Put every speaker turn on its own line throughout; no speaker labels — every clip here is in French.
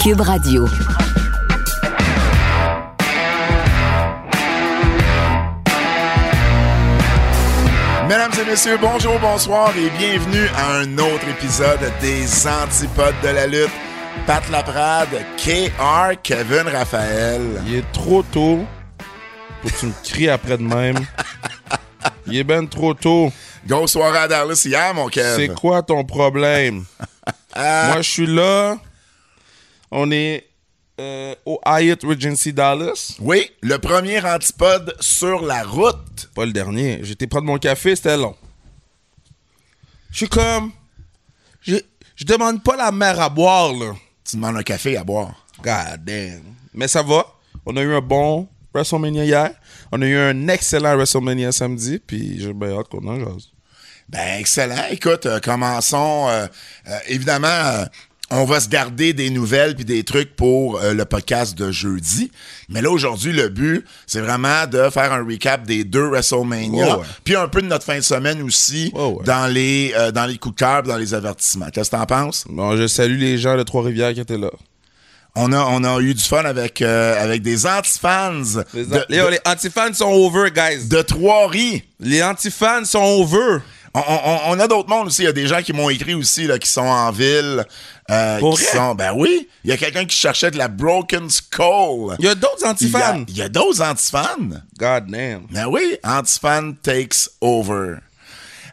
Cube Radio.
Mesdames et messieurs, bonjour, bonsoir et bienvenue à un autre épisode des Antipodes de la lutte. Pat Laprade, KR, Kevin Raphaël.
Il est trop tôt pour que tu me cries après de même. Il est ben trop tôt.
Grosse soirée à Dallas hier, mon Kev.
C'est quoi ton problème? Moi, je suis là. On est euh, au Hyatt Regency Dallas.
Oui, le premier antipode sur la route.
Pas le dernier. J'étais prendre mon café, c'était long. Je suis comme... Je je demande pas la mer à boire, là.
Tu demandes un café à boire.
God damn. Mais ça va. On a eu un bon WrestleMania hier. On a eu un excellent WrestleMania samedi. Puis j'ai bien hâte qu'on en jase.
Ben, excellent. Écoute, euh, commençons. euh, euh, évidemment, euh, on va se garder des nouvelles puis des trucs pour euh, le podcast de jeudi. Mais là, aujourd'hui, le but, c'est vraiment de faire un recap des deux WrestleMania.
Ouais, ouais.
Puis un peu de notre fin de semaine aussi
Ouais, ouais.
dans les euh, dans les coups de cœur puis dans les avertissements. Qu'est-ce que t'en penses?
Bon, je salue les gens de Trois-Rivières qui étaient là.
On a, on a eu du fun avec, euh, avec des anti-fans
Les,
de,
les, les antifans sont over, guys.
de Trois-Ris.
Les antifans sont over.
On, on- on a d'autres mondes aussi. Il y a des gens qui m'ont écrit aussi, là, qui sont en ville. euh,
Pour
qui
vrai?
sont- ben oui. Il y a quelqu'un qui cherchait de la Broken Skull.
Il y a d'autres
Il y a,
antifans.
il y a d'autres anti-fans.
God damn.
Ben oui, anti-fan takes over.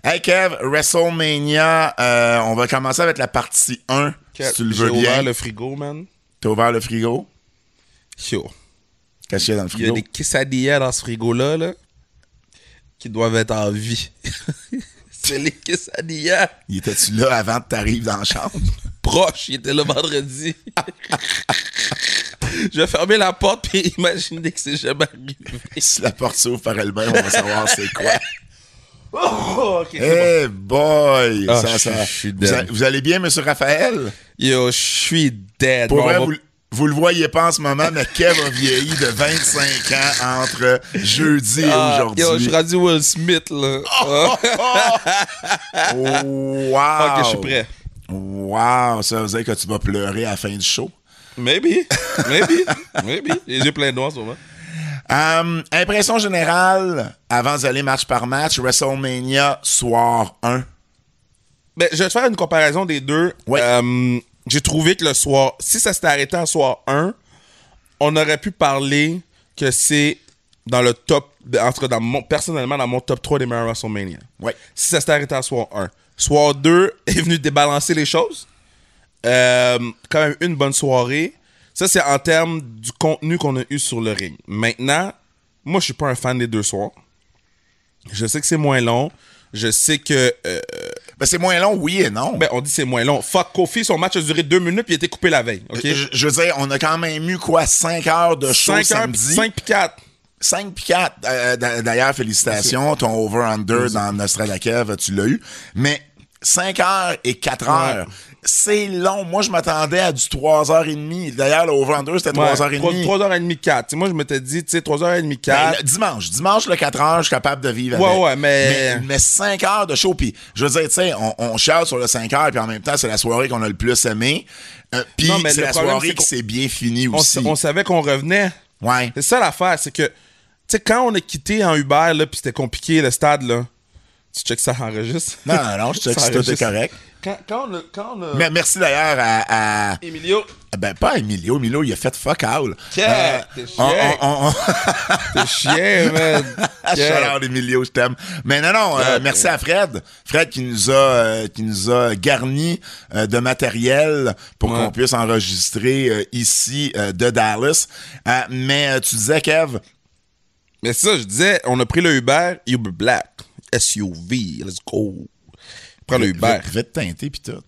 Hey Kev, WrestleMania, euh, on va commencer avec la partie 1, si tu le veux
J'ai ouvert
bien.
le frigo, man.
T'as ouvert le frigo?
Yo.
Qu'est-ce qu'il y a dans le
Il y a
frigo?
des quesadillas dans ce frigo-là, là, qui doivent être en vie. C'est les quesadillas.
Il était-tu là avant que t'arrives dans la chambre?
proche. Il était là vendredi. je vais fermer la porte puis imaginer que c'est jamais arrivé.
si la porte s'ouvre par elle-même, on va savoir c'est quoi.
Oh, ok.
Hey Eh, boy!
Ah,
Ça,
je
ça-
suis- je suis
vous,
dead.
a- vous allez bien, monsieur Raphaël?
Yo, je suis dead.
Pour
Bon,
vrai,
on va-
vous, vous le voyez pas en ce moment, mais Kev a vieilli de 25 ans entre jeudi et
Ah, Yo, je
aujourd'hui. Oh,
suis rendu Will Smith, là.
wow!
Ah, ok, je suis prêt.
Wow! Ça veut dire que tu vas pleurer à la fin du show.
Maybe. Maybe. Maybe. Les yeux pleins de noix, en ce moment.
Hum, impression générale, avant d'aller match par match, WrestleMania soir 1.
Ben, je vais te faire une comparaison des deux.
Ouais.
Euh, J'ai trouvé que le soir, si ça s'était arrêté en soir 1, on aurait pu parler que c'est dans le top, en tout cas, dans mon, personnellement, dans mon top 3 des meilleurs WrestleMania.
Ouais.
Si ça s'était arrêté en soir 1. Soir 2 est venu débalancer les choses. Euh, quand même une bonne soirée. Ça, c'est en termes du contenu qu'on a eu sur le ring. Maintenant, moi, je suis pas un fan des deux soirs. Je sais que c'est moins long. Je sais que euh,
Ben, c'est moins long, oui et non.
ben, on dit c'est moins long. Fuck Kofi, son match a duré deux minutes puis il était coupé la veille. OK?
Euh, je, je veux dire, on a quand même eu quoi? 5 heures de show
5 heures,
samedi.
5 puis 4.
5 puis 4. D'ailleurs, félicitations. Ton over-under dans Nostradakev, tu l'as eu. Mais 5 heures et 4 heures, c'est long. Moi, je m'attendais à du 3h30. D'ailleurs, le over-under, c'était 3h30.
3h30, 4. Moi, je m'étais dit, tu sais, 3h30, 4.
Ben, le dimanche, dimanche, le 4 heures, je suis capable de vivre
Ouais,
avec.
ouais, mais-
mais. 5 heures de show, puis je veux dire, tu sais, on, on chiale sur le 5 heures, puis en même temps, c'est la soirée qu'on a le plus aimée. Euh, puis
Non, mais
c'est
le
la
problème,
soirée
c'est
qui
qu'on-
s'est bien finie
on,
aussi.
sa- on savait qu'on revenait.
Ouais.
C'est ça l'affaire, c'est que, tu sais, quand on a quitté en Uber, là, puis c'était compliqué, le stade, là, tu check ça enregistre.
Non, non, non, je check si
Ça
tout est
enregistre.
correct.
Quand, quand on a. Quand on a-
Mais merci d'ailleurs à- à
Emilio,
Ben, pas Emilio. Emilio, il a fait fuck all. Euh,
Yeah, t'es
on-
chien.
on- on-
t'es chien, man.
Ah, Shout out, Emilio, je t'aime. Mais non, non, euh,
Yeah,
merci
yeah.
à Fred. Fred qui nous a, euh, qui nous a garni euh, de matériel pour
Ouais.
qu'on puisse enregistrer euh, ici euh, de Dallas. Euh, mais euh, tu disais, Kev,
Mais c'est ça, je disais, on a pris le Uber, Uber Black, SUV, let's go. Prends Ah, le Uber.
vite, vite teinté pis tout.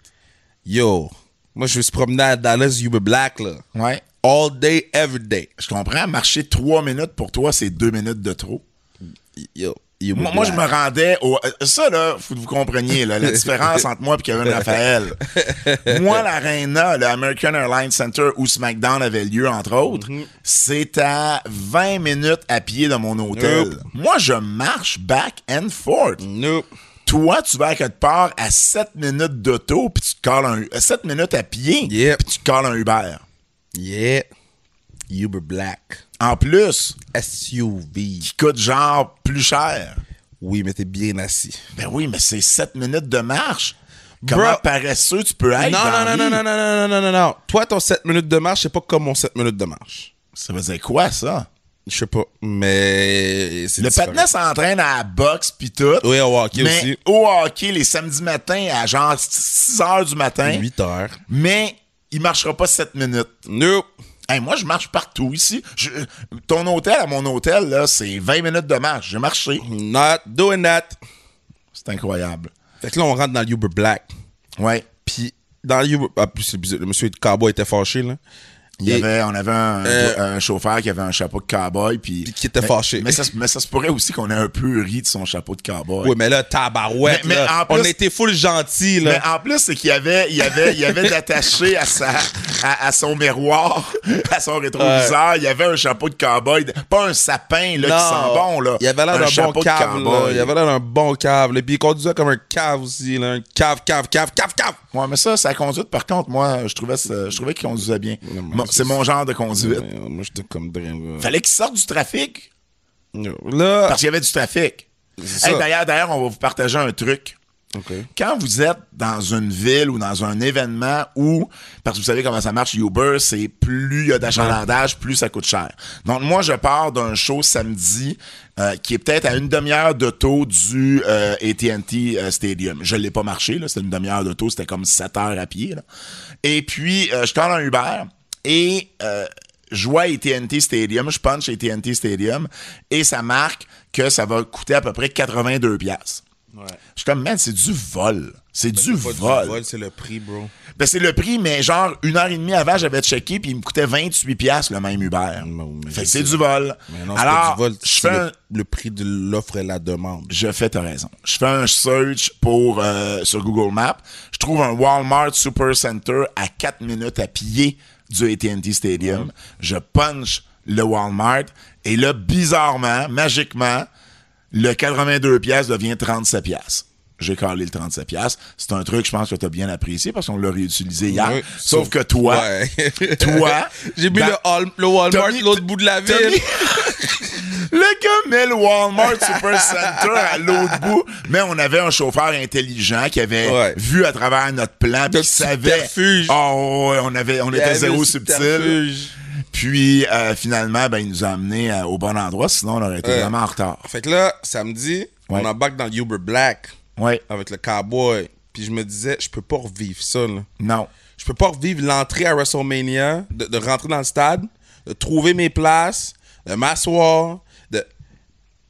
Yo, moi, je vais se promener à Dallas, Uber Black, là.
Ouais.
All day, every day.
Je comprends, marcher trois minutes pour toi, c'est deux minutes de trop.
Yo, Uber
Moi, moi, je
Black.
me rendais au. euh, Ça, là, faut que vous compreniez, là, la différence entre moi et Kevin Raphaël. moi, l'Arena, le American Airlines Center où SmackDown avait lieu, entre autres, c'est à 20 minutes à pied de mon hôtel.
Nope.
Moi, je marche back and forth.
Nope.
Toi, tu vas à quelque part à 7 euh, minutes d'auto, puis tu te colles un. 7 minutes à pied,
Yep.
puis tu te colles un Uber.
Yeah. Uber Black.
En plus,
SUV.
qui coûte genre plus cher.
Oui, mais t'es bien assis.
Ben oui, mais c'est 7 minutes de marche. Comment
Bro.
paresseux tu peux être?
non,
dans
non,
la
non, non,
vie?
non, non, non, non, non, non, non. Toi, ton 7 minutes de marche, c'est pas comme mon 7 minutes de marche.
Ça veut dire quoi, ça?
Je sais pas, mais c'est
Le
différent.
patinet s'entraîne à la boxe pis tout.
Oui, au hockey
mais
aussi.
au hockey, les samedis matins, à genre 6 heures du matin.
8 heures.
Mais il marchera pas 7 minutes.
Nope.
Hey, moi, je marche partout ici. Je- ton hôtel à mon hôtel, là, c'est 20 minutes de marche. J'ai marché.
Not doing that.
C'est incroyable.
Fait que là, on rentre dans l'Uber Black.
Ouais.
Puis, dans l'Uber... Ah, plus c'est bizarre, le monsieur de cowboy était fâché, là.
Il y
Et-
avait, on avait un,
Euh,
un chauffeur qui avait un chapeau de cowboy puis
Puis qui était
mais-
fâché.
Mais ça, se- mais ça se pourrait aussi qu'on ait un peu ri de son chapeau de cowboy.
Oui, mais là, tabarouette,
Mais- mais
là.
en plus-
On était full gentil, là.
Mais Ben, en plus, c'est qu'il y avait, il y avait, il y avait attaché à sa, à, à son miroir, à son rétroviseur, il y avait un chapeau de cowboy, de- pas un sapin là qui
Non.
sent bon là.
Il avait l'air d'un
chapeau
bon
de
cave, là.
cowboy.
Il avait l'air d'un bon cave, là. Puis il conduisait comme un cave aussi, là. Un cave, cave, cave, cave, cave.
Ouais, mais ça, sa conduite, par contre, moi, je trouvais, ça- je trouvais qu'il conduisait bien.
mais
Bon, c'est mon genre de conduite.
Ouais, euh, Moi, j'étais comme drain, là.
Fallait qu'il sorte du trafic
Là.
parce qu'il y avait du trafic.
C'est
Hey, ben,
ça.
d'ailleurs, d'ailleurs, on va vous partager un truc.
OK.
Quand vous êtes dans une ville ou dans un événement où, parce que vous savez comment ça marche, Uber, c'est plus il y a d'achalandage, plus ça coûte cher. Donc, moi, je pars d'un show samedi euh, qui est peut-être à une demi-heure de taux du euh, AT&T euh, Stadium. Je l'ai pas marché, là. C'était une demi-heure de taux. C'était comme 7 heures à pied, là. Et puis, euh, je colle un Uber et... euh, je vois AT&T Stadium, je punch AT&T Stadium, et ça marque que ça va coûter à peu près 82 piastres. Je suis comme, man, c'est du vol. C'est du
Pas
vol.
du vol, Ben, c'est le prix, bro.
Ben, c'est le prix, mais genre, une heure et demie avant, j'avais checké, puis il me coûtait 28$ piastres, le même Uber.
Non, mais
fait que
je
c'est du vol.
Mais non, c'est
Alors,
pas du vol.
je
C'est
fais
le,
un-
le prix de l'offre et la demande.
je fais, t'as raison. Je fais un search pour, euh, sur Google Maps. Je trouve un Walmart Supercenter à 4 minutes à pied du AT&T Stadium. Je punch le Walmart. Et là, bizarrement, magiquement, le 82 piastres devient 37 piastres. J'ai calé le 37 piastres. C'est un truc, je pense que t'as bien apprécié parce qu'on l'a réutilisé hier.
Oui.
Sauf que toi,
Ouais.
toi,
J'ai mis
dans-
le, Hall- le Walmart
Tommy-
l'autre bout de la
T'as
ville.
mis- le gars met le Walmart Supercenter à l'autre bout, mais on avait un chauffeur intelligent qui avait
Ouais.
vu à travers notre plan, puis
De
qui savait.
subterfuge.
Oh, ouais, on avait, on
Il y
était
avait
zéro
le
subtil.
subterfuge.
Puis euh, finalement, ben il nous a amenés euh, au bon endroit, sinon on aurait été
Ouais.
vraiment en retard.
Fait que là, samedi,
Ouais.
on embarque dans l'Uber Black
Ouais,
avec le cowboy. Puis je me disais, je peux pas revivre ça, là.
non.
Je peux pas revivre l'entrée à WrestleMania, de, de rentrer dans le stade, de trouver mes places, de m'asseoir, de.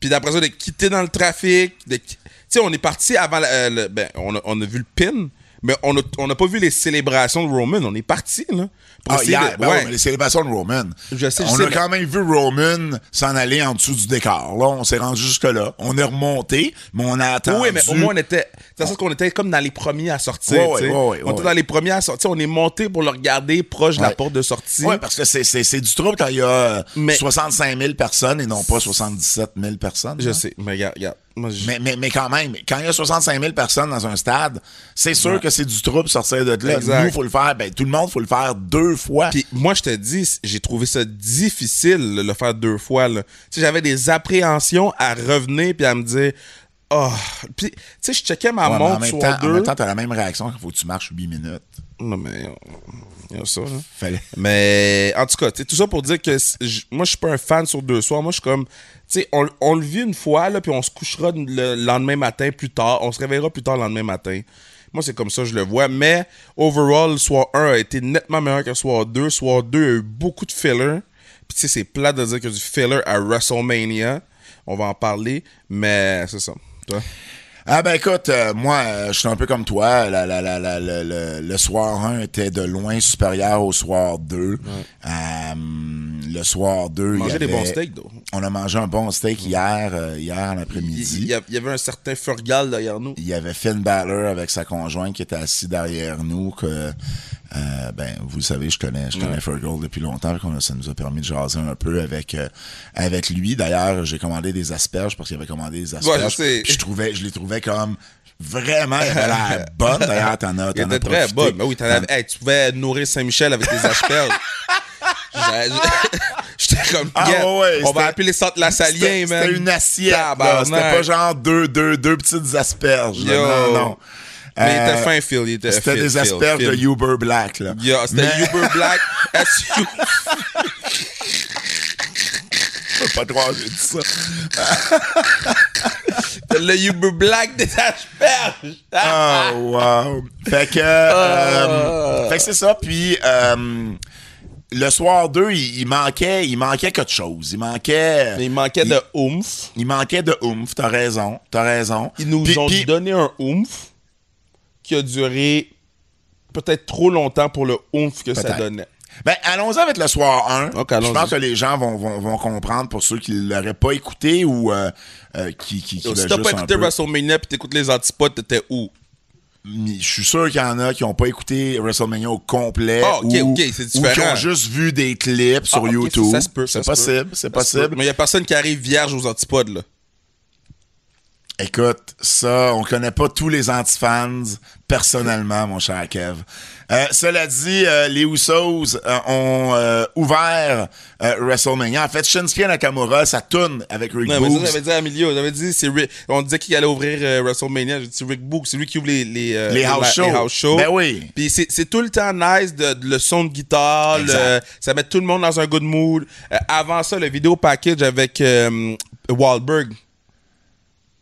Puis d'après ça, de quitter dans le trafic. de qui- Tu sais, on est parti avant. la- euh, le- ben, on a, on a vu le pin, mais on n'a on a pas vu les célébrations de Roman. On est parti, là. pour
Ah,
essayer
hier,
de-
ben
ouais.
ouais, mais les célébrations de Roman.
Je sais, je
on
sais,
a
mais-
quand même vu Roman s'en aller en dessous du décor. Là, on s'est rendu jusque-là. On est remonté, mais on a attendu.
Oui, mais au moins on était. C'est ça qu'on était comme dans les premiers à sortir.
Ah. Ouais, ouais,
tu sais.
ouais, ouais,
on
ouais.
était dans les premiers à sortir. On est monté pour le regarder proche de la
Ouais.
porte de sortie.
Oui, parce que c'est, c'est, c'est du trouble quand il y a euh,
Mais-
65 000 personnes et non pas 77 000 personnes.
Je
hein.
sais, mais regarde, regarde. Moi, je-
Mais, mais, mais quand même, quand il y a 65 000 personnes dans un stade, c'est sûr que c'est du trouble sortir de là.
Exact.
Nous, faut le faire. Ben, tout le monde, faut le faire deux fois.
Puis moi, je te dis, j'ai trouvé ça difficile de le faire deux fois. là. Tu sais, j'avais des appréhensions à revenir puis à me dire, oh. Puis, tu sais, je checkais ma
Ouais, mais en,
montre
même
sur
temps, en
deux.
même temps, t'as la même réaction qu'il faut que tu marches 8 minutes.
Non, mais il y a ça. hein. là.
Fallait-
Mais en tout cas, tu sais, tout ça pour dire que c- j- moi, je suis pas un fan sur deux soirs. Moi, je suis comme, tu sais, on, on le vit une fois, là, puis on se couchera le lendemain matin plus tard. On se réveillera plus tard le lendemain matin. Moi, c'est comme ça, je le vois. Mais overall, soir 1 a été nettement meilleur que soir 2. Soir 2 a eu beaucoup de filler. Puis, tu sais, c'est plat de dire que du filler à WrestleMania. On va en parler, mais c'est ça. Toi?
Ah ben écoute, euh, moi, euh, je suis un peu comme toi. La, la, la, la- la- le, le soir 1 était de loin supérieur au soir 2. Euh, le soir 2, il y
Manger des
avait-
bons steaks, though.
On a mangé un bon steak hier, euh, hier en
Mm. Il il
après-midi.
y, a- il y avait un certain Furgal derrière nous.
Il y avait Finn Balor avec sa conjointe qui était assise derrière nous. Que, euh, ben, vous le savez, je connais, je connais Fergal depuis longtemps. qu'on a- ça nous a permis de jaser un peu avec, euh, avec lui. D'ailleurs, j'ai commandé des asperges parce qu'il avait commandé des asperges.
Ouais, je sais.
Puis je, trouvais, je les trouvais comme vraiment elle avait l'air bonne. D'ailleurs, t'en as,
Il
t'en as
était très Ben
profité.
bonne. Mais oui, t'en avais- hey, tu pouvais nourrir Saint-Michel avec tes asperges. J'a- J'étais comme,
Ah,
yeah,
ouais, ouais,
on
c'était-
va appeler ça de la salier,
C'était
man.
c'était une assiette. là.
Tabarnak.
C'était pas genre deux, deux, deux petites asperges. là.
Yo.
Non, non.
Mais il
Euh,
était fin, Phil. il était-
C'était
Phil,
des
Phil,
asperges
Phil.
de Uber Black. Là.
Yeah, c'était
Mais-
Uber Black. S.U.
pas trop j'ai dit ça.
le Uber Black des asperges.
Oh, wow. Fait que,
Ah.
euh, fait que c'est ça. Puis, euh, le soir 2, il, il manquait, il manquait quelque chose. Il manquait.
Mais il manquait de oomph.
il manquait de oomph. T'as raison. T'as raison.
Ils nous
Puis-
ont
puis-
donné un oomph qui a duré peut-être trop longtemps pour le oomph que ça
Peut-être.
donnait.
Ben, allons-y avec le soir 1.
Ok,
Je
allons-y.
pense que les gens vont, vont, vont comprendre pour ceux qui l'auraient pas écouté ou euh, euh, qui, qui, qui
Yo,
le
si t'as
juste
pas
un
écouté
peu.
WrestleMania pis t'écoutes les antipodes, t'étais où?
Mais Je suis sûr qu'il y en a qui ont pas écouté WrestleMania au complet.
Ah, ok,
ou,
ok, c'est
ou qui
différent.
ont juste vu des clips sur
Ah, ok,
YouTube.
ça- ça se peut, ça
C'est
se peut.
possible, c'est possible.
Mais y a personne qui arrive vierge aux antipodes, là.
Écoute, ça, on connaît pas tous les antifans personnellement, mon cher Kev. Euh, cela dit, euh, les Usos euh, ont euh, ouvert euh, WrestleMania. En fait, Shinsuke Nakamura, ça tourne avec Rick
Non, mais ça,
Boogs.
j'avais dit à Emilio, j'avais dit, c'est Rick- On disait qu'il allait ouvrir euh, WrestleMania. J'ai dit Rick Book, c'est lui qui ouvre les, les, euh,
Les house
la- les
shows.
house shows.
Ben oui.
Puis c'est c'est tout le temps nice de, de- le son de guitare, le-
Exact.
ça met tout le monde dans un good mood. Euh, avant ça, le vidéo package avec euh, Wahlberg.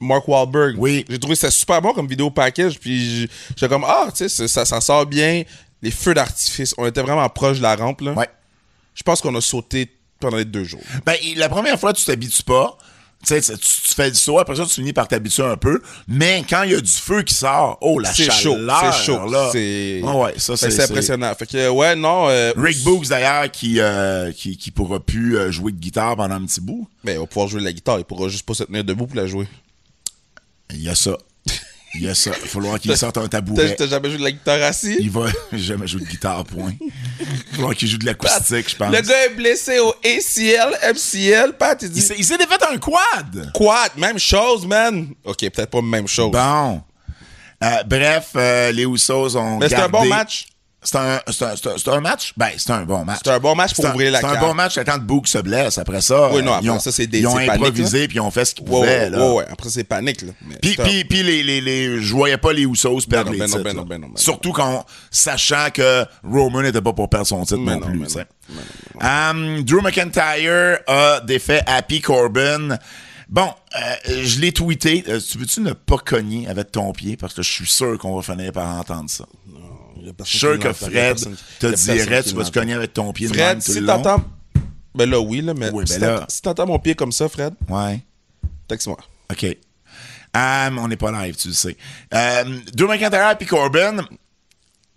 Mark Wahlberg.
Oui.
J'ai trouvé ça super bon comme vidéo package. Puis j- j'étais comme, ah, tu sais, ça, ça, ça sort bien. Les feux d'artifice. On était vraiment proche de la rampe, là.
Ouais.
Je pense qu'on a sauté pendant les deux jours.
Ben, il- la première fois, tu t'habitues pas. Tu, sais, tu, tu fais du saut, après ça, tu finis par t'habituer un peu. Mais quand il y a du feu qui sort, oh, la
C'est
chaleur,
chaud, c'est chaud.
là.
C'est
Ah ouais, ça,
Fait
c'est-
que Ben, c'est impressionnant. Fait que, ouais, non. euh,
Rick Boogs, d'ailleurs, qui, euh, qui, qui pourra plus euh, jouer de guitare pendant un petit bout.
Ben, on va pouvoir jouer de la guitare. Il pourra juste pas se tenir debout pour la jouer.
Il y a ça. Il y a ça. Il va falloir qu'il sorte un
T'as
tabouret.
t'as jamais joué de la guitare assis?
Il va jamais jouer de guitare, point. Il va falloir qu'il joue de l'acoustique, je pense.
Le gars est blessé au ACL, MCL. Pat, il
Il
dit
s'est il s'est défait un quad!
quad, même chose, man. Ok, peut-être pas même chose.
Bon. Euh, bref, euh, les Usos ont
Mais c'est un
gardé-
bon match.
C'est un, c'est un- c'est un- c'est un match? Ben, c'est un bon match.
C'est un bon match pour
C'est un-
ouvrir la
C'est un
carte.
bon match quand Book se blesse. Après ça,
Oui, non,
euh,
après
ils ont,
ça, c'est des-
ils ont
c'est panique,
improvisé puis ils ont fait ce qu'ils
Ouais,
pouvaient.
ouais,
là.
ouais, ouais. Après, c'est panique, là. Mais
Puis,
c'est un-
puis, puis les, les, les, je voyais pas les Usos perdre
non,
les
ben non,
titres.
ben non,
là.
ben non, ben non.
Surtout quand, sachant que Roman n'était pas pour perdre son titre
Ben
non,
non,
plus.
ben
tu sais.
non,
Hum, Drew McIntyre a défait Happy Corbin. Bon, euh, je l'ai tweeté. Euh, tu veux-tu ne pas cogner avec ton pied? Parce que je suis sûr qu'on va finir par entendre ça.
Il y a personne
Je suis sûr
qui
que
l'entend, il y a
Fred
personne qui- il
te
y a personne
dirait,
qui
tu vas te
l'entend.
cogner avec ton pied de même
Fred,
tout
si
le long.
t'entends. Ben là, oui, là, mais
Oui, ben
si
là-
t'entends- si t'entends mon pied comme ça, Fred,
Ouais.
texte-moi.
OK. Um, on n'est pas live, tu le sais. Um, Drew McIntyre puis Corbin,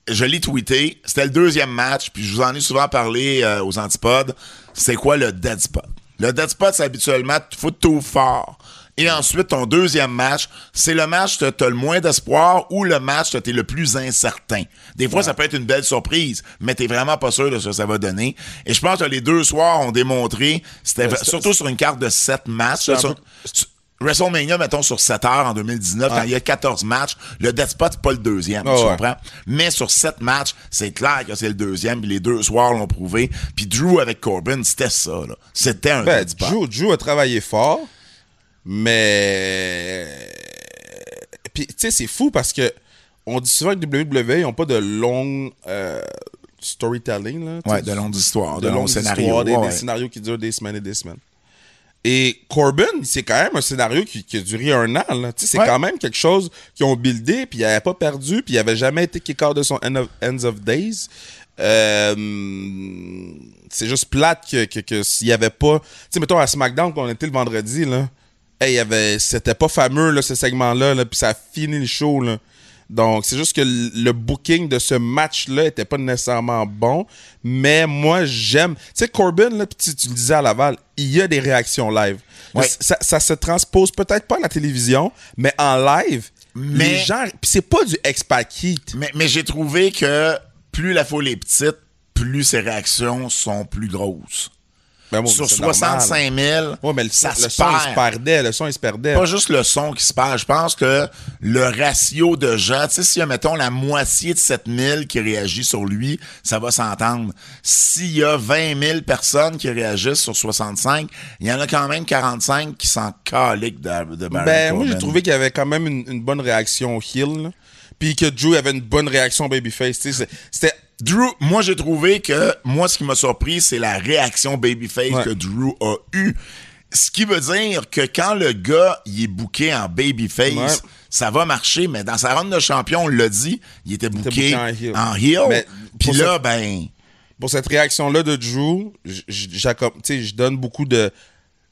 je l'ai tweeté. C'était le deuxième match, puis je vous en ai souvent parlé euh, aux antipodes. C'est quoi le dead spot? Le dead spot, c'est habituellement, tu faut tout fort. Et ensuite, ton deuxième match, c'est le match que tu as le moins d'espoir ou le match que tu es le plus incertain. Des fois, ça peut être une belle surprise, mais tu vraiment pas sûr de ce que ça va donner. Et je pense que les deux soirs ont démontré, c'était
Ouais,
vra-
c'était-
surtout sur une carte de sept matchs,
C'était Ben, un
sur-
peu-
sur- WrestleMania, mettons, sur 7 heures en 2019, quand il y a 14 matchs, le dead spot, c'est pas le deuxième,
Ah
tu
ouais.
comprends? Mais sur 7 matchs, c'est clair que c'est le deuxième, puis les deux soirs l'ont prouvé. Puis Drew avec Corbin, c'était ça, là. C'était un
Ben,
dead spot.
Drew, Drew a travaillé fort, mais. Puis, tu sais, c'est fou parce que on dit souvent que WWE, ils n'ont pas de long euh, storytelling. Là, tu sais,
Ouais, de longues histoires, de, longs
longues
scénarios.
histoires, des,
ouais,
des
ouais.
scénarios qui durent des semaines et des semaines. Et Corbin, c'est quand même un scénario qui, qui a duré un an. là. Tu sais, C'est
Ouais.
quand même quelque chose qu'ils ont buildé, puis il n'avait pas perdu, puis il n'avait jamais été kick out de son end of, Ends of Days. Euh, c'est juste plate que, que, que s'il n'y avait pas. Tu sais, mettons à SmackDown, qu'on était le vendredi, là. Hey, il y avait... c'était pas fameux, là, ce segment-là, là, puis ça a fini le show. Là. Donc, c'est juste que l- le booking de ce match-là était pas nécessairement bon. Mais moi, j'aime. Tu sais, Corbin, là, pis tu, tu le disais à Laval, il y a des réactions live.
Ouais.
Ça, ça se transpose peut-être pas à la télévision, mais en live,
Mais-
les gens. Puis c'est pas du expat heat.
Mais, mais j'ai trouvé que plus la foule est petite, plus ses réactions sont plus grosses.
Ben bon,
sur
c'est normal.
65 000,
Ouais, mais le,
ça
le
se
son, il se
perd.
perdait. Le son, il se perdait.
pas juste le son qui se perd. Je pense que le ratio de gens, tu sais, s'il y a, mettons, la moitié de 7000 qui réagit sur lui, ça va s'entendre. S'il y a 20 000 personnes qui réagissent sur 65, il y en a quand même 45 qui s'en caliquent de, de Baron
Ben, moi, j'ai
Corbin.
trouvé qu'il y avait quand même une, une bonne réaction heel. là. Puis que Drew avait une bonne réaction babyface. tu sais, c'est- C'était.
Drew, moi j'ai trouvé que moi ce qui m'a surpris c'est la réaction babyface
Ouais.
que Drew a eue. Ce qui veut dire que quand le gars il est booké en babyface,
Ouais.
ça va marcher mais dans sa ronde de champion, on l'a dit, il était booké,
booké en heel.
en heel.
Mais
Puis
pour
là
ça-
ben
Pour cette réaction-là de Drew, j- j- j'accom- tu sais, je donne beaucoup de.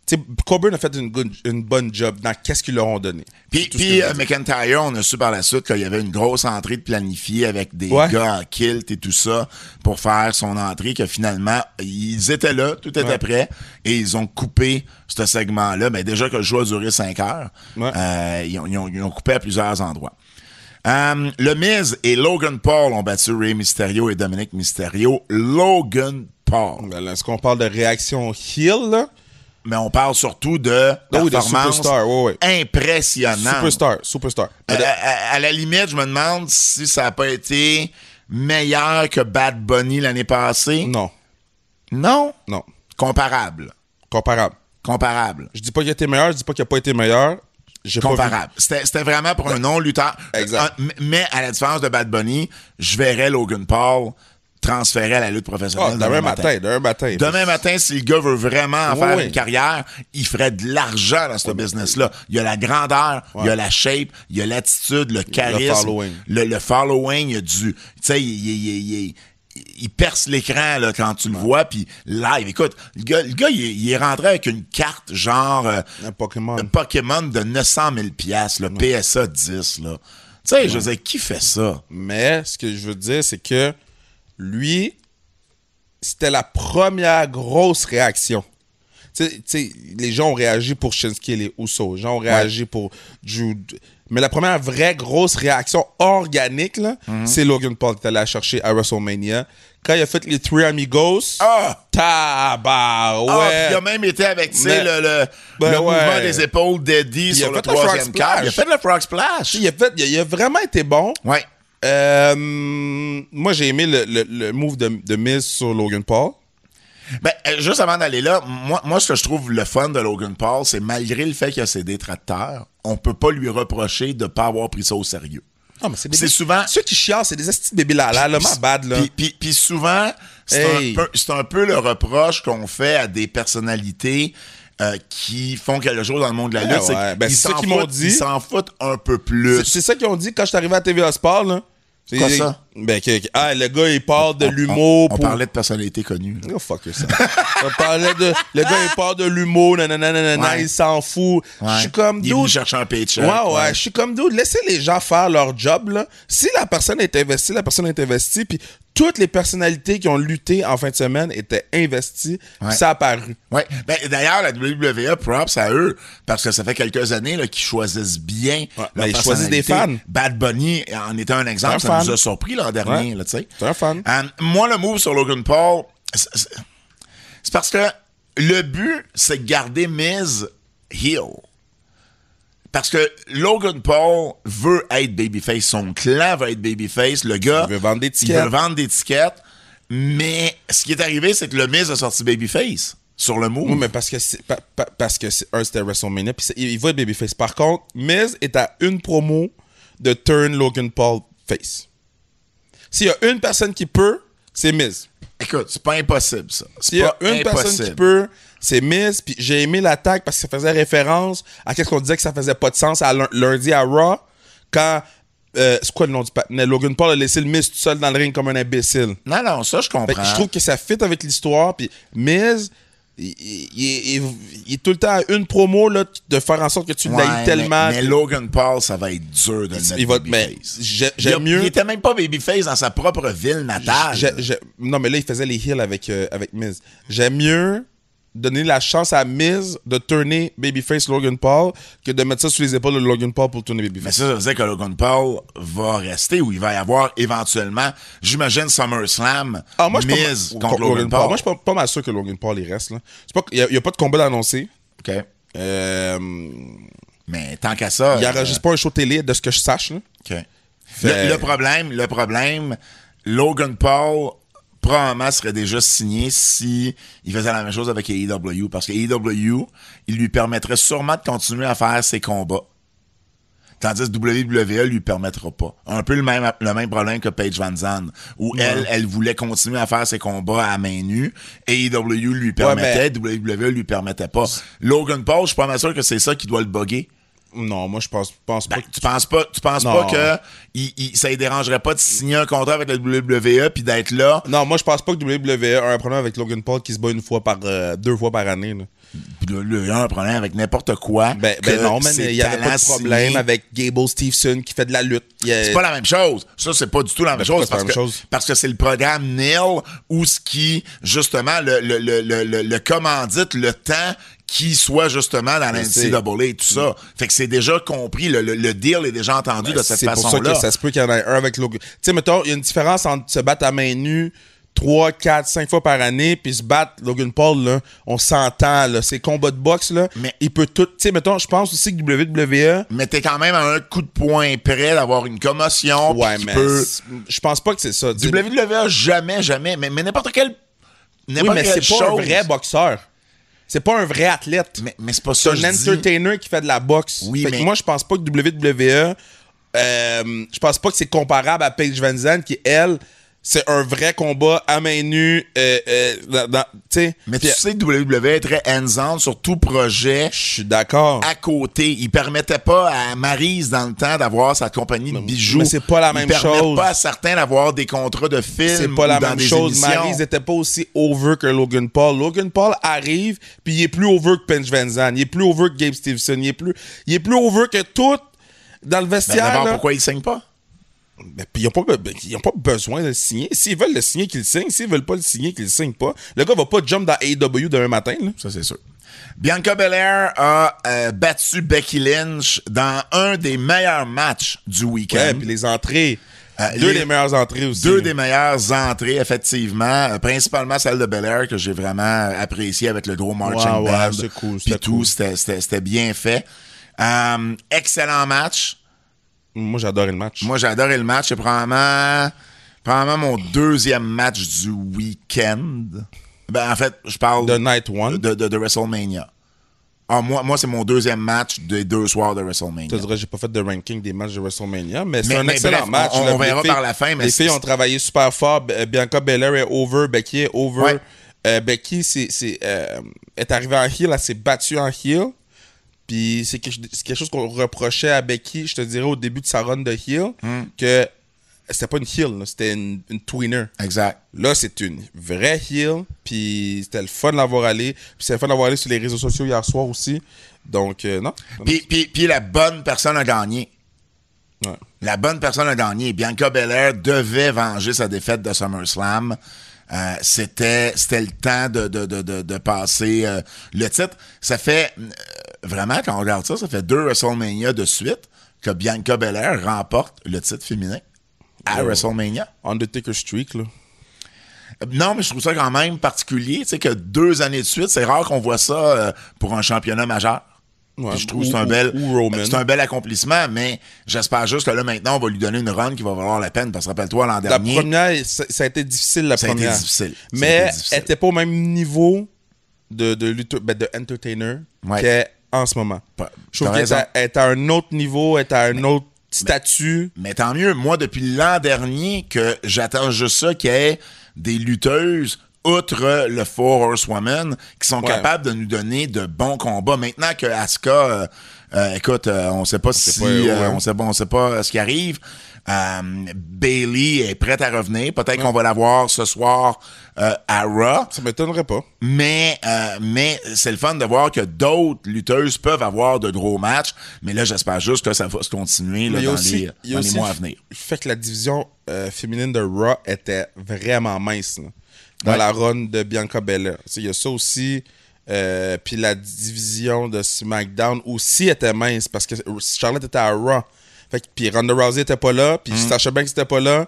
Tu sais, Coburn a fait une, good- une bonne job dans qu'est-ce qu'ils leur ont donné.
puis
C'est tout ce que je
puis
veux
euh,
dire.
McIntyre, on a su par la suite qu'il y avait une grosse entrée de planifiée avec des
Ouais.
gars en kilt et tout ça pour faire son entrée que finalement ils étaient là, tout était
Ouais.
prêt et ils ont coupé ce segment-là. Mais déjà que le jeu a duré 5 heures,
Ouais.
euh, ils, ont, ils ont- ils ont coupé à plusieurs endroits. Euh, le Miz et Logan Paul ont battu Ray Mysterio et Dominic Mysterio. Logan Paul.
Ben là, Est-ce qu'on parle de réaction heel, là?
Mais on parle surtout de
Oh, oui, de
performance
superstar, ouais,
impressionnante.
Superstar, superstar.
À, à- à la limite, je me demande si ça n'a pas été meilleur que Bad Bunny l'année passée.
Non,
Non?
non.
Comparable.
Comparable.
Comparable.
Je dis pas qu'il a été meilleur, je dis pas qu'il a pas été meilleur. J'ai pas vu-
Comparable. C'était c'était vraiment pour un non-lutteur.
Exact.
Un- mais à la différence de Bad Bunny, je verrais Logan Paul transférer à la lutte
Ah,
professionnelle
demain matin, demain matin.
Demain matin, si le gars veut vraiment en faire
Oui.
une carrière, il ferait de l'argent dans ce business-là. Il y a la grandeur, il y a la shape, il y a l'attitude, le charisme,
following.
le, le following, il y a du, tu sais, il, il- il- il- il perce l'écran là, quand tu le vois, puis live. Écoute, le gars, le gars il, est- il est rentré avec une carte genre euh,
Un Pokémon.
un Pokémon de 900 000 piastres, le PSA 10, là. Tu sais, je veux dire, qui fait ça?
Mais ce que je veux dire, c'est que lui, c'était la première grosse réaction. Tu sais- tu sais, les gens ont réagi pour Shinsuke et les Usos. Les gens ont réagi pour Jude. Mais la première vraie grosse réaction organique, là,
Mhm.
c'est Logan Paul qui est allé la chercher à WrestleMania. Quand il a fait les Three Amigos,
Ah!
tabarouette!
Ah, puis il a même été avec, tu sais,
Mais-
le, le,
Ben
le mouvement
ouais.
des épaules d'Eddie
a
sur le
fait le frog
troisième quart. Il a
splash.
fait le frog splash.
il, a fait, il, a, il a vraiment été bon.
Ouais.
Euh, moi, j'ai aimé le, le- le move de, de Miz sur Logan Paul.
Ben, euh, juste avant d'aller là, moi, moi, ce que je trouve le fun de Logan Paul, c'est malgré le fait qu'il a ses détracteurs, on peut pas lui reprocher de pas avoir pris ça au sérieux.
Ah, mais c'est
C'est souvent-
Ceux qui chialent, c'est des estis de bébés lala, là, ma bad, là.
Puis- Puis puis souvent, c'est
Hey.
un, peu- c'est un peu le reproche qu'on fait à des personnalités euh, qui font quelque chose dans le monde de la
Ah
lutte. c'est
ouais, ben,
qu'ils
c'est ça
s'en
qu'ils m'ont
foutent-
dit.
Ils s'en foutent un peu
C'est-
plus.
C'est ça qu'ils ont dit quand je suis arrivé à TVA Sport, là. C'est-
Quoi ça?
Ben, que, que- ah, le gars, il parle de
On,
l'humour
on
pour.
parlait de personnalités connues.
Oh, fuck ça. on parlait de. Le gars, il parle de l'humour, nanana, nanana,
Ouais.
il s'en fout. Je suis comme,
Il est venu
dude.
chercher un paycheck.
Ouais, ouais, je suis comme dude, laissez les gens faire leur job, là. Si la personne est investie, la personne est investie, puis toutes les personnalités qui ont lutté en fin de semaine étaient investies,
Ouais.
puis ça a paru.
Ouais. Ben, d'ailleurs, la WWE, props à eux, parce que ça fait quelques années là, qu'ils choisissent bien.
Ouais,
leur
ben, ils choisissent des
personnalité.
fans.
Bad Bunny en était un exemple.
un
ça
fan.
nous a surpris l'an dernier,
Ouais.
là, tu sais.
C'est un fan.
Euh, moi, le move sur Logan Paul, c'est- c'est c'est parce que le but, c'est de garder Miz heel. Parce que Logan Paul veut être babyface. Son clan veut être babyface. Le gars.
Il veut vendre des
Il veut
tickets.
vendre des tickets. Mais ce qui est arrivé, c'est que le Miz a sorti babyface sur le move.
Oui, mais parce que c'est pa- pa- parce que c'est un c'était WrestleMania puis c'est- il, il va être babyface. Par contre, Miz est à une promo de turn Logan Paul face. S'il y a une personne qui peut, c'est Miz.
Écoute, c'est pas impossible, ça. C'est
S'il y
pas
a une personne qui peut, c'est Miz. Puis j'ai aimé l'attaque parce que ça faisait référence à qu'est-ce qu'on disait que ça faisait pas de sens à lun- lundi à Raw quand euh, c'est quoi le nom du patinet? Logan Paul a laissé le Miz tout seul dans le ring comme un imbécile.
Non, non, ça, je
Fait
comprends.
que Ben, je trouve que ça fit avec l'histoire. Puis Miz, il, il- il- il- il est tout le temps à une promo là, de faire en sorte que tu
Ouais,
l'haïs tellement.
Mais, mais Logan Paul, ça va être dur de le mettre
il va, mais
babyface. Il
j'ai-
a-
j'aime mieux.
Il était même pas babyface dans sa propre ville natale.
j'ai- j'ai- non, mais là, il faisait les heels avec, euh, avec Miz. J'aime mieux donner la chance à Miz de tourner Babyface Logan Paul que de mettre ça sur les épaules de Logan Paul pour tourner
Mais
Babyface.
ça, ça veut dire que Logan Paul va rester ou il va y avoir éventuellement, j'imagine, SummerSlam,
Ah, moi, je suis pas-
Miz contre Logan Paul.
Moi, je suis pas, pas mal sûr que Logan Paul, il reste. là. C'est pas- Il n'y a, il y a pas de combat d'annoncé.
OK.
Euh,
Mais tant qu'à ça...
il
euh,
n'enregistre pas un show télé, de ce que je sache. là.
OK. Le-
Fait-
Le, problème, le problème, Logan Paul probablement serait déjà signé si il faisait la même chose avec AEW parce que AEW, il lui permettrait sûrement de continuer à faire ses combats. Tandis que WWE lui permettra pas. Un peu le même, le même problème que Paige Van Zandt, où elle, elle voulait continuer à faire ses combats à main nue. AEW lui permettait, WWE lui permettait pas. Logan Paul, je suis pas mal sûr que c'est ça qui doit le bugger.
Non, moi, je pense, pense pas.
Ben, tu penses pas, tu penses
Non.
pas que il, il- ça ne dérangerait pas de signer un contrat avec la WWE E puis d'être là,
Non, moi, je pense pas que WWE a un problème avec Logan Paul qui se bat une fois par, euh, deux fois par année. là.
puis là, là, il y E a un problème avec n'importe quoi.
Ben, ben
que
non, man,
ses
il y avait pas
talents
de problème
signés.
avec Gable Stevenson qui fait de la lutte. Il y a-
C'est pas la même chose. Ça, c'est pas du tout la même
pourquoi
chose.
Ben, c'est pas
Parce
la
que,
même chose?
parce que c'est le programme NIL ou ce qui, justement, le, le, le, le, le, le commandite, le temps qui soit justement dans la
sais.
NCAA et tout ça. Fait que c'est déjà compris. Le, le, le deal est déjà entendu de cette
Ben, C'est pour ça
façon-là.
que ça se peut qu'il y en ait un avec Logan. Tu sais, mettons, il y a une différence entre se battre à main nue 3, 4, 5 fois par année, puis se battre Logan Paul, là, on s'entend, là. Ces combats de boxe, là,
Mais-
il peut tout. Tu sais, mettons, je pense aussi que E, WWE.
Mais t'es quand même à un coup de poing près d'avoir une commotion. puis
Ouais,
qui
mais
peut- E
c'est- je pense pas que c'est ça. Tu sais,
WWE, jamais, jamais. Mais, mais n'importe quel.
Oui,
N'importe
mais
quelle
c'est pas un
chose.
vrai boxeur. C'est pas un vrai athlète.
Mais, mais c'est pas
C'est
ça.
un
que je dis.
entertainer qui fait de la boxe.
Oui,
Fait que
mais-
moi, je pense pas que WWE, euh, je pense pas que c'est comparable à Paige Van Zandt qui, elle, c'est un vrai combat à main nue. euh, euh, dans- dans- tu sais.
Mais tu
Puis,
sais, WWE E est très hands-on sur tout projet
je suis d'accord.
à côté. Il permettait pas à Maryse dans le temps d'avoir sa compagnie de bijoux.
mais c'est pas la même
Il permettait
chose.
pas à certains d'avoir des contrats de films.
C'est pas la
ou dans
même
des
chose.
émissions. Ben,
Maryse n'était pas aussi over que Logan Paul. Logan Paul arrive, puis il est plus over que Paige Van Zandt. Il est plus over que Gabe Stevenson. Il est plus, il est plus over que tout dans le
Ben,
vestiaire.
d'abord,
là.
pourquoi il signe pas?
Ben, puis ils n'ont pas, be- ils ont pas besoin de le signer. S'ils veulent le signer, qu'ils le signent. S'ils veulent pas le signer, qu'ils le signent pas. Le gars va pas jump dans AEW demain matin. là.
Ça, c'est sûr. Bianca Belair a euh, battu Becky Lynch dans un des meilleurs matchs du week-end.
Ouais, puis les entrées.
Euh,
deux
les-
des meilleures entrées aussi.
Deux des meilleures entrées, effectivement. Euh, principalement celle de Bel Air que j'ai vraiment appréciée avec le gros marching
Ouais, ouais,
band.
c'était cool,
Puis
c'était
tout,
cool.
c'était- c'était c'était bien fait. Euh, excellent match.
Moi, j'adorais le match.
Moi, j'ai adoré le match. C'est probablement, probablement mon deuxième match du week-end. Ben, en fait, je parle
The Night One.
de, de- de WrestleMania. Ah, moi, moi c'est mon deuxième match des deux soirs de
Je
WrestleMania.
te dirais, j'ai pas fait de ranking des matchs de WrestleMania, mais c'est
Mais-
un
mais
excellent
bref,
match.
on-
là.
on
Les
verra
filles-
par la fin, mais
les
c'est-
filles ont travaillé super fort. B- euh, Bianca Belair est over, Becky est over.
Ouais.
Euh, Becky c'est, c'est, euh, est arrivée en heel, elle s'est battue en heel. Puis c'est quelque, c'est quelque chose qu'on reprochait à Becky, je te dirais, au début de sa run de heel,
Hmm.
que c'était pas une heel, là, c'était une, une tweener.
Exact.
Là, c'est une vraie heel. Puis c'était le fun de l'avoir allé. Puis c'était le fun d'avoir allé sur les réseaux sociaux hier soir aussi. Donc, euh, non.
Puis, puis, puis la bonne personne a gagné.
Ouais.
La bonne personne a gagné. Bianca Belair devait venger sa défaite de SummerSlam. Euh, c'était c'était le temps de, de, de, de, de passer euh, le titre. Ça fait euh, vraiment quand on regarde ça, ça fait deux WrestleMania de suite que Bianca Belair remporte le titre féminin à WrestleMania.
Undertaker Streak, là.
Euh, Non, mais je trouve ça quand même particulier, tu sais que deux années de suite, c'est rare qu'on voit ça euh, pour un championnat majeur.
Ouais,
Puis je trouve
ou-
que c'est un
ou-
bel
ou Roman.
c'est un bel accomplissement, mais j'espère juste que là maintenant on va lui donner une run qui va valoir la peine parce que rappelle-toi l'an
La
dernier.
première, ça, ça a été difficile, la
Ça a été
première.
difficile. Ça a été
Mais
difficile.
elle était pas au même niveau de, de, lutteur- ben, de entertainer
Ouais.
qu'elle est en ce moment.
Pa-
Je trouve
t'as
qu'elle
raison.
est à- elle est à un autre niveau, elle est à un autre statut.
Mais tant mieux, moi depuis l'an dernier que j'attends juste ça qu'il y ait des lutteuses outre le Four Horsewomen qui sont
Ouais.
capables de nous donner de bons combats. Maintenant que Asuka, euh, euh, écoute, euh, on sait pas si
pas,
euh,
ouais.
on sait pas, on sait pas euh, ce qui arrive. Bailey est prête à revenir. Peut-être qu'on va la voir ce soir euh, à Raw.
Ça m'étonnerait pas.
Mais, euh, mais c'est le fun de voir que d'autres lutteuses peuvent avoir de gros matchs. Mais là, j'espère juste que ça va se continuer là,
Mais il y a
dans,
aussi,
les,
il y a
dans les
aussi
mois
le
à
f-
venir.
le fait que la division euh, féminine de Raw était vraiment mince là, dans
Ouais.
la run de Bianca Belair. Tu sais, Il y a ça aussi. Euh, puis la division de SmackDown aussi était mince parce que Charlotte était à Raw. Fait que, puis Ronda Rousey était pas là,
Hmm.
puis Sasha Banks était pas là.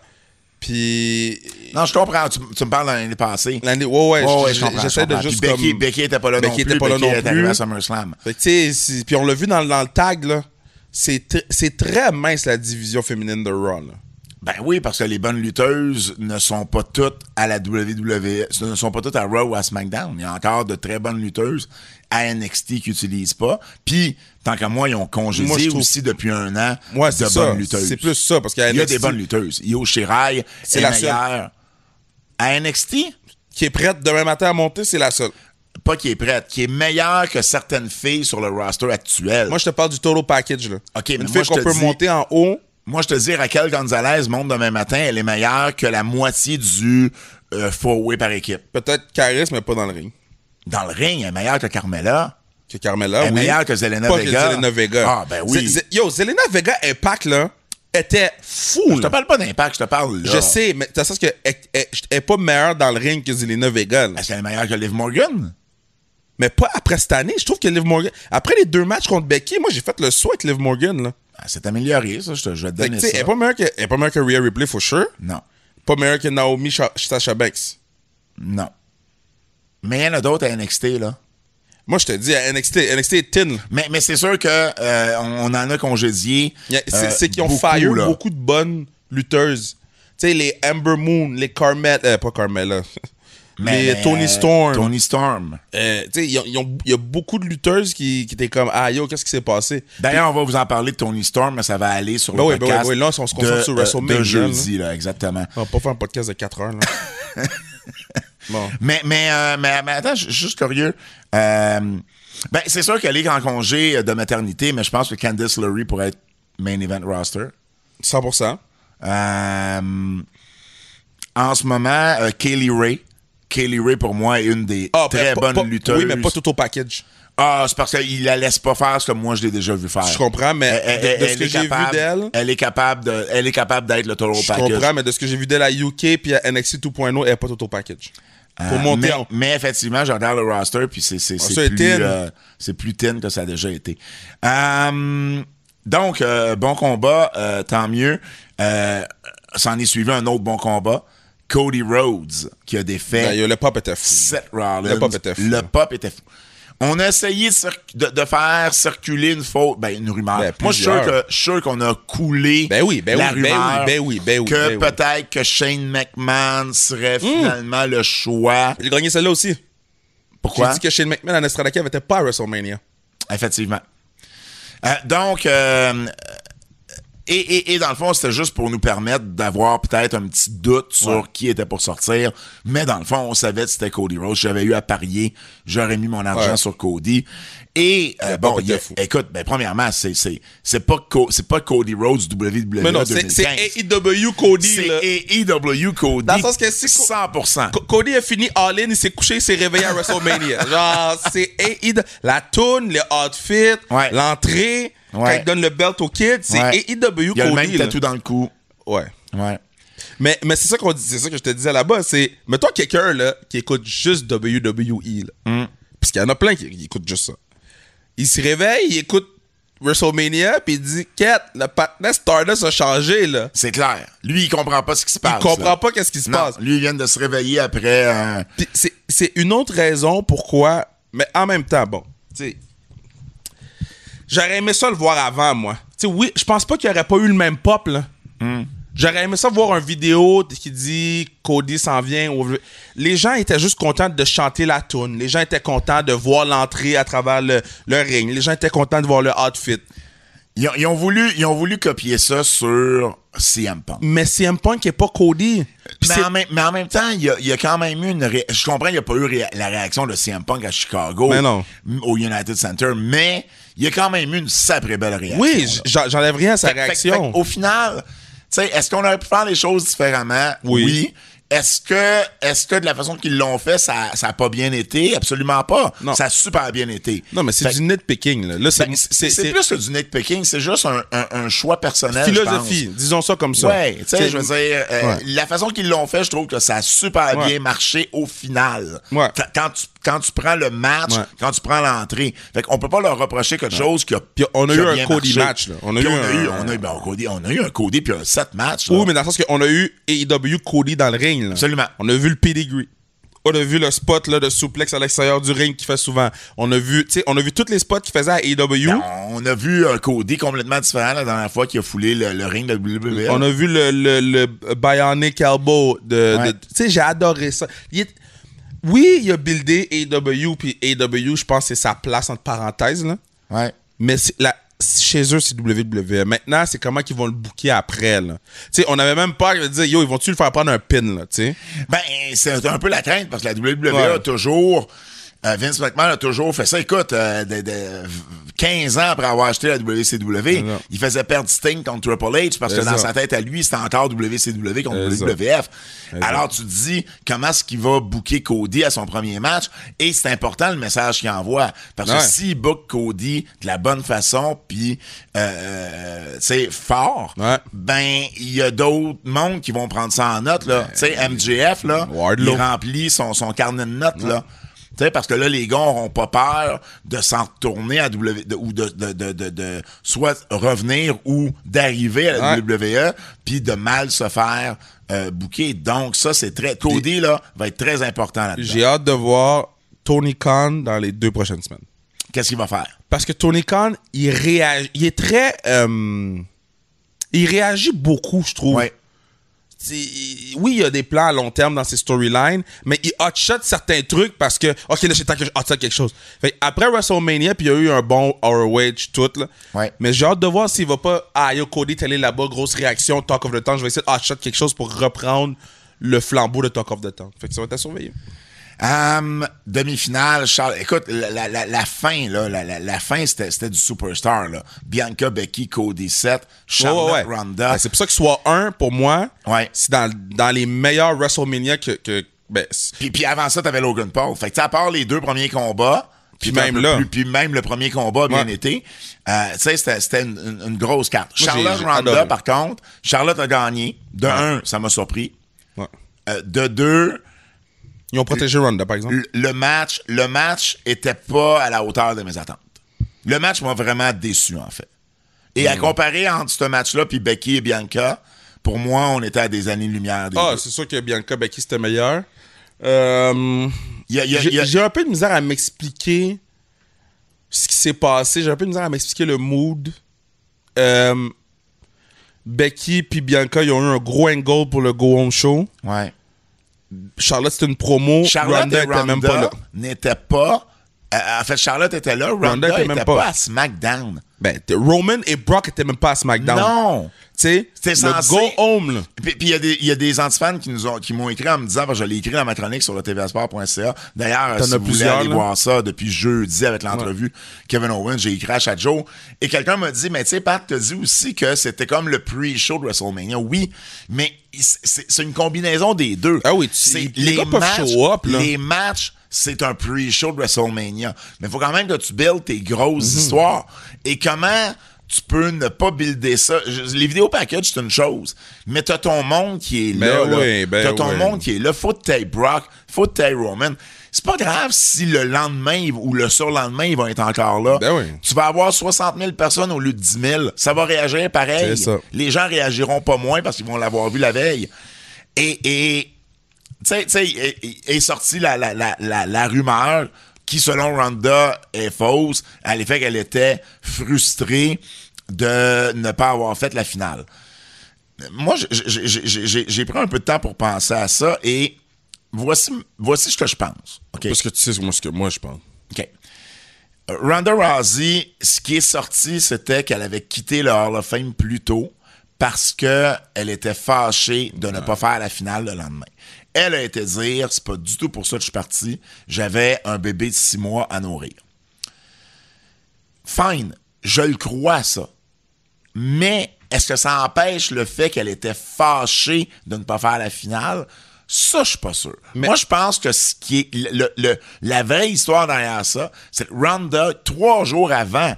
Puis
Non, je comprends. Tu, tu me parles de l'année passée.
l'année ouais ouais,
Ouais, ouais,
j-
je comprends,
j'essaie
je
de
comprends.
juste
Puis Becky,
comme
Becky était pas là
Becky
non plus.
était pas là
Becky
non
est arrivée
plus.
à SummerSlam.
Fait que, tu sais, c'est- puis on l'a vu dans, dans le tag là, c'est tr- c'est très mince la division féminine de Raw. là.
Ben oui, parce que les bonnes lutteuses ne sont pas toutes à la WWE, ne sont pas toutes à Raw ou à SmackDown. Il y a encore de très bonnes lutteuses à NXT qui n'utilisent pas. Puis, tant qu'à moi, ils ont congédié
Moi, je trouve-
aussi depuis un an
Moi,
de bonnes
c'est ça.
lutteuses.
C'est plus ça parce qu'il
Il y a des bonnes lutteuses. Io Shirai,
C'est
c'est
la
la meilleure. À NXT,
qui est prête demain matin à monter, c'est la seule.
pas qui est prête, qui est meilleure que certaines filles sur le roster actuel.
Moi, je te parle du total package. Là.
Ok, mais
Une
moi,
fille
je
qu'on
te
peut
dis-
monter en haut.
Moi, je te dis, Raquel Gonzalez monte demain matin, elle est meilleure que la moitié du euh, four-way par équipe.
Peut-être charisme, mais pas dans le ring.
Dans le ring, elle est meilleure que Carmella.
Que Carmela,
Elle est
oui.
meilleure que Zelena
Pas
Vega.
que Zelena Vega.
Ah, ben oui.
Ze- Ze- yo, Zelena Vega Impact, là, était fou.
Je te
là.
parle pas d'impact, je te parle là.
Je sais, mais t'as ça, que elle, elle- elle est pas meilleure dans le ring que Zelena Vega. là.
Est-ce qu'elle est meilleure que Liv Morgan?
Mais pas après cette année. Je trouve que Liv Morgan. Après les deux matchs contre Becky, moi, j'ai fait le saut avec Liv Morgan. Là.
Elle s'est améliorée, Ah, ça, je, te, je vais te
Fait que,
donner
tu sais,
ça.
elle est pas meilleure que, elle est pas meilleure que Rhea Ripley, for sure.
Non,
Pas meilleure que Naomi Sha- Sasha Banks.
non. Mais il y en a d'autres à NXT, là.
Moi, je te dis, à NXT, NXT est thin. là.
Mais, mais c'est sûr que euh, on, on en a congédié.
Il y a- C'est
euh,
c'est qu'ils ont
beaucoup,
fire
là.
beaucoup de bonnes lutteuses. Tu sais, les Amber Moon, les Carmel, euh, pas Carmella,
Mais,
les
euh,
Tony Storm.
Tony Storm.
Euh, tu sais, ils ont- ils ont- il y a beaucoup de lutteuses qui, qui étaient comme, ah yo, qu'est-ce qui s'est passé?
D'ailleurs, on va vous en parler de Tony Storm, mais ça va aller sur
Ben
le
oui, ben
podcast
oui, oui, là, on se concentre
de,
sur
euh,
WrestleMania, Oh.
de jeudi, là, exactement.
On va pas faire un podcast de 4 heures, là. bon.
Mais, mais, euh, mais, mais attends, je suis juste curieux. Euh, ben, c'est sûr qu'elle est en congé euh, de maternité, mais je pense que Candice LeRae pourrait être main event roster.
100%.
Euh, en ce moment, euh, Kaylee Ray. Kaylee Ray, pour moi, est une des
Ah,
très
pas-
bonnes
pas-
lutteuses.
Oui, mais pas tout au package.
Ah, c'est parce qu'il la laisse pas faire ce que moi, je l'ai déjà vu faire.
Je comprends, mais
Elle,
de-
elle-
de, ce
elle
que
est
j'ai vu
capable-
d'elle,
Elle est capable de, elle est capable d'être le total
je
package.
comprends, mais de ce que j'ai vu d'elle à UK puis à NXT 2.0, oh, elle est pas tout au package. Pour
Euh,
monter
mais,
en... Ah,
mais effectivement, je regarde le roster, puis c'est, c'est,
ça est
c'est, plus,
thin.
euh, c'est plus thin que ça a déjà été. Euh, donc, euh, bon combat, euh, tant mieux. Euh, s'en est suivi un autre bon combat. Cody Rhodes, qui a défait
Ben, yo, le pop était fou.
Seth Rollins.
Le pop était fou.
Le pop était fou. On a essayé de, cir- de- de faire circuler une faute, ben une rumeur.
Ben,
Moi, je suis sûr
plusieurs.
que- je suis sûr qu'on a coulé
Ben oui, ben
la
oui, ben oui,
rumeur
ben oui, ben oui,
que
ben oui. Mmh.
peut-être que Shane McMahon serait finalement le choix.
J'ai gagné celle-là aussi.
Pourquoi?
J'ai dit que Shane McMahon à Nostradamus n'était pas à WrestleMania.
Effectivement. Euh, donc, euh, et, et- et dans le fond, c'était juste pour nous permettre d'avoir peut-être un petit doute sur qui était pour sortir. Mais dans le fond, on savait que c'était Cody Rhodes. J'avais eu à parier. J'aurais mis mon argent
Ouais.
sur Cody. Et euh, bon,
pop
il y a-
était fou.
écoute, ben, premièrement, c'est c'est c'est pas Co- c'est pas Cody Rhodes WWE
Mais non, c'est
2015.
c'est AEW Cody. là.
C'est AEW Cody.
Dans le sens que si Co-
100%.
Co- Cody a fini all-in, il s'est couché, il s'est réveillé à WrestleMania. Genre, c'est AEW. La toune, le outfit,
Ouais.
l'entrée, quand
Ouais.
il donne le belt au kid, c'est
Ouais.
AEW
Il y a le même
Cody. là.
tatou dans le cou.
Ouais.
Ouais.
Mais, mais c'est ça qu'on dit, c'est ça que je te disais là-bas, c'est mettons quelqu'un là qui écoute juste WWE là. Parce qu'il y en a plein qui, qui écoutent juste ça. Il se réveille, il écoute WrestleMania puis il dit "Quête, le partner Stardust a changé là."
C'est clair. Lui, il comprend pas ce qui se passe.
Il comprend
là.
pas qu'est-ce qui se
Ah, Non,
passe.
Lui, il vient de se réveiller après. euh,
Puis c'est- c'est une autre raison pourquoi. Mais en même temps, bon, tu sais. J'aurais aimé ça le voir avant, moi. Tu sais, oui, je pense pas qu'il aurait pas eu le même pop, là.
Hmm.
J'aurais aimé ça voir une vidéo t- qui dit Cody s'en vient. ou- Les gens étaient juste contents de chanter la tune. Les gens étaient contents de voir l'entrée à travers le, le ring. Les gens étaient contents de voir le outfit.
ils, ont, ils ont voulu, ils ont voulu copier ça sur CM Punk.
Mais CM Punk n'est pas Cody. Puis
Mais
c'est-
en, même, mais en même temps, il y a, il y a quand même eu une. ré- Je comprends, il n'y a pas eu ré- la réaction de CM Punk à Chicago.
Mais non.
m- Au United Center, mais il y a quand même eu une sacrée belle réaction.
oui,
là.
j- j'en- j'enlève rien à sa
Fait- fait-
réaction.
fait- oh, au final, tu sais, est-ce qu'on aurait pu faire les choses différemment?
Oui.
Est-ce que, est-ce que de la façon qu'ils l'ont fait, ça, ça a pas bien été? Absolument pas.
Non.
Ça a super bien été.
non, mais c'est
Fait-
du nitpicking. Là, là c'est-
Ben,
c'est-
c'est c'est
c'est-
plus que du nitpicking, c'est juste un, un- un choix personnel. Ah, je
philosophie, disons ça comme
pense.
ça.
Ouais, tu sais, je veux dire, euh,
Ouais.
la façon qu'ils l'ont fait, je trouve que ça a super
Ouais.
bien marché au final.
Ouais.
Qu- Quand tu quand tu prends le match,
Ouais.
quand tu prends l'entrée. Fait qu'on peut pas leur reprocher quelque chose qui a
Puis on a
qui
eu un
bien
Cody
marché.
match, là. On a
Puis
eu
on a
un-
eu, on a eu, ben, un Cody, on a eu un Cody puis un 7 match. là.
Oui, mais dans le sens qu'on a eu AEW Cody dans le ring. là.
Absolument.
On a vu le pedigree. On a vu le spot là, de souplex à l'extérieur du ring qu'il fait souvent. On a vu, tu sais, on a E vu tous les spots qu'il faisait à AEW.
On a vu un Cody complètement différent la dernière fois qui a foulé le, le ring de E. WWE.
On a vu le, le, le Bionic Elbow. De,
Ouais.
de- tu sais, j'ai adoré ça. Il est- Oui, il a buildé AEW, puis AEW, je pense que c'est sa place entre parenthèses. Là.
Ouais.
Mais c'est- la- chez eux, c'est WWE. Maintenant, c'est comment qu'ils vont le booker après. Là. Tu sais, on avait même peur de dire, yo, ils vont-tu le faire prendre un pin? Là, tu sais?
Ben, c'est un peu la crainte parce que la WWE a
Ouais.
toujours. euh, Vince McMahon a toujours fait ça. Écoute, euh, de- de- 15 ans après avoir acheté la WCW,
Non.
il faisait perdre Sting contre Triple H parce que
C'est
dans
ça.
sa tête à lui, c'était encore WCW contre
C'est ça.
WWF.
ça.
Alors tu te dis, comment est-ce qu'il va booker Cody à son premier match? Et c'est important le message qu'il envoie. Parce
Ouais.
que s'il book Cody de la bonne façon, puis, euh, tu sais, fort,
Ouais.
ben, il y a d'autres mondes qui vont prendre ça en note. là. Tu sais, MJF, là,
Ben, Wardlow.
il remplit son, son carnet de notes, là. Tu sais, parce que là, les gars n'auront pas peur de s'en retourner à W, de- ou de, de, de, de- de soit revenir ou d'arriver à la
Ouais.
WWE, puis de mal se faire euh, booker. Donc, ça, c'est très. Cody, là, va être très important là-dedans.
J'ai hâte de voir Tony Khan dans les deux prochaines semaines.
Qu'est-ce qu'il va faire?
Parce que Tony Khan, il réagit. Il est très. euh, il réagit beaucoup, je trouve.
Ouais.
C'est- il- Oui, il y a des plans à long terme dans ses storylines, mais il hotshot certains trucs parce que, OK, là, c'est temps que je hotshot quelque chose. Fait que après WrestleMania, puis il y a eu un bon ROH, tout, là.
Ouais.
Mais j'ai hâte de voir s'il va pas, ah, yo, Cody, t'es allé là-bas, grosse réaction, Talk of the Town, je vais essayer de hotshot quelque chose pour reprendre le flambeau de Talk of the Town. Fait que ça va être à surveiller.
Hum, demi-finale, Charles. Écoute, la, la- la- la fin, là, la, la- la fin, c'était c'était du superstar. Là. Bianca, Becky, Cody 7, Charlotte,
Ouais, ouais, ouais.
Ronda.
Ben, c'est pour ça que soit 1 pour moi,
Ouais.
c'est dans, dans les meilleurs WrestleMania que. que ben, c'est-
Puis, puis avant ça, t'avais Logan Paul. Fait que, tu sais, à part les deux premiers combats,
Puis
c'était un
même
peu
là.
plus- puis même le premier combat a bien
Ouais.
été, euh, tu sais, c'était c'était une, une- une grosse carte.
Moi, j'ai-
Charlotte
j'ai
Ronda,
adoré.
par contre, Charlotte a gagné. De un, ça m'a surpris.
ouais.
Euh, de deux,
Ils ont protégé Ronda, par exemple.
le- le match, le match était pas à la hauteur de mes attentes. Le match m'a vraiment déçu, en fait. Et
Mm.
à comparer entre ce match-là puis Becky et Bianca, pour moi, on était à des années-lumière. des
Ah,
deux.
c'est sûr que Bianca Becky, c'était meilleur. Euh,
Il y a- il y a- il y
J'ai
a-
j'ai un peu de misère à m'expliquer ce qui s'est passé. J'ai un peu de misère à m'expliquer le mood. Euh, Becky puis Bianca, ils ont eu un gros angle pour le Go Home Show.
Ouais.
Charlotte, c'était une promo.
Charlotte
Ronda
et
Oh, était
Ronda
même pas là.
n'étaient pas. euh, en fait, Charlotte était là, Ronda,
Ronda
était, même pas. à SmackDown.
Ben, t- Roman et Brock étaient même pas à SmackDown.
Non!
Tu sais,
C'était
le
censé-
Go Home, là.
Puis puis il y a des- il y, a des antifans qui nous ont qui m'ont écrit en me disant, parce que je l'ai écrit dans ma chronique sur le tvsport.ca. D'ailleurs,
T'en
si
as
vous voulez
plusieurs,
aller
là.
voir ça depuis jeudi avec l'entrevue Kevin Owens, j'ai écrit à chaque jour. Et quelqu'un m'a dit, mais tu sais, Pat, t'as dit aussi que c'était comme le pre-show de WrestleMania. Oui, mais c'est- c'est c'est une combinaison des deux.
Ah oui, tu-
C'est
les gars peuvent show up, là.
les matchs, c'est un pre-show de WrestleMania. Mais il faut quand même que tu builds tes
Mhm.
grosses histoires. Et comment tu peux ne pas builder ça? Je- les vidéos package, c'est une chose. Mais t'as ton monde qui est là.
Ben
là.
oui, ben
t'as ton
oui.
monde qui est là. Faut que t'aies Brock, faut que t'aies Roman. C'est pas grave si le lendemain ils- ou le surlendemain, ils vont être encore là.
Ben oui.
Tu vas avoir 60 000 personnes au lieu de 10 000. Ça va réagir pareil.
C'est ça.
Les gens réagiront pas moins parce qu'ils vont l'avoir vu la veille. Et, et tu sais, tu sais, est- est- est sortie la, la, la, la, la rumeur qui, selon Ronda, est fausse, à l'effet qu'elle était frustrée de ne pas avoir fait la finale. Moi, j- j- j- j- j'ai j'ai pris un peu de temps pour penser à ça et voici, voici ce que je pense. OK?
Parce que tu sais moi, ce que moi, je pense.
OK. Euh, Ronda Rousey, ce qui est sorti, c'était qu'elle avait quitté le Hall of Fame plus tôt parce que elle était fâchée de ne pas faire la finale le lendemain. Elle a été dire, c'est pas du tout pour ça que je suis partie. J'avais un bébé de six mois à nourrir. Fine, je le crois ça. Mais est-ce que ça empêche le fait qu'elle était fâchée de ne pas faire la finale? Ça, je suis pas sûr. Moi, je pense que ce qui est le- le- le- la vraie histoire derrière ça, c'est que Ronda, trois jours avant,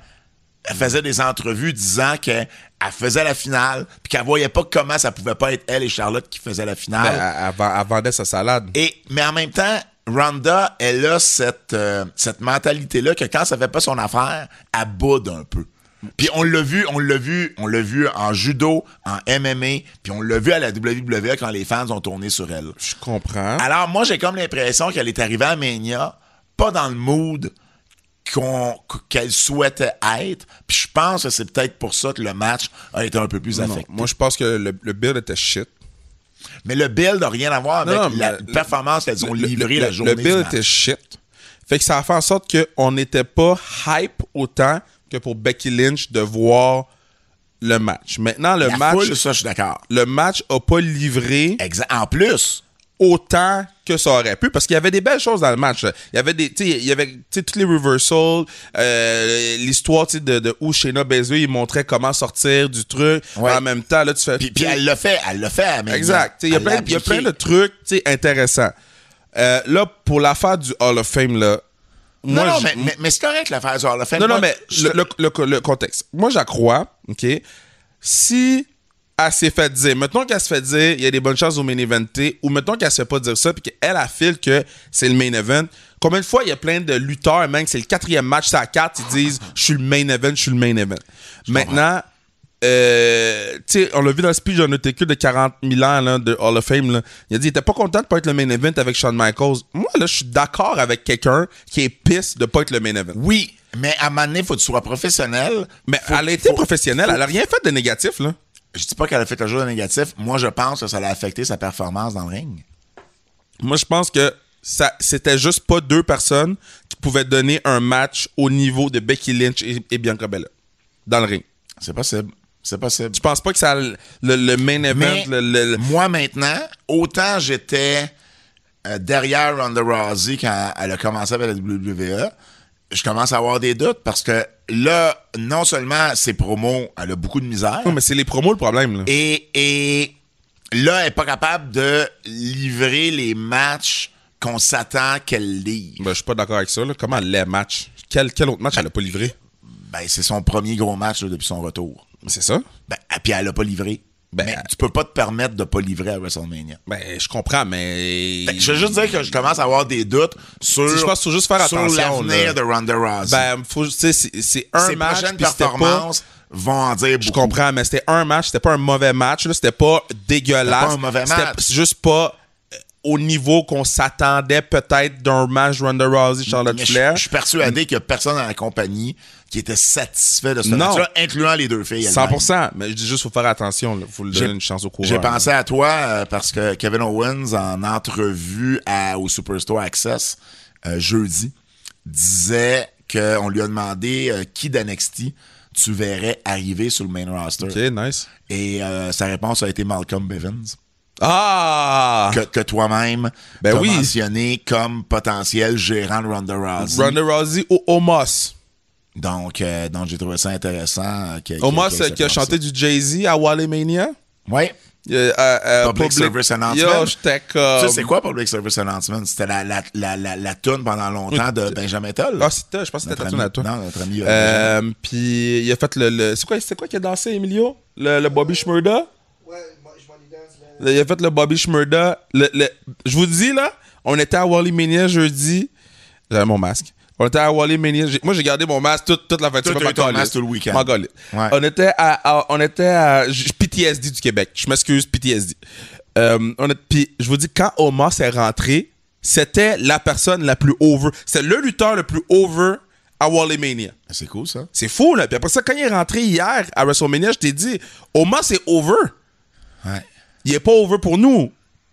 elle faisait des entrevues disant qu'elle elle faisait la finale, puis qu'elle voyait pas
Ben,
comment ça pouvait pas être elle et Charlotte qui faisaient la finale.
Elle, elle- elle vend- elle vendait sa salade.
Et, mais en même temps, Ronda, elle a cette, euh, cette mentalité-là que quand ça fait pas son affaire, elle boude un peu. Puis on l'a vu, on l'a vu, on l'a vu en judo, en MMA, puis on l'a vu à la WWE quand les fans ont tourné sur elle.
Je comprends.
Alors moi, j'ai comme l'impression qu'elle est arrivée à Mania, pas dans le mood qu'on- qu'elle souhaitait être. Puis je pense que c'est peut-être pour ça que le match a été un peu plus
Non, non.
affecté.
Moi, je pense que le, le build était shit.
Mais le build n'a rien à voir avec
Non, non,
la
mais-
performance qu'elles ont
Le- le-
livrée
le-
la journée.
Le build
du match.
était shit. Fait que ça a fait en sorte qu'on n'était pas hype autant que pour Becky Lynch de voir le match. Maintenant, le
La
match,
foule, ça, je suis d'accord.
le match a pas livré
Exa- En plus,
autant que ça aurait pu parce qu'il y avait des belles choses dans le match. là. Il y avait des, tu sais, il y avait, tu sais, toutes les reversals, euh, l'histoire, tu sais, de, de où Shayna Baszler, il montrait comment sortir du truc.
Ouais.
En même temps, là, tu fais.
puis, puis elle l'a fait, elle l'a fait à Mania.
Exact. Tu sais, Il y a
Elle l'a
plein, il y a
appliqué.
plein de trucs tu sais, intéressants. Euh, là, pour l'affaire du Hall of Fame, là.
Non,
moi,
non,
je-
mais, mais- mais c'est correct l'affaire du Hall of Fame.
non, non,
Moi,
mais
je-
le, le- le- le contexte. Moi, j'accrois, OK? Si elle s'est fait dire, mettons qu'elle se fait dire, il y a des bonnes chances au main event, ou mettons qu'elle se fait pas dire ça, puis qu'elle affile que c'est le main event, combien de fois il y a plein de lutteurs, même, que c'est le quatrième match, c'est à quatre, ils disent, je suis le main event, je suis le main event. Maintenant, euh, tu sais, on l'a vu dans le speech d'un OTQ de 40 000 ans là, de Hall of Fame. là. Il a dit il était pas content de pas être le main event avec Shawn Michaels. Moi, là, je suis d'accord avec quelqu'un qui est pisse de pas être le main event.
Oui, mais à un moment donné, faut que tu sois professionnel.
Mais
Faut-
elle a été
faut-
professionnelle, elle a rien fait de négatif, là.
Je dis pas qu'elle a fait le jour de négatif. Moi, je pense que ça l'a affecté sa performance dans le ring.
Moi, je pense que ça, c'était juste pas deux personnes qui pouvaient donner un match au niveau de Becky Lynch et, et Bianca Bella dans le ring.
C'est possible. C'est possible.
Je pense pas que ça, le, le main event,
Mais
le- le- le-
moi, maintenant, autant j'étais euh, derrière Ronda Rousey quand elle a commencé avec la WWE, je commence à avoir des doutes parce que là, non seulement ses promos, elle a beaucoup de misère,
Non, mais c'est les promos le problème. Là.
Et, et là, elle n'est pas capable de livrer les matchs qu'on s'attend qu'elle livre.
Ben, je suis pas d'accord avec ça. Là. Comment les matchs quel, quel autre match elle a pas livré
Ben, c'est son premier gros match là, depuis son retour.
C'est ça
Ben, ah, puis elle n'a pas livré.
Ben,
Mais
elle-
tu peux pas te permettre de pas livrer à WrestleMania.
Ben, je comprends, mais.
Fait que Ben, je veux juste dire que je commence à avoir des doutes sur,
Je pense qu'il faut juste faire
sur
attention, là.
l'avenir de Ronda Rousey.
Ben, faut, tu sais, c'est, c'est un
Ses
match.
prochaines
puis c'était pas-
performances vont en dire
Je
beaucoup.
comprends, mais c'était un match, c'était pas un mauvais match, là, c'était pas dégueulasse.
C'était pas un mauvais
C'était
match.
juste pas euh, au niveau qu'on s'attendait peut-être d'un match Ronda Rousey Charlotte
Mais je,
Flair.
je suis persuadé qu'il n'y a personne dans la compagnie qui était satisfait de ce
Non.
match-là, incluant les deux filles. elles-mêmes.
100%, mais je dis juste faut faire attention, là. faut lui donner une chance au courant.
J'ai pensé à toi euh, parce que Kevin Owens, en entrevue à- au Superstore Access euh, jeudi, disait qu'on lui a demandé euh, qui d'NXT tu verrais arriver sur le main roster.
OK, nice.
Et euh, sa réponse a été Malcolm Bivens,
Ah!
que, que toi-même
Ben
t'as
oui.
mentionné comme potentiel gérant de Ronda Rousey.
Ronda Rousey au Omos.
Donc, euh, donc j'ai trouvé ça intéressant.
Omos euh, qui a chanté du Jay-Z à Wally Mania.
Oui.
Euh, euh, euh,
Public Service Announcement.
Yo, j'étais comme...
Tu sais, c'est quoi Public Service Announcement? C'était la, la, la, la, la toune pendant longtemps de Benjamin Toll.
Ah, c'était, je pense que c'était
Notre
ta
ami-
tune à toi.
Non, notre ami. euh,
Euh, puis il a fait le. le- c'est quoi, c'est quoi qui a dansé, Emilio Le, le Bobby Schmurda
Ouais, moi, je valide un.
Il a fait le Bobby Schmurda. Le, le- je vous dis, là, on était à Wally Mania jeudi. J'avais mon masque. On était à Wally Mania. J'ai- moi, j'ai gardé mon masque toute, toute la fin de
Toi,
semaine.
t'as eu ton
M'en
masque
calisse.
tout le week-end.
M'en calisse.
Ouais.
On était à, à- on était à j- PTSD du Québec. Je m'excuse, PTSD. Euh, on est- puis je vous dis, quand Omar s'est rentré, c'était la personne la plus over. C'était le lutteur le plus over à Wally Mania.
C'est cool, ça.
C'est fou, là. Puis après ça, quand il est rentré hier à WrestleMania, je t'ai dit, Oma, c'est over.
Ouais.
Il est pas over pour nous.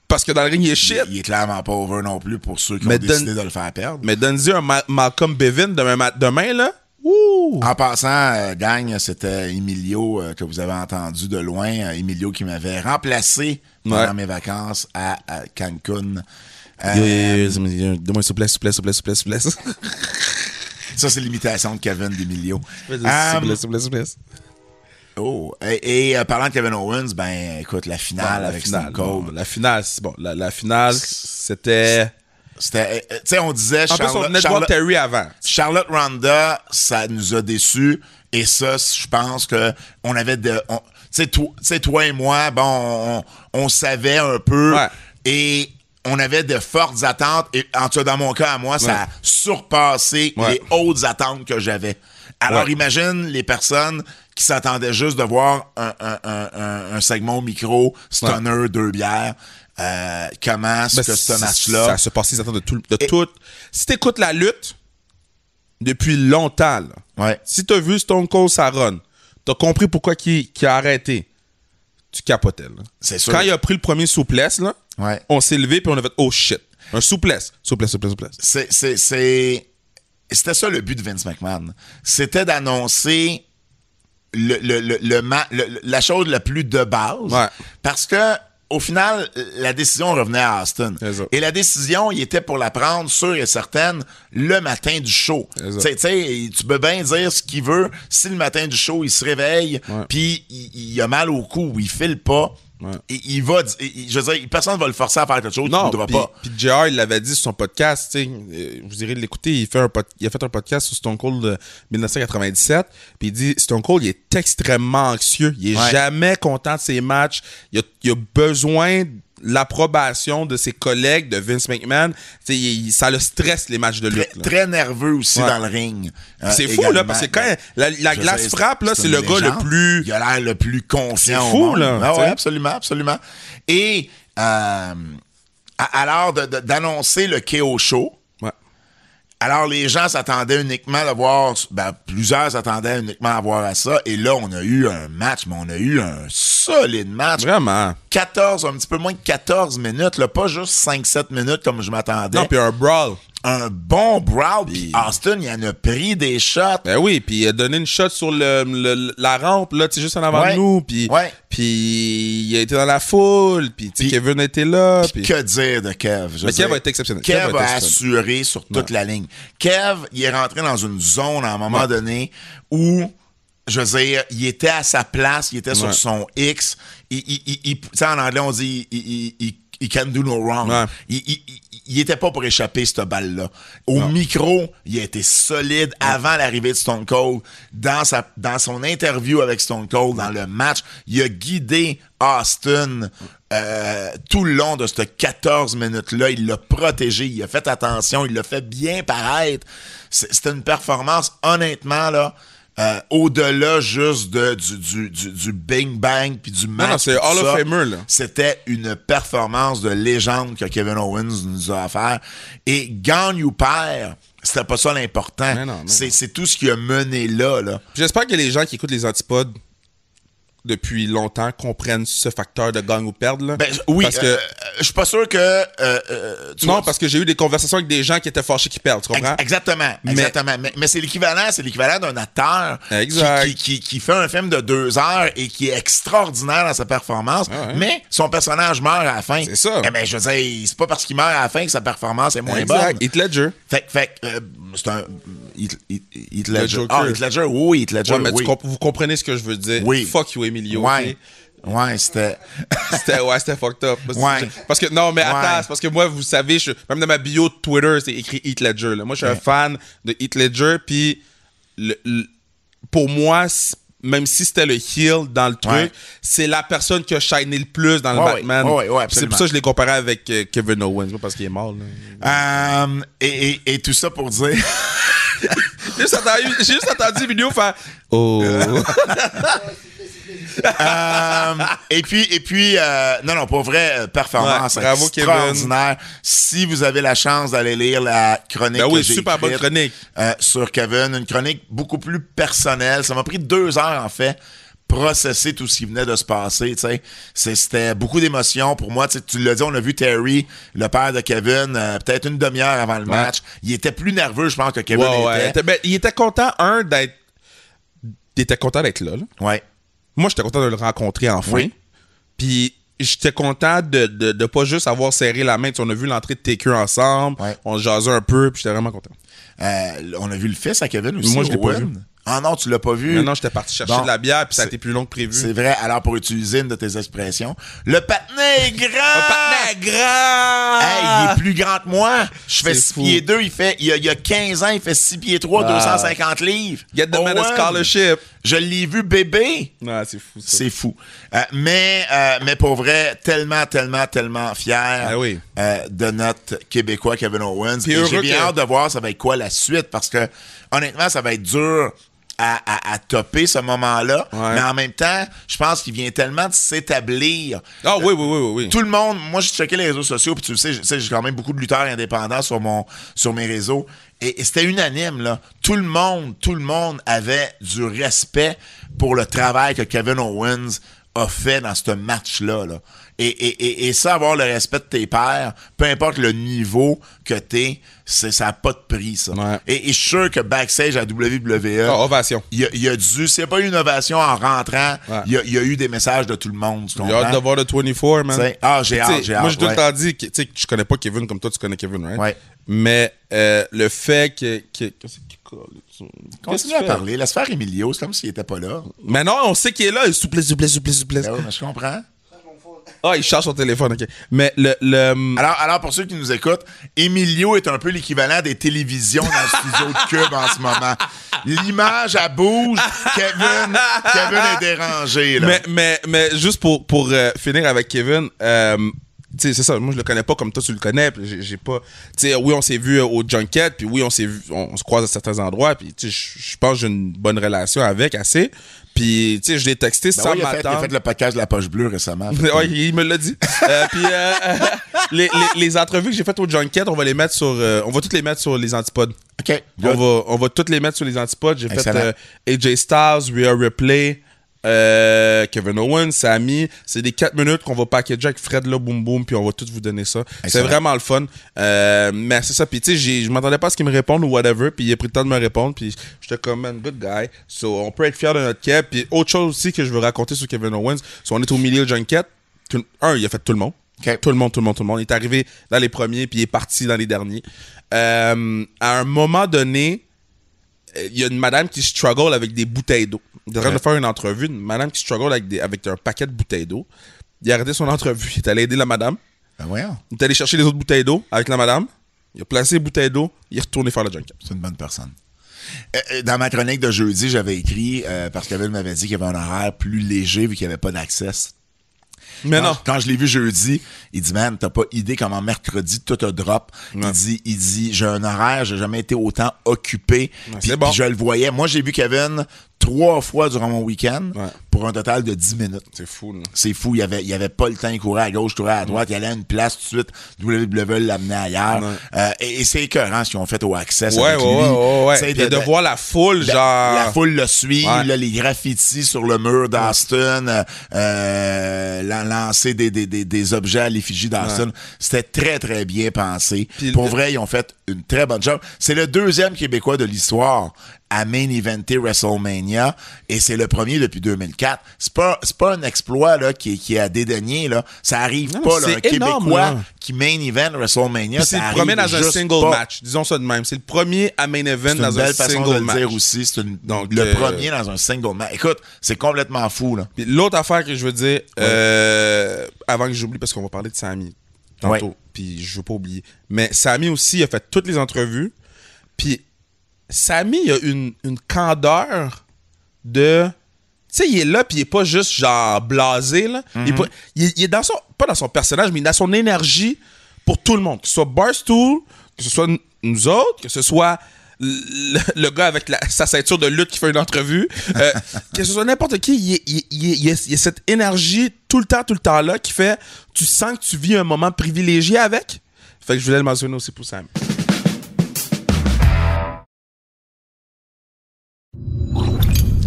Parce que dans le ring, il est shit.
Il est clairement pas over non plus pour ceux qui
Mais
ont décidé
donne-
de le faire perdre.
Mais donne-y un Ma- Malcolm Bevin demain, ma- demain, là. Ouh!
En passant, euh, gang, c'était Emilio euh, que vous avez entendu de loin. euh, Emilio qui m'avait remplacé pendant
Ouais.
mes vacances à, à Cancun. Euh,
Yo, yo, yo, yo, yo, yo, Donne-moi, s'il vous plaît, s'il vous plaît, s'il vous plaît, s'il vous plaît, s'il vous plaît. S'il vous
Ça, c'est l'imitation de Kevin d'Emilio. Um,
plaît, s'il vous plaît, s'il vous plaît.
oh, et et, euh, parlant de Kevin Owens, ben écoute, la
Ah,
finale
la
avec
finale.
Stone Cold.
bon, la finale, c'est bon. La, la finale, c'était.
C'était, euh, tu sais, on disait
En plus, on
Charlotte,
venait de voir
Charlotte-
Terry avant.
Charlotte Ronda, ça nous a déçus. Et ça, c- je pense que on avait de. on- Tu sais, toi, tu sais, toi et moi, bon, on, on savait un peu.
Ouais.
Et on avait de fortes attentes. Et en tout cas, dans mon cas, à moi, ça a surpassé
Ouais.
les hautes attentes que j'avais. Alors,
Ouais.
imagine les personnes qui s'attendaient juste de voir un, un- un- un- un segment au micro, stunner, deux bières. Euh, comment est-ce
Ben,
que ce
c-
match-là...
Ça se passe les attentes de tout. De tout. Si t'écoutes la lutte depuis longtemps, là,
Ouais.
si t'as vu Stone Cold Saron, t'as compris pourquoi qui a arrêté. Tu capotais. là.
C'est sûr.
Quand il a pris le premier souplesse, là,
Ouais.
on s'est levé puis on a fait oh shit. Un souplesse. Souplesse, souplesse, souplesse.
c'est, c'est, c'est- c'était ça le but de Vince McMahon. C'était d'annoncer le, le, le, le ma- le- le- la chose la plus de base.
Ouais.
Parce que, au final, la décision revenait à Austin.
C'est ça.
Et la décision, il était pour la prendre, sûre et certaine, le matin du show.
C'est ça.
Tu sais, tu sais, tu peux bien dire ce qu'il veut. Si le matin du show, il se réveille,
Ouais.
puis il, il a mal au cou, il file pas,
Ouais.
il, il va... di- il- je veux dire, personne va le forcer à faire quelque chose qu'il voudra
puis-
pas.
Puis JR, il l'avait dit sur son podcast, tu sais, euh, vous irez l'écouter, il, fait un pod- il a fait un podcast sur Stone Cold de 1997, puis il dit Stone Cold, il est extrêmement anxieux, il est
Ouais.
jamais content de ses matchs, il a, il a besoin de l'approbation de ses collègues, de Vince McMahon, Tu sais, il- ça le stresse les matchs de
très,
lutte. là.
très nerveux aussi
Ouais.
dans le ring. Euh,
C'est fou, là,
également. Ben,
parce que quand la, la
Je
glace
sais,
frappe, là, c'est
une
le gars le
légende.
plus.
Il a l'air le plus confiant.
C'est
au
fou,
monde.
là,
Ah
tu
ouais,
sais.
absolument, absolument. Et euh, à- à l'heure de- de- d'annoncer le KO Show,
Ouais.
alors les gens s'attendaient uniquement à voir, ben, plusieurs s'attendaient uniquement à voir à ça. Et là, on a eu un match, mais on a eu un solide match.
Vraiment.
14, un petit peu moins de 14 minutes, là, pas juste 5-7 minutes comme je m'attendais
Non, puis un brawl.
un bon brawl. Puis Austin, il en a pris des shots.
Ben oui, puis il a donné une shot sur le, le- la rampe, là, tu sais, juste en avant
Ouais.
de nous, puis
Ouais.
puis il a été dans la foule, puis tu sais,
Puis-
Kevin était là, puis
Que dire de Kev? Je
Mais
veux
Kev
dire,
a été exceptionnel.
Kev,
Kev a
a,
été exceptionnel.
assuré sur toute la ligne. Kev, il est rentré dans une zone à un moment
Ouais.
donné où, je veux dire, il était à sa place, il était
Ouais.
sur son X. Il, il- il- il- tu sais, en anglais, on dit il, il- il- il can do no wrong.
Ouais.
Il, il- il- il était pas pour échapper cette balle-là. Au micro, il a été solide avant l'arrivée de Stone Cold. Dans, sa, dans son interview avec Stone Cold, dans le match, il a guidé Austin euh, tout le long de cette 14 minutes-là. Il l'a protégé, il a fait attention, il l'a fait bien paraître. C'est- C'était une performance, honnêtement, là. euh, au-delà juste de, du, du, du, du bing bang puis du match
non, c'est
puis tout
Hall of
ça.
Famer, là.
C'était une performance de légende que Kevin Owens nous a offert. Et gagne ou perd, c'était pas ça l'important.
Mais non, mais
C'est c'est tout ce qui a mené là. là.
Puis j'espère que les gens qui écoutent les antipodes depuis longtemps comprennent ce facteur de gagne ou perdre, là.
Ben, oui,
Parce que-
euh, euh, je suis pas sûr que. euh, euh, tu
non,
vois,
parce que j'ai eu des conversations avec des gens qui étaient fâchés qui perdent, tu
Ex-
comprends?
Exactement,
Mais-
exactement. Mais, mais c'est l'équivalent, c'est l'équivalent d'un acteur
Exact.
Qui, qui- qui- qui fait un film de deux heures et qui est extraordinaire dans sa performance,
Ah ouais.
mais son personnage meurt à la fin.
C'est ça.
Eh ben, je veux dire, c'est pas parce qu'il meurt à la fin que sa performance est moins bonne.
Exact. Heath Ledger.
Fait, que- fait que, euh, c'est un. Heath, Heath- Heath Ledger.
Joker.
Ah, Heath Ledger, oui, Heath Ledger.
Ouais, mais tu
oui.
comp- vous comprenez ce que je veux dire.
Oui.
Fuck you, Emilio.
Ouais.
ok?
Ouais, c'était.
C'était ouais, c'était fucked up. Parce,
Ouais.
parce que non, mais
Ouais.
attends, c'est parce que moi, vous savez, je, même dans ma bio de Twitter, c'est écrit Heath Ledger. là. Moi, je suis un fan de Heath Ledger, puis le- le- pour moi, c- même si c'était le heel dans le truc,
Ouais.
c'est la personne qui a shiné le plus dans le
Ouais, ouais.
Batman.
Ouais, ouais, ouais,
Puis c'est
absolument.
pour ça que je l'ai comparé avec euh, Kevin Owens, pas parce qu'il est mort. là.
Euh, et, et- et tout ça pour dire.
J'ai juste entendu, j'ai juste entendu Emilio faire Oh.
Euh, et puis, et puis euh, non, non, pour vrai, euh, performance
Ouais, bravo, Kevin.
extraordinaire. Si vous avez la chance d'aller lire la chronique,
Ben oui,
que j'ai
super bonne
écrite,
chronique.
euh, sur Kevin, une chronique beaucoup plus personnelle. Ça m'a pris deux heures, en fait, processer tout ce qui venait de se passer, tu sais. C'est- C'était beaucoup d'émotions pour moi. Tu sais, tu l'as dit, on a vu Terry, le père de Kevin, euh, peut-être une demi-heure avant le match. Il était plus nerveux, je pense, que Kevin
Ouais, ouais.
était.
Ben, il était content, un, d'être. Il était content d'être là. là.
Ouais.
moi, j'étais content de le rencontrer enfin.
Oui.
Puis j'étais content de, de, de pas juste avoir serré la main. Tu sais, on a vu l'entrée de TQ ensemble.
Ouais.
On jasait un peu, puis j'étais vraiment content.
Euh, on a vu le fils à Kevin aussi.
Moi, je l'ai pas
Owen.
vu.
Ah non, tu l'as pas vu.
Maintenant, j'étais parti chercher
Bon.
de la bière, puis ça a
C'est-
été plus long que prévu.
C'est vrai. Alors, pour utiliser une de tes expressions, le patinet est grand!
Un partenaire Ah, grand!
Hey, il est plus grand que moi. Je fais
Ah! C'est
6
fou.
pieds 2. Il, fait, il, y a, il y a 15 ans, il fait 6 pieds 3,
Ah.
250 livres.
Get the man a
Owen.
scholarship.
Je l'ai vu bébé.
Non, c'est fou. Ça.
Oh, C'est fou. Euh, mais, euh, mais pour vrai, tellement, tellement, tellement fier
Ah oui.
euh, de notre Québécois Kevin Owens.
Puis
Et
heureux
J'ai bien
que-
hâte de voir ça va être quoi la suite parce que honnêtement, ça va être dur à, à- à topper ce moment-là.
Ouais.
Mais en même temps, je pense qu'il vient tellement de s'établir
Ah oui, oui, oui, oui. oui.
tout le monde, moi, je checkais les réseaux sociaux, puis tu le sais, je- tu sais, j'ai quand même beaucoup de lutteurs indépendants sur, mon, sur mes réseaux. Et, et c'était unanime, là. Tout le monde, tout le monde avait du respect pour le travail que Kevin Owens a fait dans ce match-là. là. Et, et, et, et ça, avoir le respect de tes pairs, peu importe le niveau que t'es, c'est- ça n'a pas de prix, ça.
Ouais.
Et, et je suis sûr que backstage à WWE,
Ah, ovation.
il y a, il y a dû, c'est pas une ovation en rentrant,
Ouais.
il y, a, il y a eu des messages de tout le monde, tu
J'ai hâte
comprends?
de voir le 24, man.
T'sais, ah, j'ai hâte,
T'sais,
j'ai
Moi,
hâte,
j'ai tout
ouais.
le temps dit que, tu sais, que je connais pas Kevin comme toi, tu connais Kevin, right?
Ouais.
Mais euh, le fait que. que- qu'est-ce qu'il colle? Tu- qu'est-ce que
Continue
tu
à
fais?
parler. Laisse faire Emilio. C'est comme s'il était pas là.
Mais non, on sait qu'il est là. Il souplesse, souplesse, souplesse, souplesse.
Ben oui, mais je comprends.
Ah, il charge son téléphone, ok. Mais le. le...
Alors, alors, pour ceux qui nous écoutent, Emilio est un peu l'équivalent des télévisions dans le studio de Cube en ce moment. L'image, elle bouge. Kevin, Kevin est dérangé. Là.
Mais, mais, mais juste pour, pour euh, finir avec Kevin, euh, tu sais, c'est ça, moi je le connais pas comme toi tu le connais, puis j'ai j'ai pas... Tu sais, oui, on s'est vu euh, au Junket, puis oui, on s'est vu, on, on se croise à certains endroits, puis tu sais, je- je pense que j'ai une bonne relation avec, assez. Puis, tu sais, je l'ai texté
Ben
sans
oui, il, a fait, il a
m'attendre.
fait le podcast de la poche bleue récemment.
Ouais, il me l'a dit. Euh, puis euh, les, les- les entrevues que j'ai faites au Junket, on va les mettre sur, euh, on va toutes les mettre sur les antipodes.
OK.
On
good.
va, on va toutes les mettre sur les antipodes. J'ai fait
Excellent.
euh, AJ Styles, Rhea Ripley, euh, Kevin Owens, Sami. C'est des 4 minutes qu'on va packager avec Fred là, boum boum, puis on va toutes vous donner ça. C'est
Excellent.
vraiment le fun. Euh, mais c'est ça. Puis tu sais, j'ai- je m'attendais pas à ce qu'ils me répondent ou whatever. Puis il a pris le temps de me répondre. Puis j'étais comme, man, good guy. So on peut être fier de notre Kev. Puis autre chose aussi que je veux raconter sur Kevin Owens, so on est au milieu de Junket. Tout- Un, il a fait tout le monde.
Ok.
Tout le monde, tout le monde, tout le monde. Il est arrivé dans les premiers, puis il est parti dans les derniers. Euh, à un moment donné, euh, il y a une madame qui struggle avec des bouteilles d'eau. Il est en train de faire une entrevue, une madame qui struggle avec, des- avec un paquet de bouteilles d'eau. Il a arrêté son entrevue, il est allé aider la madame.
Ben voyons,
Il est allé chercher les autres bouteilles d'eau avec la madame. Il a placé les bouteilles d'eau, il est retourné faire le junket.
c'est une bonne personne. Euh, euh, Dans ma chronique de jeudi, j'avais écrit, euh, parce que Kevin m'avait dit qu'il y avait un horaire plus léger vu qu'il n'y avait pas d'accès.
Mais
quand,
non.
quand je l'ai vu jeudi, il dit man, t'as pas idée comment mercredi tout a drop. Il dit, il dit, j'ai un horaire, j'ai jamais été autant occupé. puis,
c'est bon.
puis je le voyais. Moi, j'ai vu Kevin trois fois durant mon week-end
Ouais.
pour un total de 10 minutes.
C'est fou, là.
C'est fou, il y avait, il y avait pas le temps, il courait à gauche, il courait à droite, il allait à une place tout de suite, WWE l'amenait ailleurs.
Ouais.
Euh, et, et c'est écœurant ce qu'ils ont fait au Access
Ouais, ouais,
avec lui.
ouais, ouais, ouais.
Tu sais,
Puis de, voir la foule,
la-
genre.
La foule le suit,
Ouais.
là, les graffitis sur le mur d'Aston, euh, euh, lan- lancer des, des, des, des objets à l'effigie d'Aston. C'était très, très bien pensé.
Puis
Pour
le-
vrai, ils ont fait une très bonne job. C'est le deuxième Québécois de l'histoire à main eventer WrestleMania et c'est le premier depuis 2004. C'est pas c'est pas un exploit là qui est- qui est à dédaigner là, ça arrive
Non,
pas là, un
c'est énorme,
Québécois
là.
qui main event WrestleMania,
Puis c'est
ça
le premier
arrive
dans un
juste
single
pas.
match. Disons ça de même. C'est le premier à main event
C'est une
dans un
belle façon de
single
le
match.
dire aussi. C'est une-
Donc,
le
euh,
premier dans un single match. Écoute, c'est complètement fou, là.
Puis l'autre affaire que je veux dire, euh, avant que j'oublie, parce qu'on va parler de Samy tantôt,
Ouais.
puis je veux pas oublier. Mais Samy aussi il a fait toutes les entrevues, puis Samy il a une, une candeur de... Tu sais, il est là, puis il est pas juste, genre, blasé, là. Il est pas- il, est- il est dans son... Pas dans son personnage, mais il est dans son énergie pour tout le monde. Que ce soit Barstool, que ce soit n- nous autres, que ce soit le, le gars avec la- sa ceinture de lutte qui fait une entrevue, euh, que ce soit n'importe qui, il, est- il est- il est- il est- il a cette énergie tout le temps, tout le temps là, qui fait... Tu sens que tu vis un moment privilégié avec. Fait que je voulais le mentionner aussi pour Sam.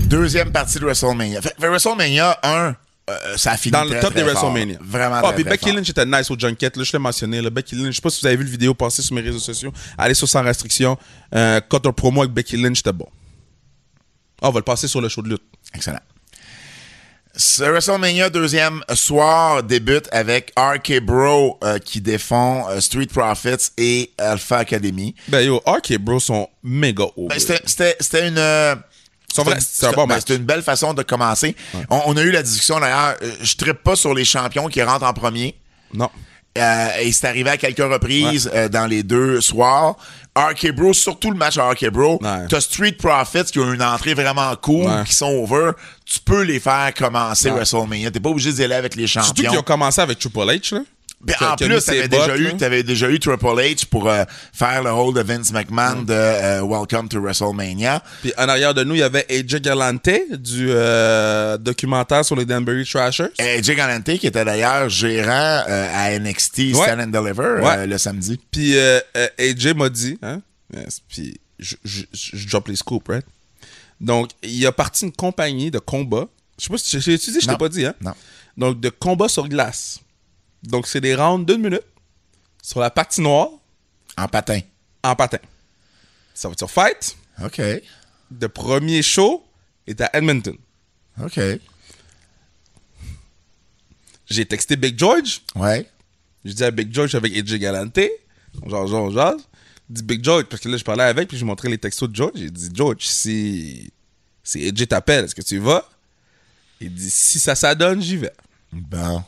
Deuxième partie de WrestleMania. Fait, fait WrestleMania 1, euh, ça a fini
dans le
très,
top
très
des
fort.
WrestleMania.
Vraiment
Ah,
très,
puis
très
Becky
fort.
Lynch était nice au Junket, là, je l'ai mentionné. Là, Becky Lynch, je sais pas si vous avez vu le vidéo passer sur mes réseaux sociaux. Allez sur Sans Restriction. Euh, contre promo avec Becky Lynch, c'était bon. Ah, on va le passer sur le show de lutte.
Excellent. Ce WrestleMania deuxième soir débute avec RK Bro euh, qui défend euh, Street Profits et Alpha Academy.
Ben yo, OK, bro, sont méga hauts.
Ben, c'était- C'était c'était une... euh,
Ils sont vrais- c'est un bon
ben,
match.
c'est une belle façon de commencer. On, on a eu la discussion d'ailleurs. euh, Je ne pas sur les champions qui rentrent en premier.
Non.
Euh, et c'est arrivé à quelques reprises euh, dans les deux soirs. RK Bro, surtout le match à RK Bro,
Ouais.
t'as Street Profits qui ont une entrée vraiment cool,
Ouais.
qui sont over. Tu peux les faire commencer
Ouais.
WrestleMania. T'es pas obligé d'y aller avec les
Surtout qu'ils
champions.
ont commencé avec Triple H, là.
Ben,
Qui a-
en
qui a
plus,
mis ses
t'avais
bottes,
déjà, eu-
là.
t'avais déjà eu Triple H pour euh, faire le rôle de Vince McMahon de euh, Welcome to WrestleMania.
Puis en arrière de nous, il y avait AJ Galante du euh, documentaire sur les Danbury Trashers.
Et Jay Galante, qui était d'ailleurs gérant euh, à NXT Stand and Deliver euh,
Ouais.
le samedi.
Puis euh, euh, AJ m'a dit, hein, yes, puis je, je, je- je drop les scoops, right? Donc, il a parti une compagnie de combat. Je sais pas si tu l'as dit, je t'ai
Non.
pas dit, hein?
Non.
Donc, de combat sur glace. Donc, c'est des rounds d'une minute sur la patinoire
En patin.
en patin. Ça va être sur Fight.
OK.
Le premier show est à Edmonton.
OK.
J'ai texté Big George.
Ouais.
Je dis à Big George je suis avec AJ Galante. On jase, on jase. Je dis Big George, parce que là, je parlais avec, puis je lui montrais les textos de George. J'ai dit, George, si, si AJ t'appelle, est-ce que tu y vas? Il dit, si ça s'adonne, j'y vais.
Bon.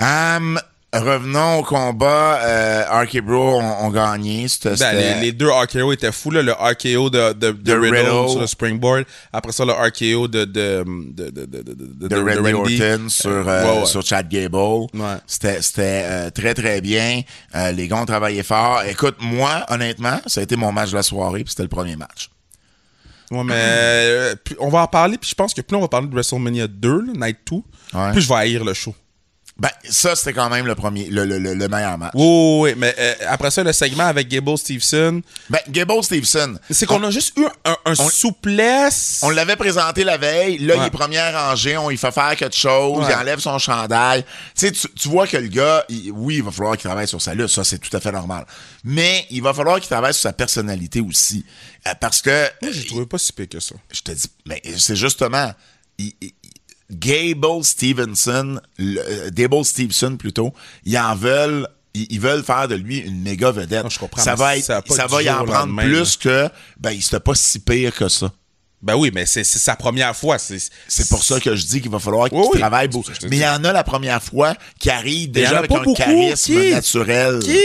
Hum, revenons au combat. Euh, RK Bro ont, ont gagné. C'était-
Ben,
c'était-
les, les deux RKO étaient fous, là. Le RKO de, de, de, Riddle,
Riddle.
sur le springboard. Après ça, le RKO de, de, de, de, de, de, de-
de
de
Randy
Randy.
Orton sur,
Euh,
euh,
ouais, ouais.
sur Chad Gable.
Ouais.
C'était c'était, euh, très, très bien. Euh, les gars ont travaillé fort. Écoute, moi, honnêtement, ça a été mon match de la soirée, puis c'était le premier match.
Ouais, mais euh, plus- on va en parler, puis je pense que plus on va parler de WrestleMania 2, là, Night 2,
Ouais.
plus je vais haïr le show.
Ben, ça, c'était quand même le premier, le, le, le- le meilleur match.
Oui, oui, oui, mais euh, après ça, le segment avec Gable Stevenson,
Ben, Gable Stevenson,
c'est qu'on a juste eu un, un
on-
souplesse.
on l'avait présenté la veille. Là, il
Ouais.
est premier rangé. On lui fait faire quelque chose.
Ouais.
Il enlève son chandail. Tu sais, tu, tu vois que le gars, il- oui, il va falloir qu'il travaille sur sa lutte. Ça, c'est tout à fait normal. Mais il va falloir qu'il travaille sur sa personnalité aussi. Euh, parce que...
J'ai trouvé pas si pire que ça.
je te dis, mais c'est justement, il- il- il- Gable Stevenson, le- euh, Dable Stevenson plutôt, ils en veulent, ils, ils veulent faire de lui une méga vedette.
Non, je comprends,
ça
mais
va être,
ça a
ça,
pas du
va y
jour
en
au
prendre
lendemain,
plus que, ben, il c'était pas si pire que ça.
Ben oui, mais c'est c'est sa première fois.
C'est pour ça que je dis qu'il va falloir qu'il
Oui, oui.
travaille beaucoup.
C'est pour ça que je te
Mais il y en a la première fois qui arrive
y en
déjà
a
avec
pas
un
beaucoup.
charisme
Qui?
naturel.
Qui?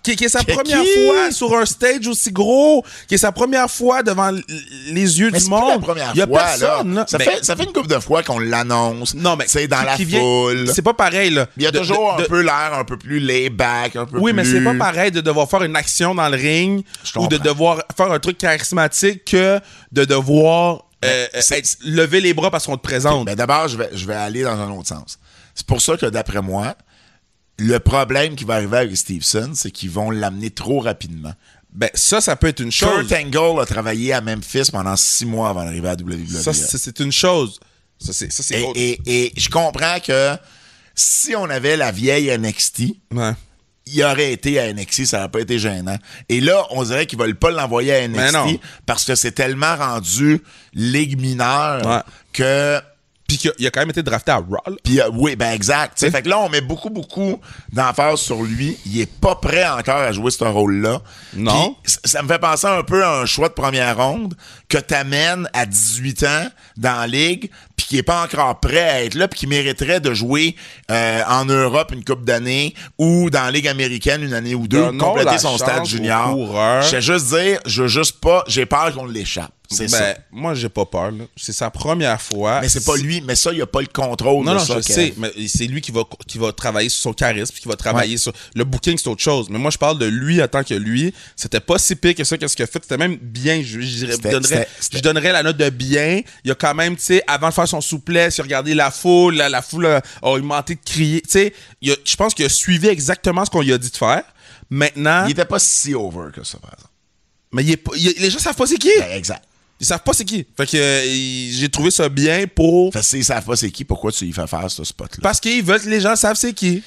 Qui, qui est sa
Qui-
première
qui?
fois sur un stage aussi gros, qui est sa première fois devant l- les yeux
Mais
du
c'est pas
monde.
la première
y a
fois,
personne,
là.
là.
Ça,
Mais-
fait, ça fait une couple de fois qu'on l'annonce.
non, mais
C'est dans
qui-
la
qui vient-
foule.
C'est pas pareil, là.
Il y a
De-
toujours
de-
un peu l'air un peu plus laid-back, un peu
Oui, mais c'est
plus-
pas pareil de devoir faire une action dans le ring
Je
ou de
comprends.
devoir faire un truc charismatique que de devoir euh,
Ben, c'est-
être- lever les bras parce qu'on te présente.
Ben, D'abord, je vais, je vais aller dans un autre sens. C'est pour ça que, d'après moi, le problème qui va arriver avec Stevenson, c'est qu'ils vont l'amener trop rapidement.
Ben, ça, ça peut être une chose.
Kurt Angle a travaillé à Memphis pendant six mois avant d'arriver à E. WWE.
Ça, c'est c'est une chose. Ça, c'est ça, c'est
et,
autre.
et- et je comprends que si on avait la vieille NXT,
Ouais.
il aurait été à NXT, ça n'aurait pas été gênant. Et là, on dirait qu'ils veulent pas l'envoyer à
Mais non.
NXT parce que c'est tellement rendu ligue mineure
Ouais.
que
Puis qu'il a- il a quand même été drafté à Raw. là.
Puis euh, oui, ben exact. tu sais.
Oui.
Fait que là, on met beaucoup, beaucoup d'emphase sur lui. Il est pas prêt encore à jouer ce rôle-là.
Non.
Puis, c- ça me fait penser un peu à un choix de première ronde que t'amènes à 18 ans dans la ligue, puis qui est pas encore prêt à être là, puis qui mériterait de jouer euh, en Europe une coupe d'année ou dans la ligue américaine une année ou deux,
Donnons
ou compléter
la
son
chance
stade
aux
junior.
coureurs.
Je vais juste dire, je veux juste pas, j'ai peur qu'on l'échappe. C'est
Ben,
ça.
moi, j'ai pas peur. là. C'est sa première fois.
Mais c'est pas lui, mais ça, il a pas le contrôle
Non,
de
non,
ça.
je
Kev.
sais, mais c'est lui qui va, qui va travailler sur son charisme, puis qui va travailler sur. Le booking, c'est autre chose. Mais moi, je parle de lui en tant que lui. C'était pas si pire que ça, qu'est-ce qu'il a fait. C'était même bien. Je, je dirais-
C'était-
donnerais,
c'était- c'était-
je donnerais la note de bien. Il a quand même, tu sais, avant de faire son souplesse, il a regardé la foule. La, la foule a, a augmenté de crier. Tu sais, il a- je pense qu'il a suivi exactement ce qu'on lui a dit de faire. Maintenant,
Il était pas si over que ça, par exemple.
mais il est pas- il- les gens savent pas c'est qui.
Ben, exact.
Ils savent pas c'est qui. Fait que euh, il- j'ai trouvé ça bien pour.
Fait que s'ils savent pas c'est qui, pourquoi tu y fais faire ce spot-là?
Parce qu'ils veulent que les gens savent c'est qui.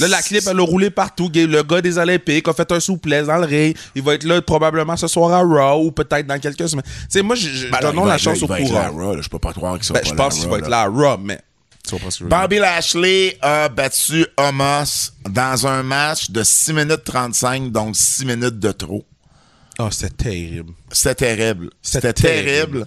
Là, la ben, clip, elle a roulé partout. Gay- Le gars des Olympiques a fait un souplesse dans le ring. Il va être là probablement ce soir à Raw ou peut-être dans quelques semaines. Tu sais, moi, je, je-
Ben, il
donnons
va
la
être
chance
là,
au
il va être là à
courant.
Raw, là. Je peux pas croire qu'il soit
Ben,
pas là
je
à
pense qu'il
Raw,
va être
là.
là à Raw, mais. Tu comprends ce que je veux dire?
Bobby Lashley a battu Homos dans un match de 6 minutes 35, donc 6 minutes de trop.
Oh, c'est terrible.
C'était terrible.
C'était
C'était terrible.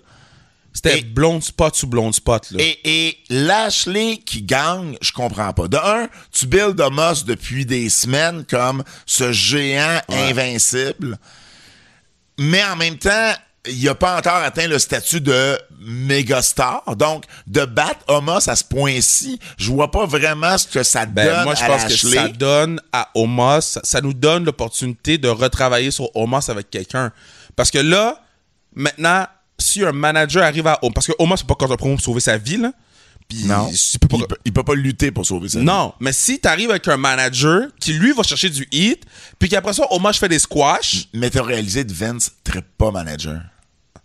C'était
Et-
blonde spot sous blonde spot, là.
Et, et Lashley qui gagne, je comprends pas. De un, tu builds Moss depuis des semaines comme ce géant invincible, mais en même temps, il a pas encore atteint le statut de méga star. Donc, de battre Omos à ce point-ci, je vois pas vraiment ce que ça
Ben,
donne
moi, je
à
pense que
Lashley.
ça donne à Omos, ça, ça nous donne l'opportunité de retravailler sur Omos avec quelqu'un. Parce que là, maintenant, si un manager arrive à Omos, parce que Omos, c'est pas contre promo pour sauver sa vie, là. Puis,
Non,
je peux pas-
il, peut, il peut pas lutter pour sauver sa vie.
Non, mais si t'arrives avec un manager qui, lui, va chercher du hit, puis qu'après ça, Omos fait des squash,
Mais t'as réalisé que Vince trippe pas manager.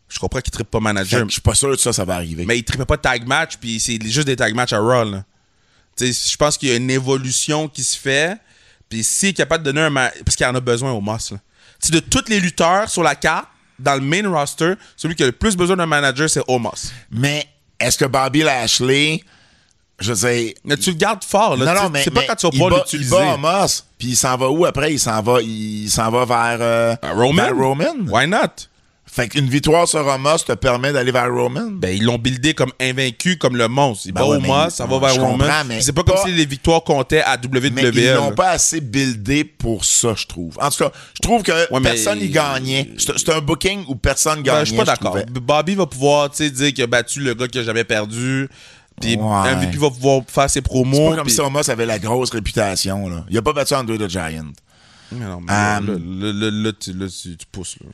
je comprends qu'il trippe pas
Fait
manager,
que Je suis pas sûr que ça, ça va arriver.
mais il trippait pas de tag match, puis c'est juste des tag match à Raw, là. Tu sais, je pense qu'il y a une évolution qui se fait. Puis s'il est capable de donner un. ma- Parce qu'il en a besoin au Moss. Là. Tu sais, de tous les lutteurs sur la carte, dans le main roster, celui qui a le plus besoin d'un manager, c'est Omos.
Mais est-ce que Bobby Lashley, je sais,
Mais tu le gardes fort. Là. Tu- c'est pas quand tu vas
il
pouvoir
bat-
l'utiliser.
Il bat Amos, puis il s'en va où après? Il s'en va, il s'en va vers, euh,
Euh, Roman?
vers Roman.
Why not?
Fait qu'une victoire sur Amos te permet d'aller vers Roman.
Ben, ils l'ont buildé comme invaincu, comme le monstre. Il
Ben
bat
ouais,
Omos,
mais-
ça va
je
vers Roman.
comprends, mais
Puis C'est pas comme
pas-
si les victoires comptaient à WWE.
mais ils
là.
n'ont pas assez buildé pour ça, je trouve. En tout cas, je trouve que
Ouais, mais-
personne n'y gagnait. C'est c'est un booking où personne gagnait.
Ben, je suis pas d'accord.
trouvais.
Bobby va pouvoir tu sais, dire qu'il a battu le gars qui a jamais perdu. Puis
Ouais.
MVP va pouvoir faire ses
C'est
promos.
pas comme
puis-
si Amos avait la grosse réputation. Là. Il a pas battu André the Giant.
Mais non,
Euh,
mais là, là, là, là, tu, là, tu- tu pousses. là.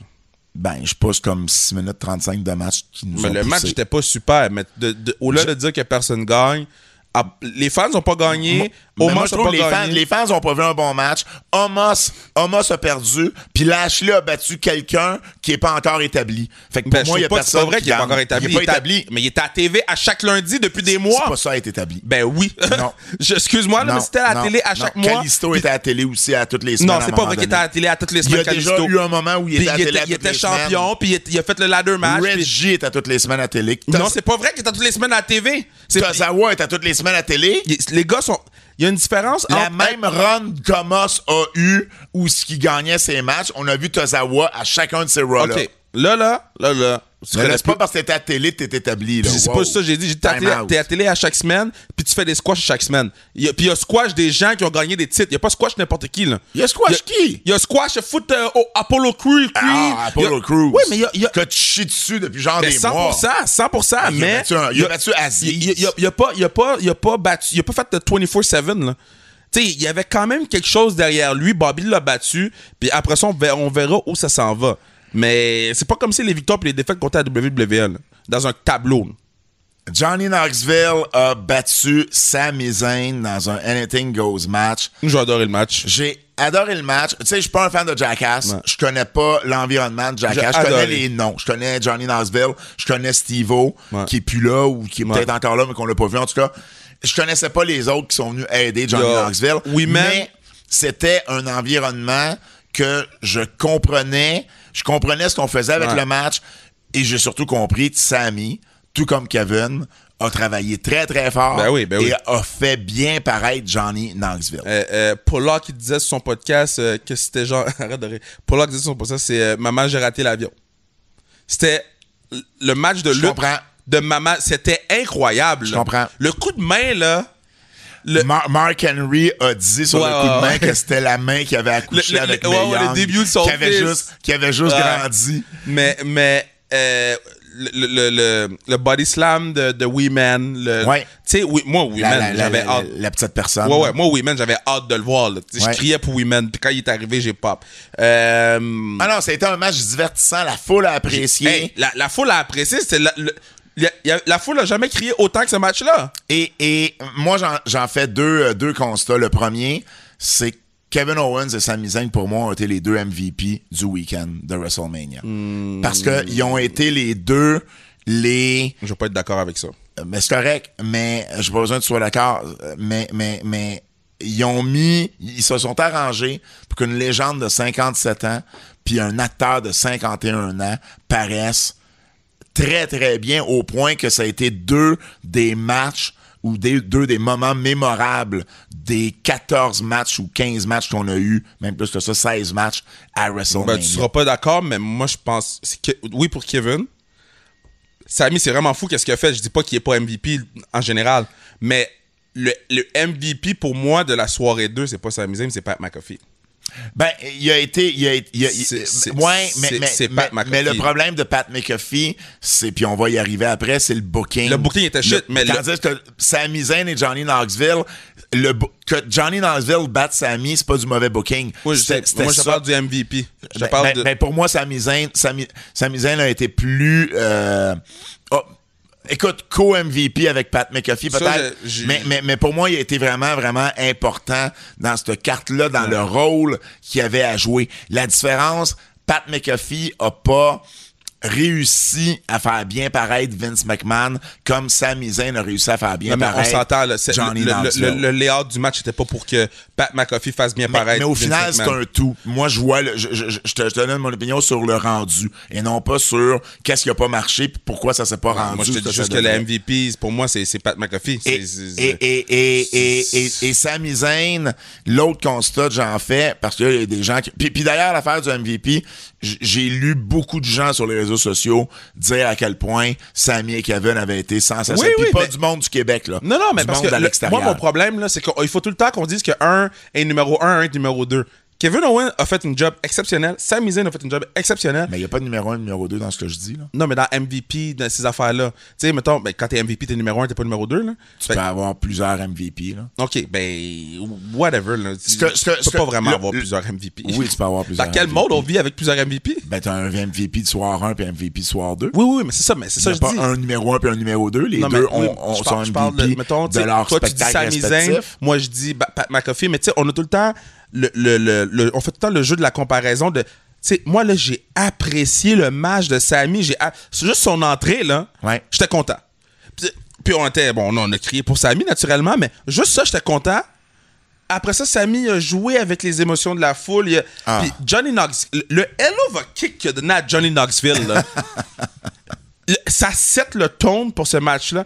Ben, je pousse comme 6 minutes 35 de match qui nous
Mais
ont
Ben, le
poussés.
match n'était pas super. Mais de- de- au-delà de dire que personne gagne, à- les fans n'ont pas gagné.
Mais
Omos
moi, je
n'a pas
trouve les fans,
gagné.
les fans ont pas vu un bon match. Omos, Omos a perdu, puis Lashley a battu quelqu'un qui est pas encore établi. Fait que pour
Ben, je
moi, il y a
trouve pas que c'est
personne
pas vrai
qui
qu'il est pas
gagne.
encore établi.
Il est pas
Il est à-
établi.
Mais il était à TV à chaque lundi depuis des mois.
C'est pas ça être établi.
Ben oui.
Non.
Je- Excuse-moi, là,
Non,
mais c'était à la
non,
télé à
non.
chaque mois.
Calisto était à la télé aussi à toutes les semaines.
Non,
à un
c'est pas
moment
vrai qu'il était à
donné.
la télé à toutes les
Il y
semaines.
a déjà
Kalisto.
eu un moment où il
Puis
était à la
il
télé
était,
à
il
toutes
était
les
champion, puis il, est- il a fait le ladder match.
semaines.
puis-
Reggie était à toutes les semaines à la télé.
Non, c'est pas vrai qu'il était toutes les semaines à la TV. C'est-
Tozawa est à toutes les semaines à la télé.
il- Les gars sont. Il y a une différence
La
entre-
même run qu'Omos a eu où ce qui gagnait ses matchs, on a vu Tozawa à chacun de ses rolls
OK. Là, là, là, là. Tu
Mais
connais
là, c'est pas
plus-
parce que t'es à télé que t'es établi. Là.
C'est
Wow.
pas ça que j'ai dit. J'ai dit, t'es à
Time
télé-
out.
t'es à télé à chaque semaine, puis tu fais des squash chaque semaine. Il y a- Puis il y a squash des gens qui ont gagné des titres. Il y a pas squash n'importe qui, là.
Il y a squash
Il y a-
qui?
Il y a squash foot euh, au Apollo Crew. Crew.
Ah,
Il y
Apollo
a-
Crews.
Oui, mais il y a- il y a.
Que tu chies dessus depuis genre
Mais
des mois.
100%, 100%,
Il a
mais.
battu un- il a battu Aziz.
Il, il- il a- il a pas, il a pas, il a pas battu, il a pas fait de 24-7, là. Tu sais, il y avait quand même quelque chose derrière lui. Bobby l'a battu. Puis après ça, on verra, on verra où ça s'en va. Mais c'est pas comme si les victoires et les défaites comptaient à WWE, là, dans un tableau. là.
Johnny Knoxville a battu Sami Zayn dans un Anything Goes match.
J'ai adoré le match.
J'ai adoré le match. Tu sais, je suis pas un fan de Jackass.
Ouais.
Je connais pas l'environnement de Jackass.
J'ai
Je connais
adoré.
les noms. Je connais Johnny Knoxville. Je connais Steve-O,
Ouais.
qui est plus là ou qui est
Ouais.
peut-être encore là, mais qu'on l'a pas vu en tout cas. Je connaissais pas les autres qui sont venus aider Johnny
Yo.
Knoxville.
Oui, man.
mais c'était un environnement que je comprenais. Je comprenais ce qu'on faisait avec
Ouais.
le match. Et j'ai surtout compris que Sammy, tout comme Kevin, a travaillé très, très fort.
Ben oui, ben oui.
Et a fait bien paraître Johnny Knoxville.
Euh, euh, Pollock il disait sur son podcast euh, que c'était genre arrête de rire. Pollock disait sur son podcast c'est euh, maman j'ai raté l'avion. C'était l- le match de
Je
lutte
comprends.
de maman, c'était incroyable.
Je
là.
comprends.
Le coup de main là, Le-
Mar- Mark Henry a dit sur
Ouais,
le coup de main
ouais.
que c'était la main qui avait accouché
Le- le-
avec
le-
Mae
ouais, ouais, le
Young,
début de son
qui avait
fils.
juste, qui avait juste
Ouais.
grandi.
mais mais euh, le, le, le, le- le body slam de, de Wee Man, le
Ouais.
tu sais oui, moi Wee
La, la-
Man,
la-
j'avais
la-
hâte.
la petite personne.
Ouais, ouais, moi, Women, j'avais hâte de le voir. là. Tu sais,
Ouais.
Je criais pour Women. Puis quand il est arrivé, j'ai pop. Euh,
Ah non, c'était un match divertissant. La foule a apprécié.
Hey, la, la foule a apprécié. c'était La, le- y a- y a- la foule a jamais crié autant que ce match-là.
Et, et moi, j'en- j'en fais deux, euh, deux constats. Le premier, c'est que Kevin Owens et Sami Zayn, pour moi, ont été les deux MVP du week-end de WrestleMania.
Hmm.
Parce qu'ils ont été les deux les...
Je vais pas être d'accord avec ça.
Euh, mais c'est correct, mais j'ai pas besoin que tu sois d'accord, Euh, mais, mais, mais ils ont mis, ils se sont arrangés pour qu'une légende de 57 ans puis un acteur de 51 ans paraissent très, très bien au point que ça a été deux des matchs ou des, deux des moments mémorables des 14 matchs ou 15 matchs qu'on a eu, même plus que ça, 16 matchs à WrestleMania.
Ben, tu seras pas d'accord, mais moi, je pense. c'est que- oui, pour Kevin. Sami, c'est vraiment fou qu'est-ce qu'il a fait. Je dis pas qu'il est pas MVP en général, mais le, le MVP pour moi de la soirée 2, c'est pas Sami Zayn, c'est Pat McAfee.
Ben, il a été. Il a, il a- il-
C'est- c'est-
ouais, mais,
c'est-
mais-
c'est
mais-
Pat McAfee.
mais le problème de Pat McAfee, c'est. Puis on va y arriver après, c'est le booking.
Le booking était shit, mais le-
Tandis que Sami Zayn et Johnny Knoxville, le, bo- que Johnny Knoxville batte Sami, c'est pas du mauvais booking.
Moi, je,
C'était- c'était
moi, je
ça.
parle du MVP. Je
Ben,
parle
ben,
de.
ben, pour moi, Sami Zayn, Sami, Sami Zayn a été plus. euh, oh, écoute, co-MVP avec Pat McAfee,
Ça,
peut-être.
je- j'ai-
Mais, mais, mais pour moi, il a été vraiment, vraiment important dans cette carte-là, dans le rôle qu'il avait à jouer. La différence, Pat McAfee a pas réussi à faire bien paraître Vince McMahon comme Sami Zayn a réussi à faire bien
Non, Ah, mais on
paraître
s'entend, là, c'est- le,
ben, Johnny
le,
Knoxville.
le- le layout du match n'était pas pour que Pat McAfee fasse bien
Mais,
paraître.
mais au
Vince
final, c'est
McMahon.
un tout. Moi, je vois, le- je, je- je- je te, je te donne mon opinion sur le rendu et non pas sur qu'est-ce qui a pas marché puis pourquoi ça s'est pas rendu.
Moi, je te
ce
dis
ça
juste que
devait.
le MVP, pour moi, c'est c'est Pat McAfee.
Et,
C'est- c'est-
et, et, et, et, et, et Sami Zayn, l'autre constat que j'en fais, parce qu'il y a des gens qui. Puis, puis d'ailleurs, l'affaire du MVP, j- j'ai lu beaucoup de gens sur les réseaux sociaux dire à quel point Sami et Kevin avaient été sensationnels. puis
Oui, oui,
pas
mais-
du monde du Québec, là.
Non, non, mais
du
parce que
monde à
le-
l'extérieur.
moi, mon problème, là, c'est qu'il faut tout le temps qu'on dise que un est numéro 1, un est numéro 2. Kevin Owen a fait une job exceptionnelle. Sami Zayn a fait une job exceptionnelle.
Mais il n'y a pas de numéro 1, numéro 2 dans ce que je dis, là.
Non, mais dans MVP, dans ces affaires-là. Tu sais, mettons, ben, quand t'es MVP, t'es numéro 1, t'es pas numéro 2. Là.
Tu
Fait-
peux avoir plusieurs MVP, là.
OK, ben, whatever. Là. Tu,
que- ce que-
tu
ce que-
peux pas vraiment
le-
avoir
le-
plusieurs MVP.
Oui, tu peux avoir plusieurs
Dans quel
MVP.
monde on vit avec plusieurs MVP?
Ben, t'as un MVP de soir 1 puis un MVP de soir 2.
Oui, oui, mais c'est ça, mais c'est ça,
Il y
je
a pas
dis.
un numéro 1 puis un numéro 2. Les
Non,
deux
mais oui,
ont, ont-
je
sont
parle- je parle
MVP de,
mettons, tu sais,
leur
toi, tu dis
spectacle
Sami Zayn,
respectif.
moi, je dis Ba- Pat McAfee, mais tu sais, on a tout le temps, le, le- le- le- on fait tout le temps le jeu de la comparaison de, tu sais, moi, là, j'ai apprécié le match de Sami, j'ai, a- c'est juste son entrée, là,
Ouais.
j'étais content. Puis, puis on était, bon, on a crié pour Sami, naturellement, mais juste ça, j'étais content. Après ça, Sami a joué avec les émotions de la foule. il a-
Ah.
Puis Johnny Knoxville, le hello va kick qu'il a donné à Johnny Knoxville, là. Le- ça set le tone pour ce match-là.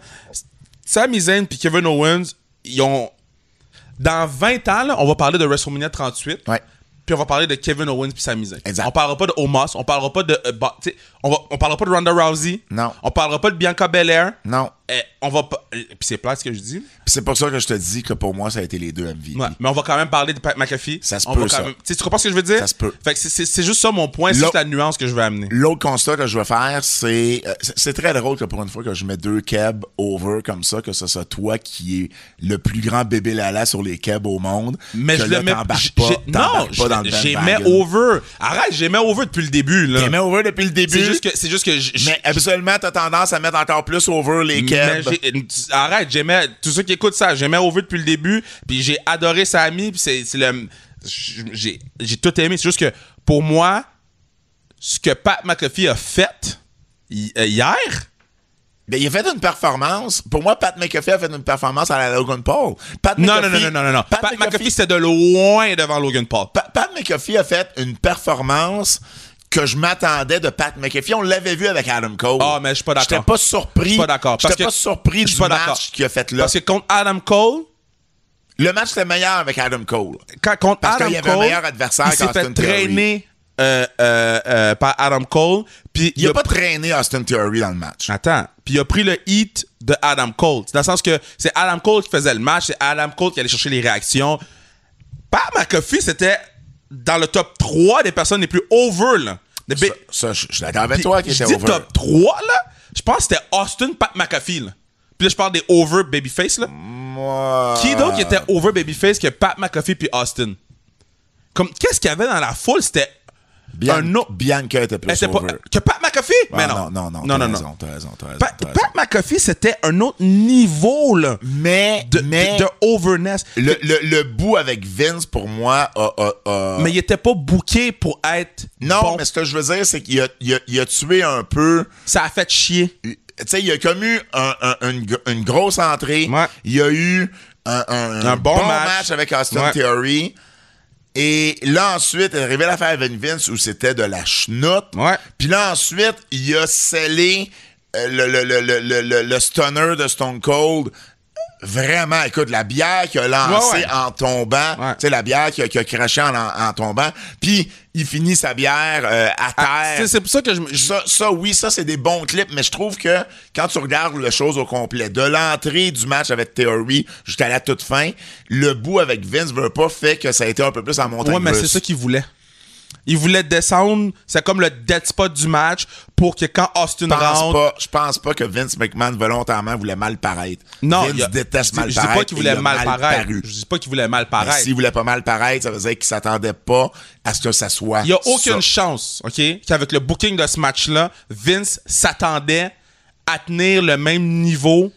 Sami Zayn puis Kevin Owens, ils ont. Dans 20 ans, là, on va parler de WrestleMania 38.
Ouais.
Puis on va parler de Kevin Owens puis Sami Zayn.
Exact.
On parlera pas de Omos, on parlera pas de euh, Ba- tu sais, on va on parlera pas de Ronda Rousey.
Non.
On parlera pas de Bianca Belair.
Non.
Eh, on va pas- eh, puis c'est plat ce que je dis.
Puis c'est pour ça que je te dis que pour moi, ça a été les deux MVP.
Ouais, mais on va quand même parler de Pat McAfee.
Ça se
On
peut,
va quand
ça.
même- tu sais, tu comprends ce que je veux dire?
Ça se peut.
Fait que c'est- c'est c'est juste ça mon point, c'est
Là-
juste la nuance que je veux amener.
L'autre constat que je veux faire, c'est euh, c'est- c'est très drôle que pour une fois que je mets deux kebs over comme ça, que ce soit toi qui est le plus grand bébé lala sur les kebs au monde.
Mais
que
je
là,
le mets
t'embarques
j'ai-
pas,
j'ai- non,
t'embarques pas dans le
j'ai- j'ai mis
bandwagon.
over. Arrête, j'ai mis over depuis le début là.
T'es mis over depuis le début.
C'est juste que c'est juste que j- j-
Mais absolument, t'as tendance à mettre encore plus over les
mais
kebs.
j'ai- tu- arrête, j'aimais tous ceux qui écoutent ça, j'aimais over depuis le début, puis j'ai adoré Samy, puis c'est c'est le j'ai j'ai tout aimé, c'est juste que pour moi ce que Pat McAfee a fait hi- euh, hier,
Ben, il a fait une performance. Pour moi, Pat McAfee a fait une performance à la Logan Paul. Pat
non, non,
McAfee-
non, non, non, non, non.
Pat,
Pat,
McAfee,
McAfee, c'était de loin devant Logan Paul.
Pa- Pat McAfee a fait une performance que je m'attendais de Pat McAfee. On l'avait vu avec Adam Cole.
Ah, mais je suis pas d'accord.
J'étais pas surpris.
Je suis pas d'accord. Parce
J'étais
que-
pas surpris
je suis
du
pas d'accord.
match qu'il a fait là.
Parce que contre Adam Cole,
Le match était meilleur avec Adam Cole.
quand, contre
Parce
Adam
qu'il y avait un
Cole,
meilleur adversaire
il s'est
qu'Austin
fait
Theory.
traîner euh, euh, euh, par Adam Cole, puis
Il a pas traîné Austin Theory dans le match.
Attends. Puis il a pris le hit de Adam Cole. C'est Dans le sens que c'est Adam Cole qui faisait le match, c'est Adam Cole qui allait chercher les réactions. Pat McAfee, c'était dans le top 3 des personnes les plus over, là. Des
Ça,
bi-
ça, je je suis d'accord avec
Puis
toi qui
je
était
dis
over.
top 3, là. Je pense que c'était Austin, Pat McAfee, là. Puis là, je parle des over babyface, là.
Moi.
Qui d'autre qui était over babyface que Pat McAfee puis Austin? Comme, qu'est-ce qu'il y avait dans la foule? C'était
Bian-
un autre.
Bianca était plus
Mais c'était pas-
over.
Que Pat McAfee?
Ah,
Mais
non, non,
non.
non, t'as
Non, non, non.
raison, t'as raison, t'as raison,
Pat,
t'as raison.
Pat McAfee, c'était un autre niveau, là.
Mais,
De,
mais
de overness.
le, le, le bout avec Vince, pour moi, a- a- a-
Mais il était pas booké pour être.
non,
bon.
mais ce que je veux dire, c'est qu'il a, il a- il a tué un peu.
ça a fait chier.
Tu sais, il a comme eu un- un- une, gr- une grosse entrée.
Ouais.
Il y a eu un, un-
Un bon match.
avec Austin
Ouais.
Theory. Et là, ensuite, est arrivée l'affaire avec Vince où c'était de la chenoute.
Ouais.
Puis là, ensuite, il a scellé euh, le, le, le, le, le, le- le stunner de Stone Cold Vraiment, écoute, la bière qu'il a lancée
Ouais, ouais.
en tombant,
Ouais.
tu sais, la bière qu'il a, qu'il a craché en, en tombant, puis il finit sa bière euh, à
Ah,
terre.
c'est- c'est pour ça que je me- je-
Ça, ça, oui, ça, c'est des bons clips, mais je trouve que quand tu regardes le chose au complet, de l'entrée du match avec Theory jusqu'à la toute fin, le bout avec Vince veut pas fait que ça a été un peu plus en montagne
Ouais, mais c'est
russe.
ça qu'il voulait. Il voulait descendre, c'est comme le dead spot du match pour que quand Austin
Je pense
rentre,
pas, je pense pas que Vince McMahon volontairement voulait mal paraître.
non,
Vince
il a-
déteste
je, dis-
mal
je dis
paraître.
pas qu'il voulait
il a
mal paraître.
paru.
Je dis pas qu'il voulait mal
Mais
paraître.
S'il voulait pas mal paraître, ça veut dire qu'il s'attendait pas à ce que ça soit.
Il n'y a aucune
ça.
chance, OK, qu'avec le booking de ce match-là, Vince s'attendait à tenir le même niveau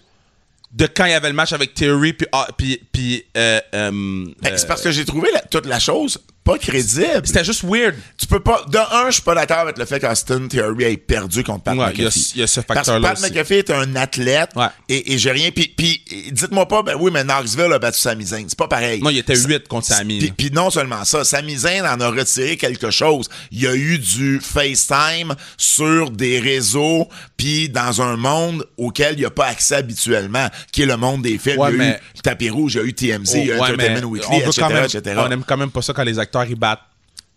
de quand il y avait le match avec Theory puis ah, puis puis euh, euh,
Ben,
euh,
C'est parce que j'ai trouvé la- toute la chose pas crédible.
c'était juste weird.
Tu peux pas. De un, je suis pas d'accord avec le fait qu'Austin Theory ait perdu contre Pat
Ouais, il y a-
McAfee.
il y a ce
Parce que
facteur-là
Pat
aussi.
McAfee est un athlète
Ouais.
et, et j'ai rien. Puis, puis et dites-moi pas, ben oui, mais Knoxville a battu Sami Zayn. C'est pas pareil.
Non, il était
Ça-
8 contre Sami.
Puis, puis non seulement ça, Sami Zayn en a retiré quelque chose. Il y a eu du FaceTime sur des réseaux, puis dans un monde auquel il n'y a pas accès habituellement, qui est le monde des films.
Ouais,
il y a
mais- Oh,
eu Tapis Rouge, il y a eu TMZ, il y a eu
Ouais, mais
Entertainment euh, Weekly,
on veut
etc.,
quand même-
etc.
On aime quand même pas ça quand les acteurs ils battent.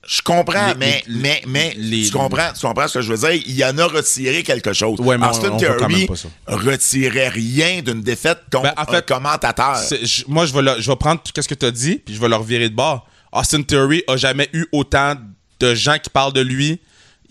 Je comprends,
Les-
mais,
les-
mais, mais,
les-
tu comprends, tu comprends ce que je veux dire? Il y en a retiré quelque chose.
Ouais, mais on-
Austin
on voit quand même
Theory
pas ça.
retirait rien d'une défaite contre
Ben, en fait,
un commentateur.
C'est- je- moi, je vais, le- je vais prendre tout ce que tu as dit, puis je vais le revirer de bord. Austin Theory a jamais eu autant de gens qui parlent de lui.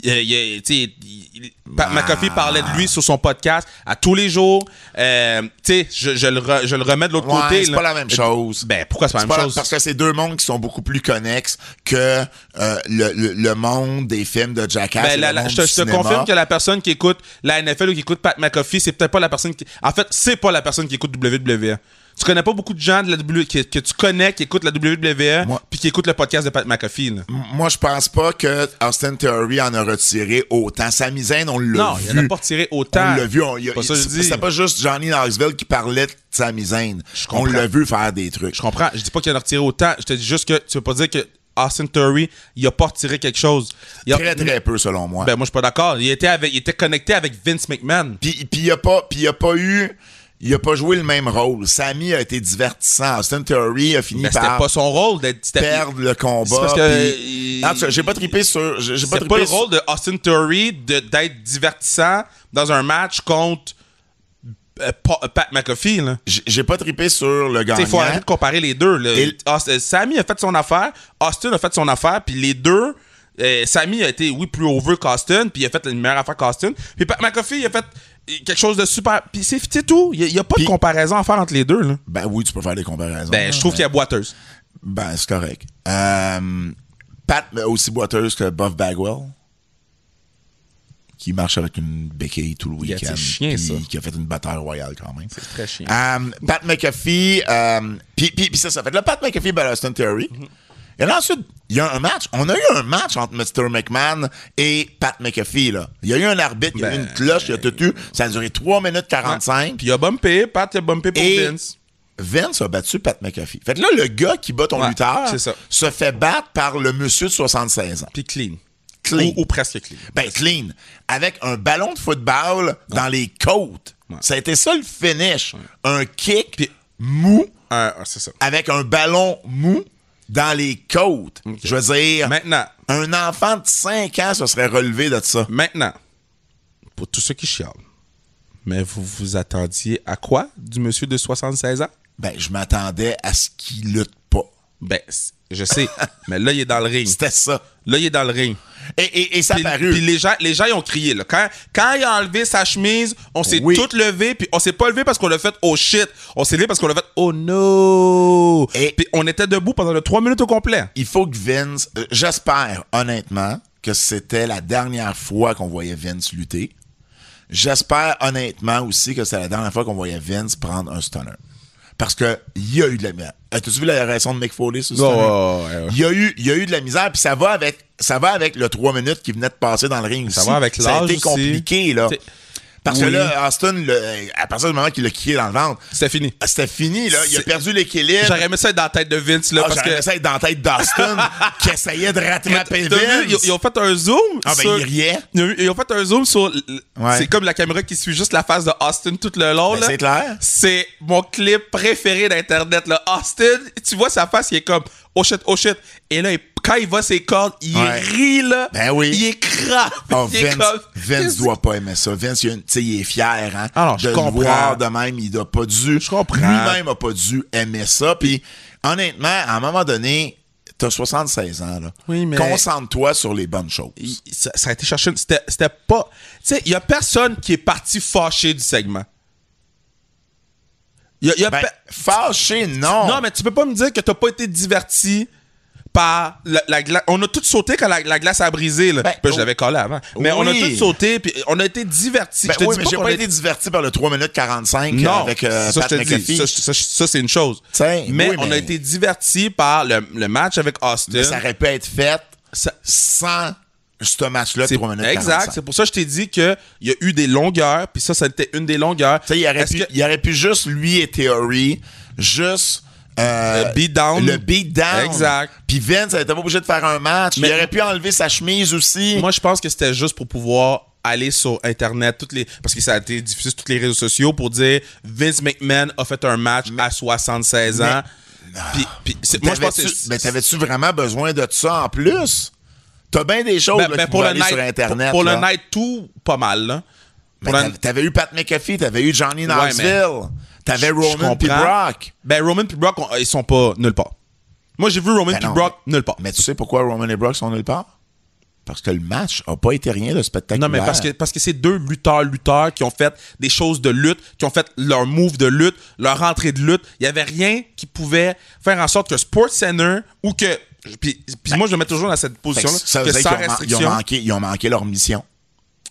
Il- il- tu sais, il- il- Pat McAfee parlait de lui sur son podcast à tous les jours. Euh, tu sais, je, je le re- je le remets de l'autre
Ouais,
côté.
c'est
là.
pas la même chose.
Ben, pourquoi c'est pas la même
pas-
chose?
Parce que c'est deux mondes qui sont beaucoup plus connexes que euh, le, le- le monde des films de Jackass.
Ben,
et
la-
le
la-
monde
je te
du
je te
cinéma.
confirme que la personne qui écoute la NFL ou qui écoute Pat McAfee, c'est peut-être pas la personne qui. En fait, c'est pas la personne qui écoute WWE. Tu connais pas beaucoup de gens de la W que, que tu connais qui écoutent la WWE
Moi-
puis qui écoutent le podcast de Pat McAfee. là.
M- Moi, je pense pas que Austin Theory en a retiré autant. Sa misaine, on l'a
Non,
vu.
il en a pas retiré autant.
On l'a vu. on- il y a-
Pas ça, je dis.
C'était pas juste Johnny Knoxville qui parlait de sa misaine. On
comprends.
l'a vu faire des trucs.
Je comprends. Je dis pas qu'il en a retiré autant. Je te dis juste que tu veux pas dire que Austin Theory, il a pas retiré quelque chose. Il a-
Très, très peu, selon moi.
Ben, moi, je suis pas d'accord. Il était, avec, il était connecté avec Vince McMahon.
Puis puis il a pas puis il a pas eu il a pas joué le même rôle. Sammy a été divertissant. Austin Theory a fini
Mais Ben, c'était
par
pas son rôle d'être. c'était-
perdre le combat.
C'est parce que
puis-
il-
En tout cas, j'ai pas trippé sur j'ai j'ai pas
C'était
trippé
pas le
sur-
rôle de Austin Theory de- d'être divertissant dans un match contre euh, Pa- Pat McAfee. Là.
j'ai j'ai pas trippé sur le
Tu sais,
gagnant.
faut arrêter de comparer les deux. là.
Et-
Aust- euh, Sammy a fait son affaire, Austin a fait son affaire, puis les deux, euh, Sammy a été, oui, plus over qu'Austin, puis il a fait la meilleure affaire qu'Austin. Puis Pat McAfee, il a fait euh, quelque chose de super. Puis c'est c'est tout. Il n'y a, pas
Puis-
de comparaison à faire entre les deux. Là.
Ben oui, tu peux faire des comparaisons.
Ben,
là,
je trouve
mais-
qu'il y a boiteuse.
ben c'est correct. Euh, Pat mais aussi boiteuse que Buff Bagwell qui marche avec une béquille tout le
Yeah,
week-end.
c'est chien,
puis
ça.
Qui a fait une bataille royale quand même. C'est
très chien.
Um, Pat McAfee, um, puis puis- puis ça, ça fait là, Pat McAfee, ben, Austin Theory.
Mm-hmm.
Et là, ensuite, il y a un match. On a eu un match entre Mr. McMahon et Pat McAfee, là. Il y a eu un arbitre, il y a eu
Ben,
une cloche, il y a tout eu. Ça a duré 3 minutes 45.
Puis il a bumpé, Pat il a bumpé pour
Et-
Vince.
Vince a battu Pat McAfee. Fait que là, le gars qui bat ton
Ouais,
lutteur
c'est ça.
se fait battre par le monsieur de 76 ans.
Puis clean.
Clean.
Ou, ou presque clean.
Ben, clean. Avec un ballon de football dans les côtes.
Ouais.
Ça a été ça le finish. Un kick
Puis-
mou
Ah, ah, c'est ça.
avec un ballon mou dans les côtes. Je veux dire,
Maintenant,
un enfant de 5 ans se serait relevé de ça.
Maintenant, pour tous ceux qui chialent, mais vous vous attendiez à quoi du monsieur de 76 ans?
Ben, je m'attendais à ce qu'il lutte pas.
Ben, c- je sais, mais là, il est dans le ring.
C'était ça.
Là, il est dans le ring.
Et, et, et ça
Puis,
a
puis
paru.
les, gens, les gens, ils ont crié. Là. Quand, quand il a enlevé sa chemise, on s'est
Oui.
tous levés, puis on s'est pas levé parce qu'on l'a fait « oh shit ». On s'est levé parce qu'on l'a fait « oh no ».
Et-
Puis on était debout pendant le 3 minutes au complet.
Il faut que Vince... euh, J'espère, honnêtement, que c'était la dernière fois qu'on voyait Vince lutter. J'espère, honnêtement, aussi que c'est la dernière fois qu'on voyait Vince prendre un stunner. Parce que il y a eu de la misère. As-tu vu la réaction de Mick Foley sur ce stunner? Il y a eu, il y a eu de la misère, puis ça va avec, ça va avec le 3 minutes qui venait de passer dans le ring.
Ça
aussi.
va avec
Ça a
l'âge
été
aussi.
compliqué, là.
C'est-
Parce que
Oui.
là, Austin, le- à partir du moment qu'il l'a kické dans le ventre,
C'était fini.
c'était fini, là. Il a
C'est-
perdu l'équilibre.
J'aurais aimé ça être dans la tête de Vince, là,
Ah,
parce
J'aurais
que.
aimé ça être dans la tête d'Austin qui essayait de rattraper
T'as vu, ils,
Vince.
ils ont fait un zoom.
Ah, ben,
sur-
il riait.
Ils ont, ils ont fait un zoom sur. l- l-
Ouais.
C'est comme la caméra qui suit juste la face de Austin tout le long.
Ben,
là.
c'est clair.
C'est mon clip préféré d'Internet. là. Austin, tu vois sa face, il est comme oh shit, oh shit. Et là, il- quand il voit ses cordes, il
Ouais.
rit. Là.
Ben oui.
Il est crap.
Oh,
il est
Vince,
comme,
Vince
Qu'est-ce
doit pas aimer ça. Vince, il, a une- tu sais, il est fier, hein.
Alors, je
de le
comprends.
voir de même, il n'a pas dû. Je
comprends.
Lui-même a pas dû aimer ça. Puis, honnêtement, à un moment donné, t'as 76 ans, là.
Oui, mais-
Concentre-toi sur les bonnes choses.
Il- ça, ça a été cherché. C'était c'était pas. Tu sais, il y a personne qui est parti fâché du segment. Il y a- il y a
Ben,
pe-
fâché, non.
Non, mais tu peux pas me dire que t'as pas été diverti par la, glace. On a tout sauté quand la, la glace a brisé. Là.
Ben,
Puis
oh.
je l'avais collé avant. Mais on a
Oui.
tout sauté, puis on a été diverti.
Ben
je te
oui,
dis
mais
pas
j'ai
qu'on
pas
a
été diverti par le 3 minutes 45
Non,
avec euh,
ça,
Pat
je te dis.
McAfee.
Ça, je- ça, je- ça, c'est une chose.
Tiens,
mais
oui,
on a
mais-
été diverti par le, le match avec Austin.
Mais ça aurait pu être fait
Ça-
sans ce match-là de
C'est-
3 minutes
Exact.
45.
C'est pour ça que je t'ai dit qu'il y a eu des longueurs, puis ça, ça était une des longueurs.
Tu sais, il aurait,
Est-ce
pu,
que-
il aurait pu juste, lui et Theory, juste. euh,
Le beatdown.
Le beatdown.
Exact.
Puis Vince, elle était pas obligé de faire un match.
Mais-
il aurait pu enlever sa chemise aussi.
Moi, je pense que c'était juste pour pouvoir aller sur Internet, toutes les, parce que ça a été diffusé sur tous les réseaux sociaux pour dire Vince McMahon a fait un match à 76 ans. Puis, puis c'est- moi, je pense que
T'avais-tu-
c'est-
Mais t'avais-tu vraiment besoin de ça en plus? T'as bien des choses
ben,
là,
ben,
qui
pour
vont
le
aller
night,
sur Internet.
pour, pour
là.
le night, tout pas mal. là.
Mais
Pour le-
t'avais- T'avais eu Pat McAfee, t'avais eu Johnny
mais-
Knoxville, t'avais
je
Roman puis
comprends.
Brock.
ben, Roman et Brock, on- ils sont pas nulle part. Moi, j'ai vu Roman
Ben
puis
non,
Brock nulle part.
Mais tu sais pourquoi Roman et Brock sont nulle part? Parce que le match a pas été rien de spectaculaire.
Non, mais parce que, parce que c'est deux lutteurs, lutteurs qui ont fait des choses de lutte, qui ont fait leur move de lutte, leur entrée de lutte. Il n'y avait rien qui pouvait faire en sorte que Sports Center ou que. Puis, puis moi, je me mets toujours dans cette
Fait que
position-là.
ça veut
que
dire
sans
qu'ils ont man- ils ont
restriction.
manqué- ils ont manqué leur mission.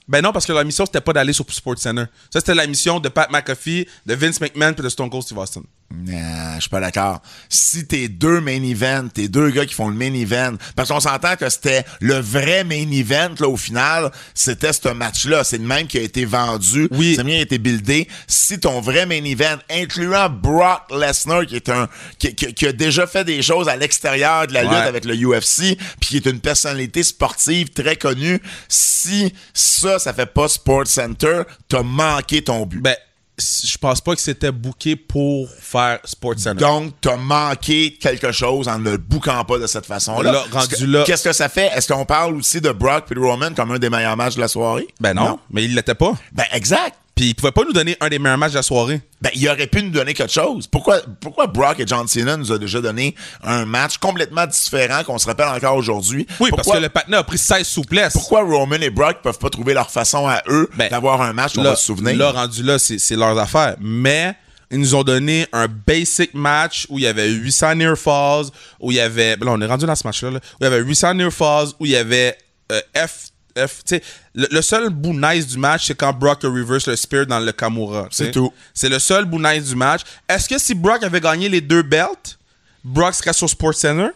Ben non, parce que la mission, c'était pas d'aller sur Sports Center. Ça, c'était la mission de Pat McAfee, de Vince McMahon puis de Stone Cold Steve Austin.
Nah, Euh, je suis pas d'accord. Si tes deux main events, tes deux gars qui font le main event, parce qu'on s'entend que c'était le vrai main event, là, au final, c'était ce match-là. C'est le même qui a été vendu.
Oui.
C'est le même qui a été buildé. Si ton vrai main event, incluant Brock Lesnar, qui est un, qui, qui- qui a déjà fait des choses à l'extérieur de la
Ouais.
lutte avec le UFC, puis qui est une personnalité sportive très connue, si ça, ça fait pas Sports Center, t'as manqué ton but.
Ben, je pense pas que c'était booké pour faire Sports Center.
Donc, t'as manqué quelque chose en ne le bouquant pas de cette façon-là.
Là, rendu
Est-ce que-
là-
Qu'est-ce que ça fait? Est-ce qu'on parle aussi de Brock et de Roman comme un des meilleurs matchs de la soirée?
ben non, mais il l'était pas.
Ben, exact.
Puis il pouvait pas nous donner un des meilleurs matchs de la soirée.
Ben, il aurait pu nous donner quelque chose. Pourquoi, pourquoi Brock et John Cena nous a déjà donné un match complètement différent qu'on se rappelle encore aujourd'hui?
Oui,
pourquoi,
parce que le Patna a pris 16 souplesses.
Pourquoi Roman et Brock peuvent pas trouver leur façon à eux
Ben,
d'avoir un match qu'on
là,
va se souvenir?
là, rendu là, c'est c'est leurs affaires. Mais ils nous ont donné un basic match où il y avait 800 near falls, où il y avait. ben Là, on est rendu dans ce match-là, là, où il y avait 800 near falls, où il y avait euh, F. F tu sais, le, le seul bout nice du match, c'est quand Brock a reverse le spear dans le Kamura. tu sais.
C'est tout.
C'est le seul bout nice du match. Est-ce que si Brock avait gagné les deux belts, Brock serait sur Sports Center?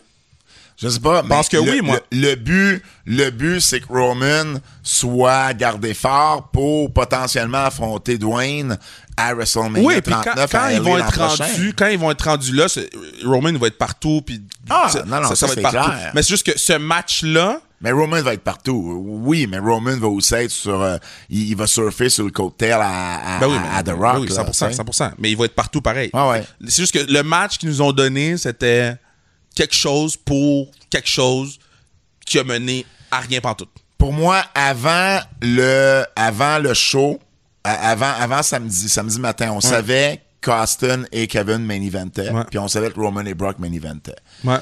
Je sais pas. mais
pense que
le-
oui, moi.
Le, le but, le but, c'est que Roman soit gardé fort pour potentiellement affronter Dwayne à WrestleMania
Oui, puis
39
quand,
Ben,
quand
à LA
ils vont
l'an
être
prochain.
rendus, quand ils vont être rendus là, c'est- Roman va être partout, puis
Ah,
ça-
non, non, ça, c'est clair.
Mais c'est juste que ce match-là,
Mais Roman va être partout. Oui, mais Roman va aussi être sur, euh, il, il va surfer sur le coattail à, à,
ben oui,
Ah, à-
mais-
à The Rock.
ben oui,
là,
100%,
tu sais.
100%, mais il va être partout pareil.
Ah ouais.
C'est juste que le match qu'ils nous ont donné, c'était quelque chose pour quelque chose qui a mené à rien pantoute.
Pour moi, avant le, avant le show, à- avant, avant samedi, samedi matin, on savait qu'Austin et Kevin main eventaient,
Ouais.
puis on savait que Roman et Brock main eventaient.
Ouais.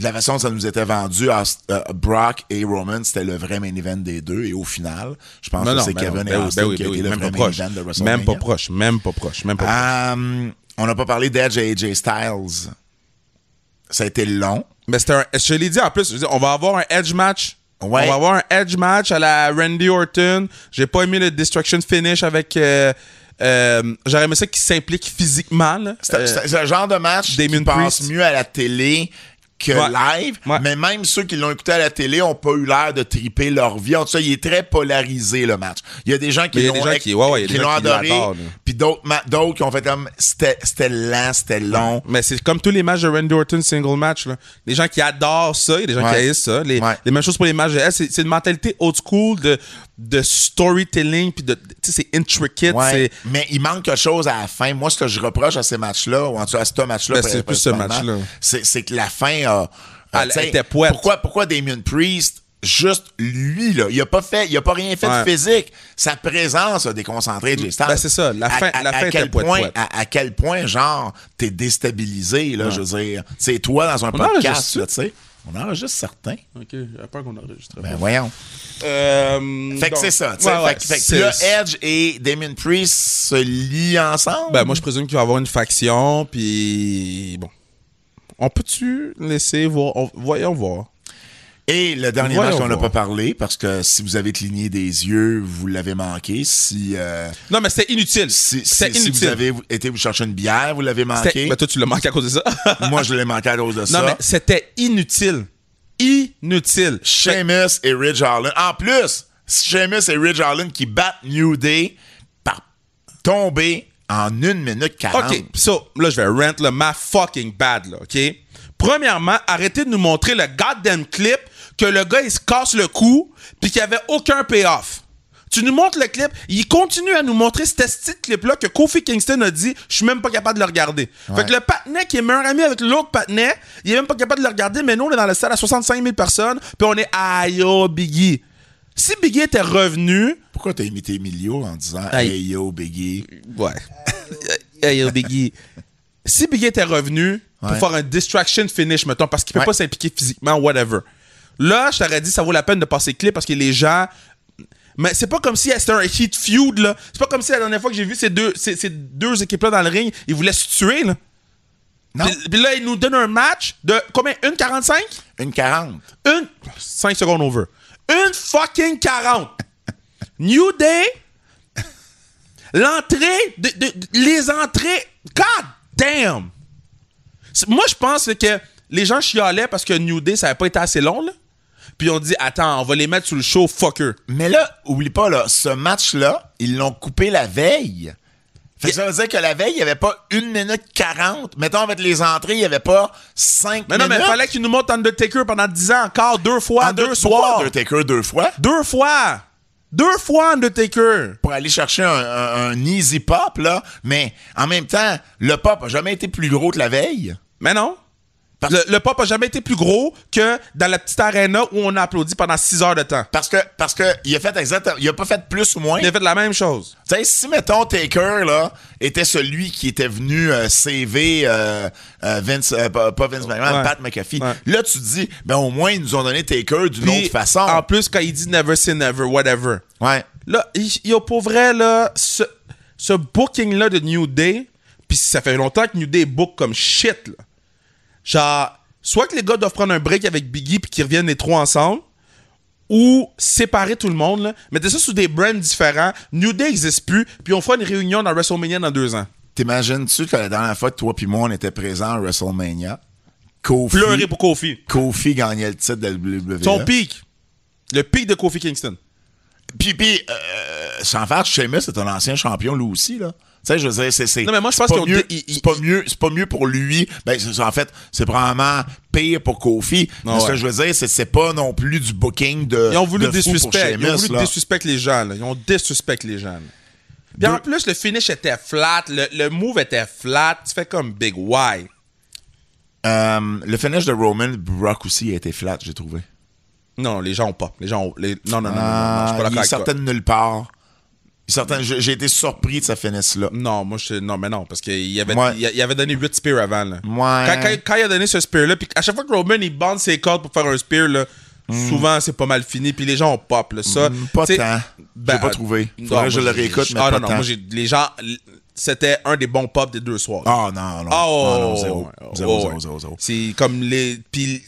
de la façon dont ça nous était vendu, à- euh, Brock et Roman, c'était le vrai main event des deux. Et au final, je pense
Non,
que
non,
c'est
ben
Kevin
non,
et
ben oui,
Austin
ben oui,
qui a été
ben oui,
le
même
vrai
pas
main
proche.
event de WrestleMania.
Même pas proche, même pas proche, même pas proche.
Euh, on n'a pas parlé d'Edge et AJ Styles. Ça a été long.
Mais c'était un. Je l'ai dit en plus, je veux dire, on va avoir un edge match.
Ouais.
On va avoir un edge match à la Randy Orton. J'ai pas aimé le Destruction Finish avec. euh, euh, J'aurais aimé ça qu'il s'implique physiquement. là.
C'est
Euh,
c'est- c'est le genre de match
Damien
qui passe
Priest.
mieux à la télé que
Ouais.
live,
Ouais.
mais même ceux qui l'ont écouté à la télé ont pas eu l'air de triper leur vie. En tout cas, il est très polarisé le match. Il y a des gens
Mais il
qui
y a des
l'ont
gens
ex-
qui- ouais, ouais, il y a des
qui
gens
l'ont
qui l'adorent,
adoré,
là.
puis d'autres ma- d'autres qui ont fait comme c'était c'était lent, c'était long.
Mais c'est comme tous les matchs de Randy Orton single match. Là. Les gens qui adorent ça, il y a des gens
Ouais.
qui haïssent ça. Les,
Ouais.
les mêmes choses pour les matchs de S. C'est c'est une mentalité old school de, de storytelling, puis de, tu sais, c'est intricate.
Ouais,
c'est-
mais il manque quelque chose à la fin. Moi, ce que je reproche à ces matchs-là, ou en tout cas à ce match-là,
Ben, c'est plus ce
principalement,
match-là. Ah,
c'est c'est que la fin a. a,
Elle
tu sais,
était poète.
Pourquoi, pourquoi Damien Priest, juste lui, là, il a pas fait, il a pas rien fait
Ouais.
de physique. Sa présence a déconcentré Jay Styles.
Ben, c'est ça. La
À-
fin-
à,
la
à
fin était
quel
poète,
point,
poète.
à, à quel point, genre, t'es déstabilisé, là, je veux dire. C'est toi dans un podcast,
enregistre
là, tu sais. On enregistre certains.
Ok, j'ai peur qu'on enregistre.
Ben, voyons.
Euh,
Fait que
donc-
c'est ça. tu sais.
Ouais, ouais,
fait, que- fait que
c'est-
là, Edge et Damien Priest se lient ensemble.
Ben, moi, je présume qu'il va y avoir une faction, puis bon. On peut-tu laisser voir? on- voyons voir.
Et le dernier
Voyons
match qu'on n'a
voir.
pas parlé, parce que si vous avez cligné des yeux, vous l'avez manqué. Si, euh,
Non, mais c'était inutile.
si,
C'était
si- si
inutile.
vous avez été vous chercher une bière, vous l'avez
C'était-
manqué.
Ben, toi, tu l'as manqué à cause de ça.
Moi, je l'ai manqué à cause de
Non, mais
ça.
c'était inutile. Inutile.
Sheamus et Ridge Harlan. En plus, Sheamus et Ridge Harlan qui battent New Day par tomber en 1 minute 40.
OK, so, là, je vais rant, là, ma fucking bad, là, OK? Premièrement, arrêtez de nous montrer le goddamn clip que le gars, il se casse le cou puis qu'il n'y avait aucun payoff. Tu nous montres le clip, il continue à nous montrer ce petit clip-là que Kofi Kingston a dit, je suis même pas capable de le regarder. Fait que le patinet qui est meilleur ami avec l'autre patinet, il est même pas capable de le regarder, mais nous, on est dans la salle à 65 000 personnes, puis on est, aïe, oh, Biggie. Si Biggie était revenu,
Pourquoi t'as imité Emilio en disant
Aïe.
Hey yo, Biggie?
Ouais. hey, yo, Biggie. Si Biggie était revenu pour
Ouais.
faire un distraction finish, mettons, parce qu'il peut
Ouais.
pas s'impliquer physiquement, whatever. Là, je t'aurais dit, ça vaut la peine de passer clip parce que les gens. Mais c'est pas comme si c'était un hit feud, là. C'est pas comme si la dernière fois que j'ai vu ces deux, ces, ces deux équipes-là dans le ring, ils voulaient se tuer, là.
Non.
Puis, puis là, ils nous donnent un match de combien 1,45
Une 40.
Une. 5 secondes over. Une fucking 40. New Day. L'entrée. de- de- de- les entrées. God damn. C'est- Moi, je pense là, que les gens chialaient parce que New Day, ça n'avait pas été assez long. Là. Puis on dit, attends, on va les mettre sur le show, fucker.
Mais là, oublie pas, là, ce match-là, ils l'ont coupé la veille. Fait que ça veut dire que la veille, il n'y avait pas 1 minute 40. Mettons, avec les entrées, il n'y avait pas 5
Mais non,
minutes.
mais il fallait qu'ils nous montrent Undertaker pendant 10 ans encore, deux fois,
En
deux,
deux
soirs.
soirs. Undertaker deux fois.
Deux fois. Deux fois Undertaker.
Pour aller chercher un, un- un easy pop, là. Mais en même temps, le pop n'a jamais été plus gros que la veille.
Mais non.
Parce-
Le, le pop a jamais été plus gros que dans la petite arena où on a applaudi pendant 6 heures de temps.
Parce que, parce que, il a fait exactement, il a pas fait plus ou moins.
Il a fait la même chose.
Tu sais, si, mettons, Taker, là, était celui qui était venu euh, CV euh, euh, Vince, euh, pas pas Vince McMahon,
Ouais.
Pat McAfee,
Ouais.
là, tu te dis, ben, au moins, ils nous ont donné Taker d'une
Puis,
autre façon.
En plus, quand il dit never say never, whatever.
Ouais.
Là, il- il y a pour vrai, là, ce, ce booking-là de New Day, puis ça fait longtemps que New Day book comme shit, là. Genre, soit que les gars doivent prendre un break avec Biggie puis qu'ils reviennent les trois ensemble, ou séparer tout le monde, là. Mettez ça sous des brands différents. New Day n'existe plus, puis on fera une réunion dans WrestleMania dans deux ans.
T'imagines-tu que la dernière fois que toi puis moi, on était présents à WrestleMania, Kofi,
Pleurer pour Kofi.
Kofi gagnait le titre de la E? WWE.
Son pic. Le pic de Kofi Kingston.
Bah, Puis, puis, euh, sans faire, Sheamus est un ancien champion, lui aussi, là. Tu sais, je veux dire, c'est. c'est-
Non, mais moi, je pense
c'est
qu'ils
pas
ont
mieux.
dé- ils-
C'est pas mieux. C'est pas mieux pour lui. Ben, c'est- c'est- en fait, c'est probablement pire pour Kofi.
Ah
mais ce
ouais.
que je veux dire, c'est c'est pas non plus du booking de.
Ils ont voulu
de fou pour
disrespect. Ils ont
Sheamus,
voulu
là.
disrespect les gens. Là. Ils ont disrespect les gens. là. Puis en plus, le finish était flat. Le, le move était flat. Tu fais comme Big Y.
Euh, le finish de Roman, Brock aussi a été flat, j'ai trouvé.
Non, les gens ont pas. Les gens ont... les- Non, non, non, non, non, non, je suis
Ah,
pas d'accord
il
avec toi.
sortait de nulle part. Il sortait- je- J'ai été surpris de sa finesse-là.
Non, moi, je... Non, mais non, parce qu'il avait,
Ouais.
il a- il avait donné 8 spears avant. Là.
Ouais.
Quand, quand- quand il a donné ce spear-là, puis à chaque fois que Roman, il bande ses cordes pour faire un spear, là, souvent, c'est pas mal fini, puis les gens ont pop. Là, ça,
Mm. Pas
tu sais,
tant.
ben,
j'ai pas
euh,
trouvé.
non,
Faudrait que je
moi,
le réécoute, mais pas
ah, non, non,
tant.
moi, j'ai- les gens... l- C'était un des bons pops des deux soirs.
Ah non, non. non,
Ah, oh,
non,
ouais,
zéro.
ouais, ouais,
Zéro,
ouais,
zéro,
ouais.
zéro, zéro.
C'est comme les. Puis.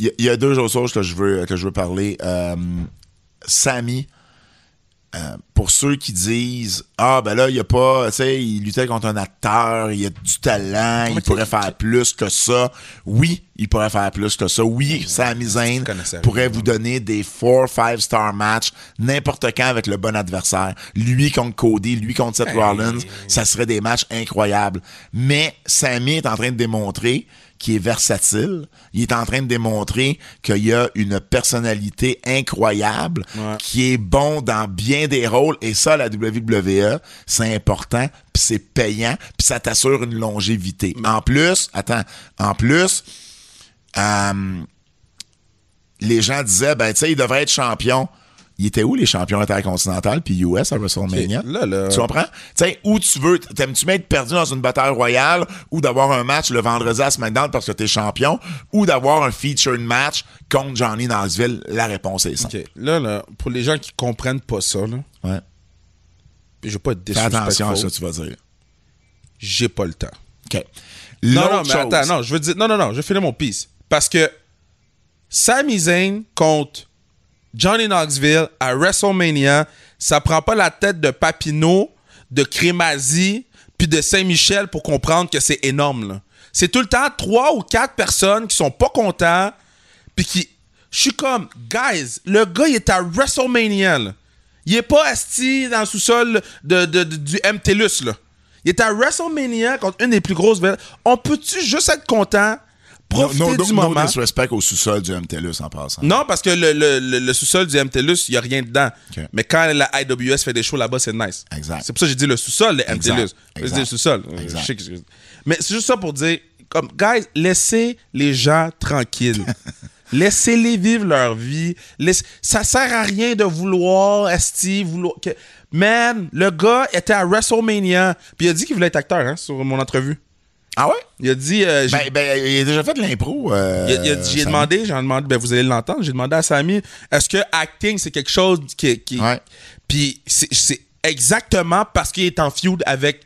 Il y a- il y, a deux autres choses que je veux, que je veux parler. Euh, Sammy euh, pour ceux qui disent Ah, ben là, il y a pas, tu sais, il luttait contre un acteur, il y a du talent, il
Ok.
pourrait faire plus que ça. Oui, il pourrait faire plus que ça. Oui, Sami Zayn
Tu connaissais
pourrait
rien,
vous donner des 4-5 star matchs n'importe quand avec le bon adversaire. Lui contre Cody, lui contre Seth Rollins, ça serait des matchs incroyables. Mais Sami est en train de démontrer qu'il est versatile. Il est en train de démontrer qu'il y a une personnalité incroyable,
Ouais.
qui est bon dans bien des rôles. Et ça, la WWE, c'est important, puis c'est payant, puis ça t'assure une longévité. En plus, attends, en plus, euh, les gens disaient, ben, tu sais, il devrait être champion. Il était où les champions intercontinentaux puis US à WrestleMania?
Ok, là, là.
Euh, Tu comprends? Tu sais, où tu veux, t'aimes-tu mieux être perdu dans une bataille royale ou d'avoir un match le vendredi à SmackDown parce que t'es champion ou d'avoir un featured match contre Johnny Knoxville? La réponse est simple.
Ok, Là, là, pour les gens qui comprennent pas ça, là,
Ouais.
je vais pas être
Fais attention à
disrespectful.
ça, tu vas dire.
J'ai pas le temps.
OK.
Non,
L'autre
non, mais
chose-
attends, non, je veux dire, non, non, non, je vais finir mon piece. Parce que Sami Zayn contre Johnny Knoxville à WrestleMania, ça prend pas la tête de Papineau, de Crémazie, puis de Saint-Michel pour comprendre que c'est énorme, là. C'est tout le temps trois ou quatre personnes qui sont pas contents, puis qui. Je suis comme, guys, le gars, il est à WrestleMania, là. Il est pas assis dans le sous-sol de, de- de- du MTLUS, là. Il est à WrestleMania contre une des plus grosses. villes. On peut-tu juste être content,
No,
profiter
no-
du
no
moment? Mm.
disrespect au sous-sol du MTLUS en passant.
Non, parce que le, le- le- le sous-sol du MTLUS, il n'y a rien dedans.
Ok.
Mais quand la IWS fait des shows là-bas, c'est nice.
Exact.
C'est pour ça que j'ai dit le sous-sol de
Exact.
MTLUS. Je
Exact.
dis le sous-sol.
Exact.
Je sais que- Mais c'est juste ça pour dire, comme, guys, laissez les gens tranquilles. Laissez-les vivre leur vie. Laisse- Ça sert à rien de vouloir, esti, vouloir... que- Man, le gars était à WrestleMania, puis il a dit qu'il voulait être acteur, hein, sur mon entrevue.
Ah ouais?
Il a dit... euh, j'ai-
Ben, ben, il a déjà fait de l'impro. euh,
il a- il a dit- j'ai
Samy.
demandé, j'ai demandé, ben vous allez l'entendre, j'ai demandé à Samy, est-ce que acting c'est quelque chose qui. qui-
Ouais.
Puis c'est c'est exactement parce qu'il est en feud avec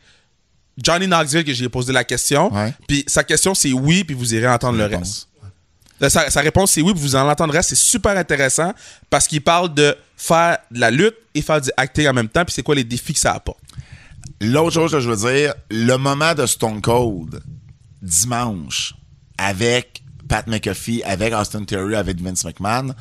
Johnny Knoxville que j'ai posé la question.
Ouais.
Puis sa question c'est oui, puis vous irez entendre le
Réponse.
reste. Là, Sa, sa réponse c'est oui, puis vous en entendrez, c'est super intéressant parce qu'il parle de faire de la lutte et faire du acting en même temps, puis c'est quoi les défis que ça apporte.
L'autre chose que je veux dire, le moment de Stone Cold, dimanche, avec Pat McAfee, avec Austin Theory, avec Vince McMahon,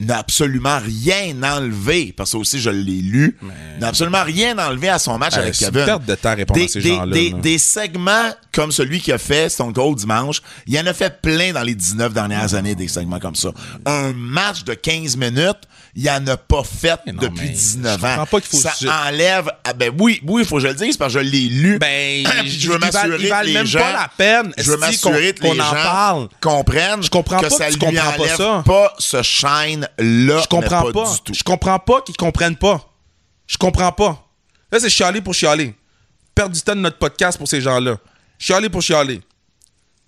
n'a absolument rien enlevé, parce que aussi je l'ai lu, n'a absolument rien enlevé à son match
Euh,
avec
c'est une
Kevin.
perte de temps à répondre
Des-
à ces
des-
gens-là,
des-
là.
des segments comme celui qu'il a fait Stone Cold dimanche, il en a fait plein dans les 19 dernières années, des segments comme ça. Un match de 15 minutes, il en a pas fait
non,
depuis
mais
19
je
ans.
comprends pas qu'il faut
ça
se-
enlève... ah ben oui, oui, il faut que je le dise, parce que je l'ai lu.
Ben,
Puis je veux
ils valent-
m'assurer
ils
que
valent
les
même
gens-
pas la peine,
Je veux
esti, qu'on-
m'assurer que
qu'on
les
en
gens
parle.
comprennent
Je comprends
que
pas
ça
que tu
lui
comprends pas
enlève
ça.
pas ce shine-là.
Je comprends
mais
pas.
du tout.
Je comprends pas qu'ils comprennent pas. Je comprends pas. Là, c'est chialer pour chialer. Perdre du temps de notre podcast pour ces gens-là. Chialer pour chialer.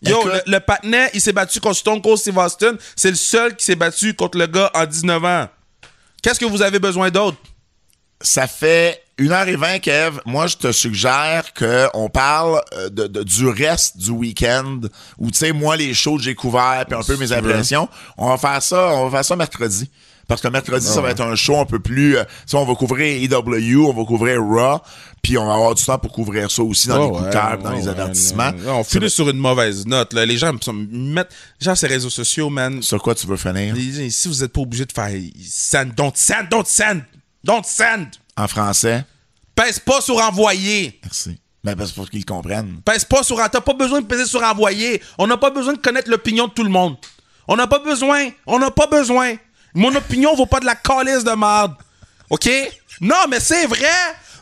Yo,
Écoute-
le, le patinet, il s'est battu contre Stone Cold Steve Austin. C'est le seul qui s'est battu contre le gars en 19 ans. Qu'est-ce que vous avez besoin d'autre?
Ça fait 1h20, Kev. Moi, je te suggère qu'on parle euh, de, de- du reste du week-end où, tu sais, moi, les shows que j'ai couverts puis un peu mes impressions. On va faire ça, on va faire ça mercredi. Parce que mercredi, ça va être un show un peu plus... euh, tu sais, on va couvrir EW, on va couvrir Raw, puis on va avoir du temps pour couvrir ça aussi
Ah Oh,
dans les coups de cœur, dans les avertissements.
on
C'est-
finit sur une mauvaise note. là. Les gens sont- mettent. Genre, ces réseaux sociaux, man.
Sur quoi tu veux finir?
les gens, si vous n'êtes pas obligé de faire send, don't send, don't send, don't send.
En français?
Pèse pas sur envoyer.
Merci. Mais parce pour qu'ils comprennent.
Pèse pas sur. T'as pas besoin de peser sur envoyer. On n'a pas besoin de connaître l'opinion de tout le monde. On n'a pas besoin. On n'a pas besoin. Mon opinion vaut pas de la calice de merde. OK? Non, mais c'est vrai.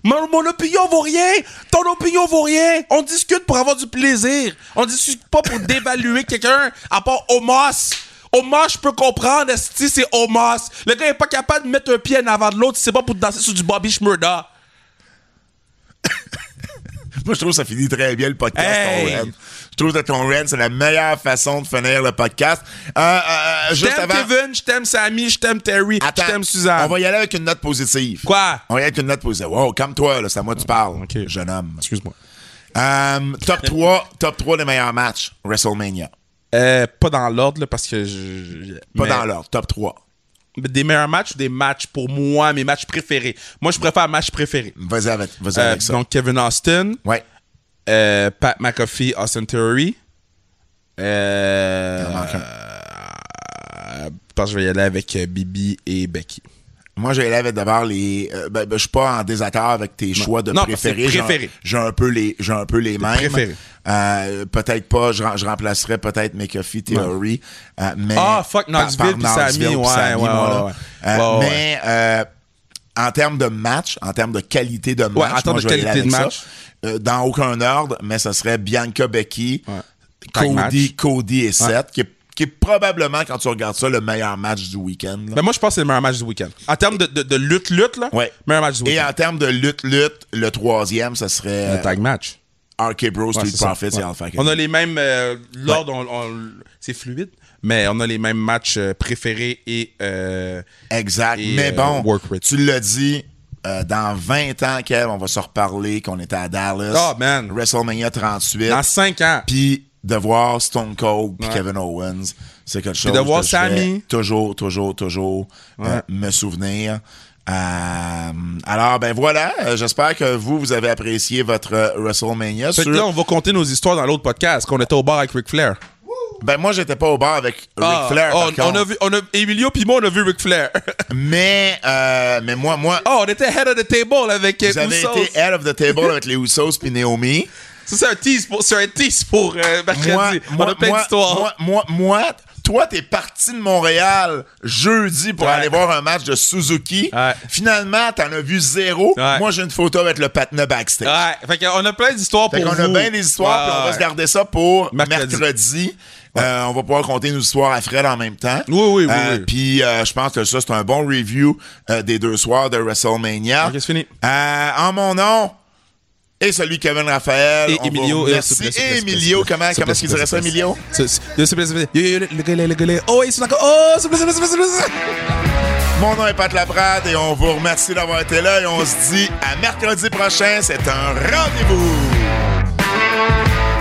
Mon, mon opinion vaut rien. Ton opinion vaut rien. On discute pour avoir du plaisir. On discute pas pour dévaluer quelqu'un à part Omos. Omos, je peux comprendre. Si c'est Omos. Le gars est pas capable de mettre un pied en avant de l'autre si c'est pas pour danser sur du Bobby Schmurda.
Moi, je trouve que ça finit très bien le podcast,
Hey!
ton rant. Je trouve que ton rant, c'est la meilleure façon de finir le podcast. Euh, euh, euh,
Je
juste
t'aime
avant.
Kevin, je t'aime Sammy, je t'aime Terry, je
Attends,
t'aime Suzanne.
On va y aller avec une note positive.
Quoi?
On va y aller avec une note positive. Wow, calme-toi, là, c'est à moi que tu parles,
Ok.
jeune homme.
Excuse-moi.
Euh, top 3, top 3 des meilleurs matchs, WrestleMania.
Euh, pas dans l'ordre, là, parce que je.
Pas
mais
dans l'ordre, top 3.
Des meilleurs matchs ou des matchs pour moi, mes matchs préférés? Moi, je préfère match préféré.
Vas-y avec, vas-y
Euh,
avec ça.
donc, Kevin Austin,
ouais.
euh, Pat McAfee, Austin Theory. Euh,
Il en manque un.
euh, je pense que je vais y aller avec euh, Bibi et Becky.
Moi, j'ai l'air avec d'abord les. euh, ben, ben, je suis pas en désaccord avec tes choix de
Non, parce que
préférés.
c'est
J'ai-
préféré.
J'ai un peu les, j'ai un peu les mêmes.
préféré.
Euh, peut-être pas. Je, rem- je remplacerais peut-être McAfee Theory. euh, mais
Ah, fuck, Knoxville
par- par
puis Sami,
Knoxville puis
ouais,
Sami,
ouais,
moi, là.
ouais, ouais.
Euh,
Ouais, ouais.
Mais euh, en termes de match, en termes de qualité de match,
en termes
moi,
de
je vais aller
qualité de
avec ça.
match.
Euh, dans aucun ordre, mais ce serait Bianca Becky,
Tag
Cody,
match.
Cody et Seth, qui est, qui est probablement quand tu regardes ça le meilleur match du week-end. là.
Ben, moi, je pense que c'est le meilleur match du week-end. En termes de, de, de lutte-lutte, là,
Ouais.
meilleur match du
Et
week-end.
en termes de lutte-lutte, le troisième, ce serait
Le tag match.
euh, RK Bro, Street
Ouais, c'est ça.
Profits et
Ouais.
Alpha
On a
Academy.
les mêmes. euh, l'ordre, on- on- c'est fluide, mais on a les mêmes matchs euh, préférés et. euh,
Exact.
et,
Mais
euh,
bon,
work rate.
tu l'as dit, euh, dans 20 ans, Kev, on va se reparler qu'on était à Dallas.
Oh, man.
WrestleMania 38.
dans 5 ans.
Puis de voir Stone Cold puis
Ouais.
Kevin Owens, c'est quelque chose
de voir
que je vais
Sami.
toujours, toujours, toujours euh, me souvenir. Euh, alors, ben voilà. euh, J'espère que vous, vous avez apprécié votre euh, WrestleMania.
Fait
Sur-
que là, on va compter nos histoires dans l'autre podcast, qu'on était au bar avec Ric Flair.
Ben moi, j'étais pas au bar avec Ric
Ah,
Flair. par
on, on
contre.
a vu, on a, Emilio puis moi, on a vu Ric Flair.
Mais, euh, mais moi, moi,
oh, on était head of the table avec euh,
vous avez
Usos.
été head of the table avec les Usos puis Naomi.
Ça, c'est un tease pour, c'est un tease pour euh,
Moi,
mercredi. on
moi,
a plein
moi,
d'histoires.
moi, moi, moi, toi, t'es parti de Montréal jeudi pour
Ouais.
aller voir un match de Suzuki.
Ouais.
Finalement, t'en as vu zéro.
Ouais.
Moi, j'ai une photo avec le patinet backstage.
Ouais, fait qu'on a plein d'histoires pour
Fait qu'on
vous.
a bien des histoires,
Ouais,
puis on va se
ouais.
garder ça pour mercredi.
Mercredi.
Euh, on va pouvoir compter nos histoires à Fred en même temps.
Oui, oui, oui,
Euh,
oui.
Puis euh, je pense que ça, c'est un bon review euh, des deux soirs de WrestleMania.
Ok, c'est fini.
Euh, en mon nom, et celui de Kevin Raphaël.
Et
on va
Emilio.
vous- Merci. Et Emilio, comment, comment est-ce qu'il dirait ça, Emilio?
Le gars, le gars, oh, il se Oh, s'il vous plaît, s'il vous plaît, s'il vous plaît.
Mon nom est Pat Laprade et on vous remercie d'avoir été là et on se dit à mercredi prochain. C'est un rendez-vous.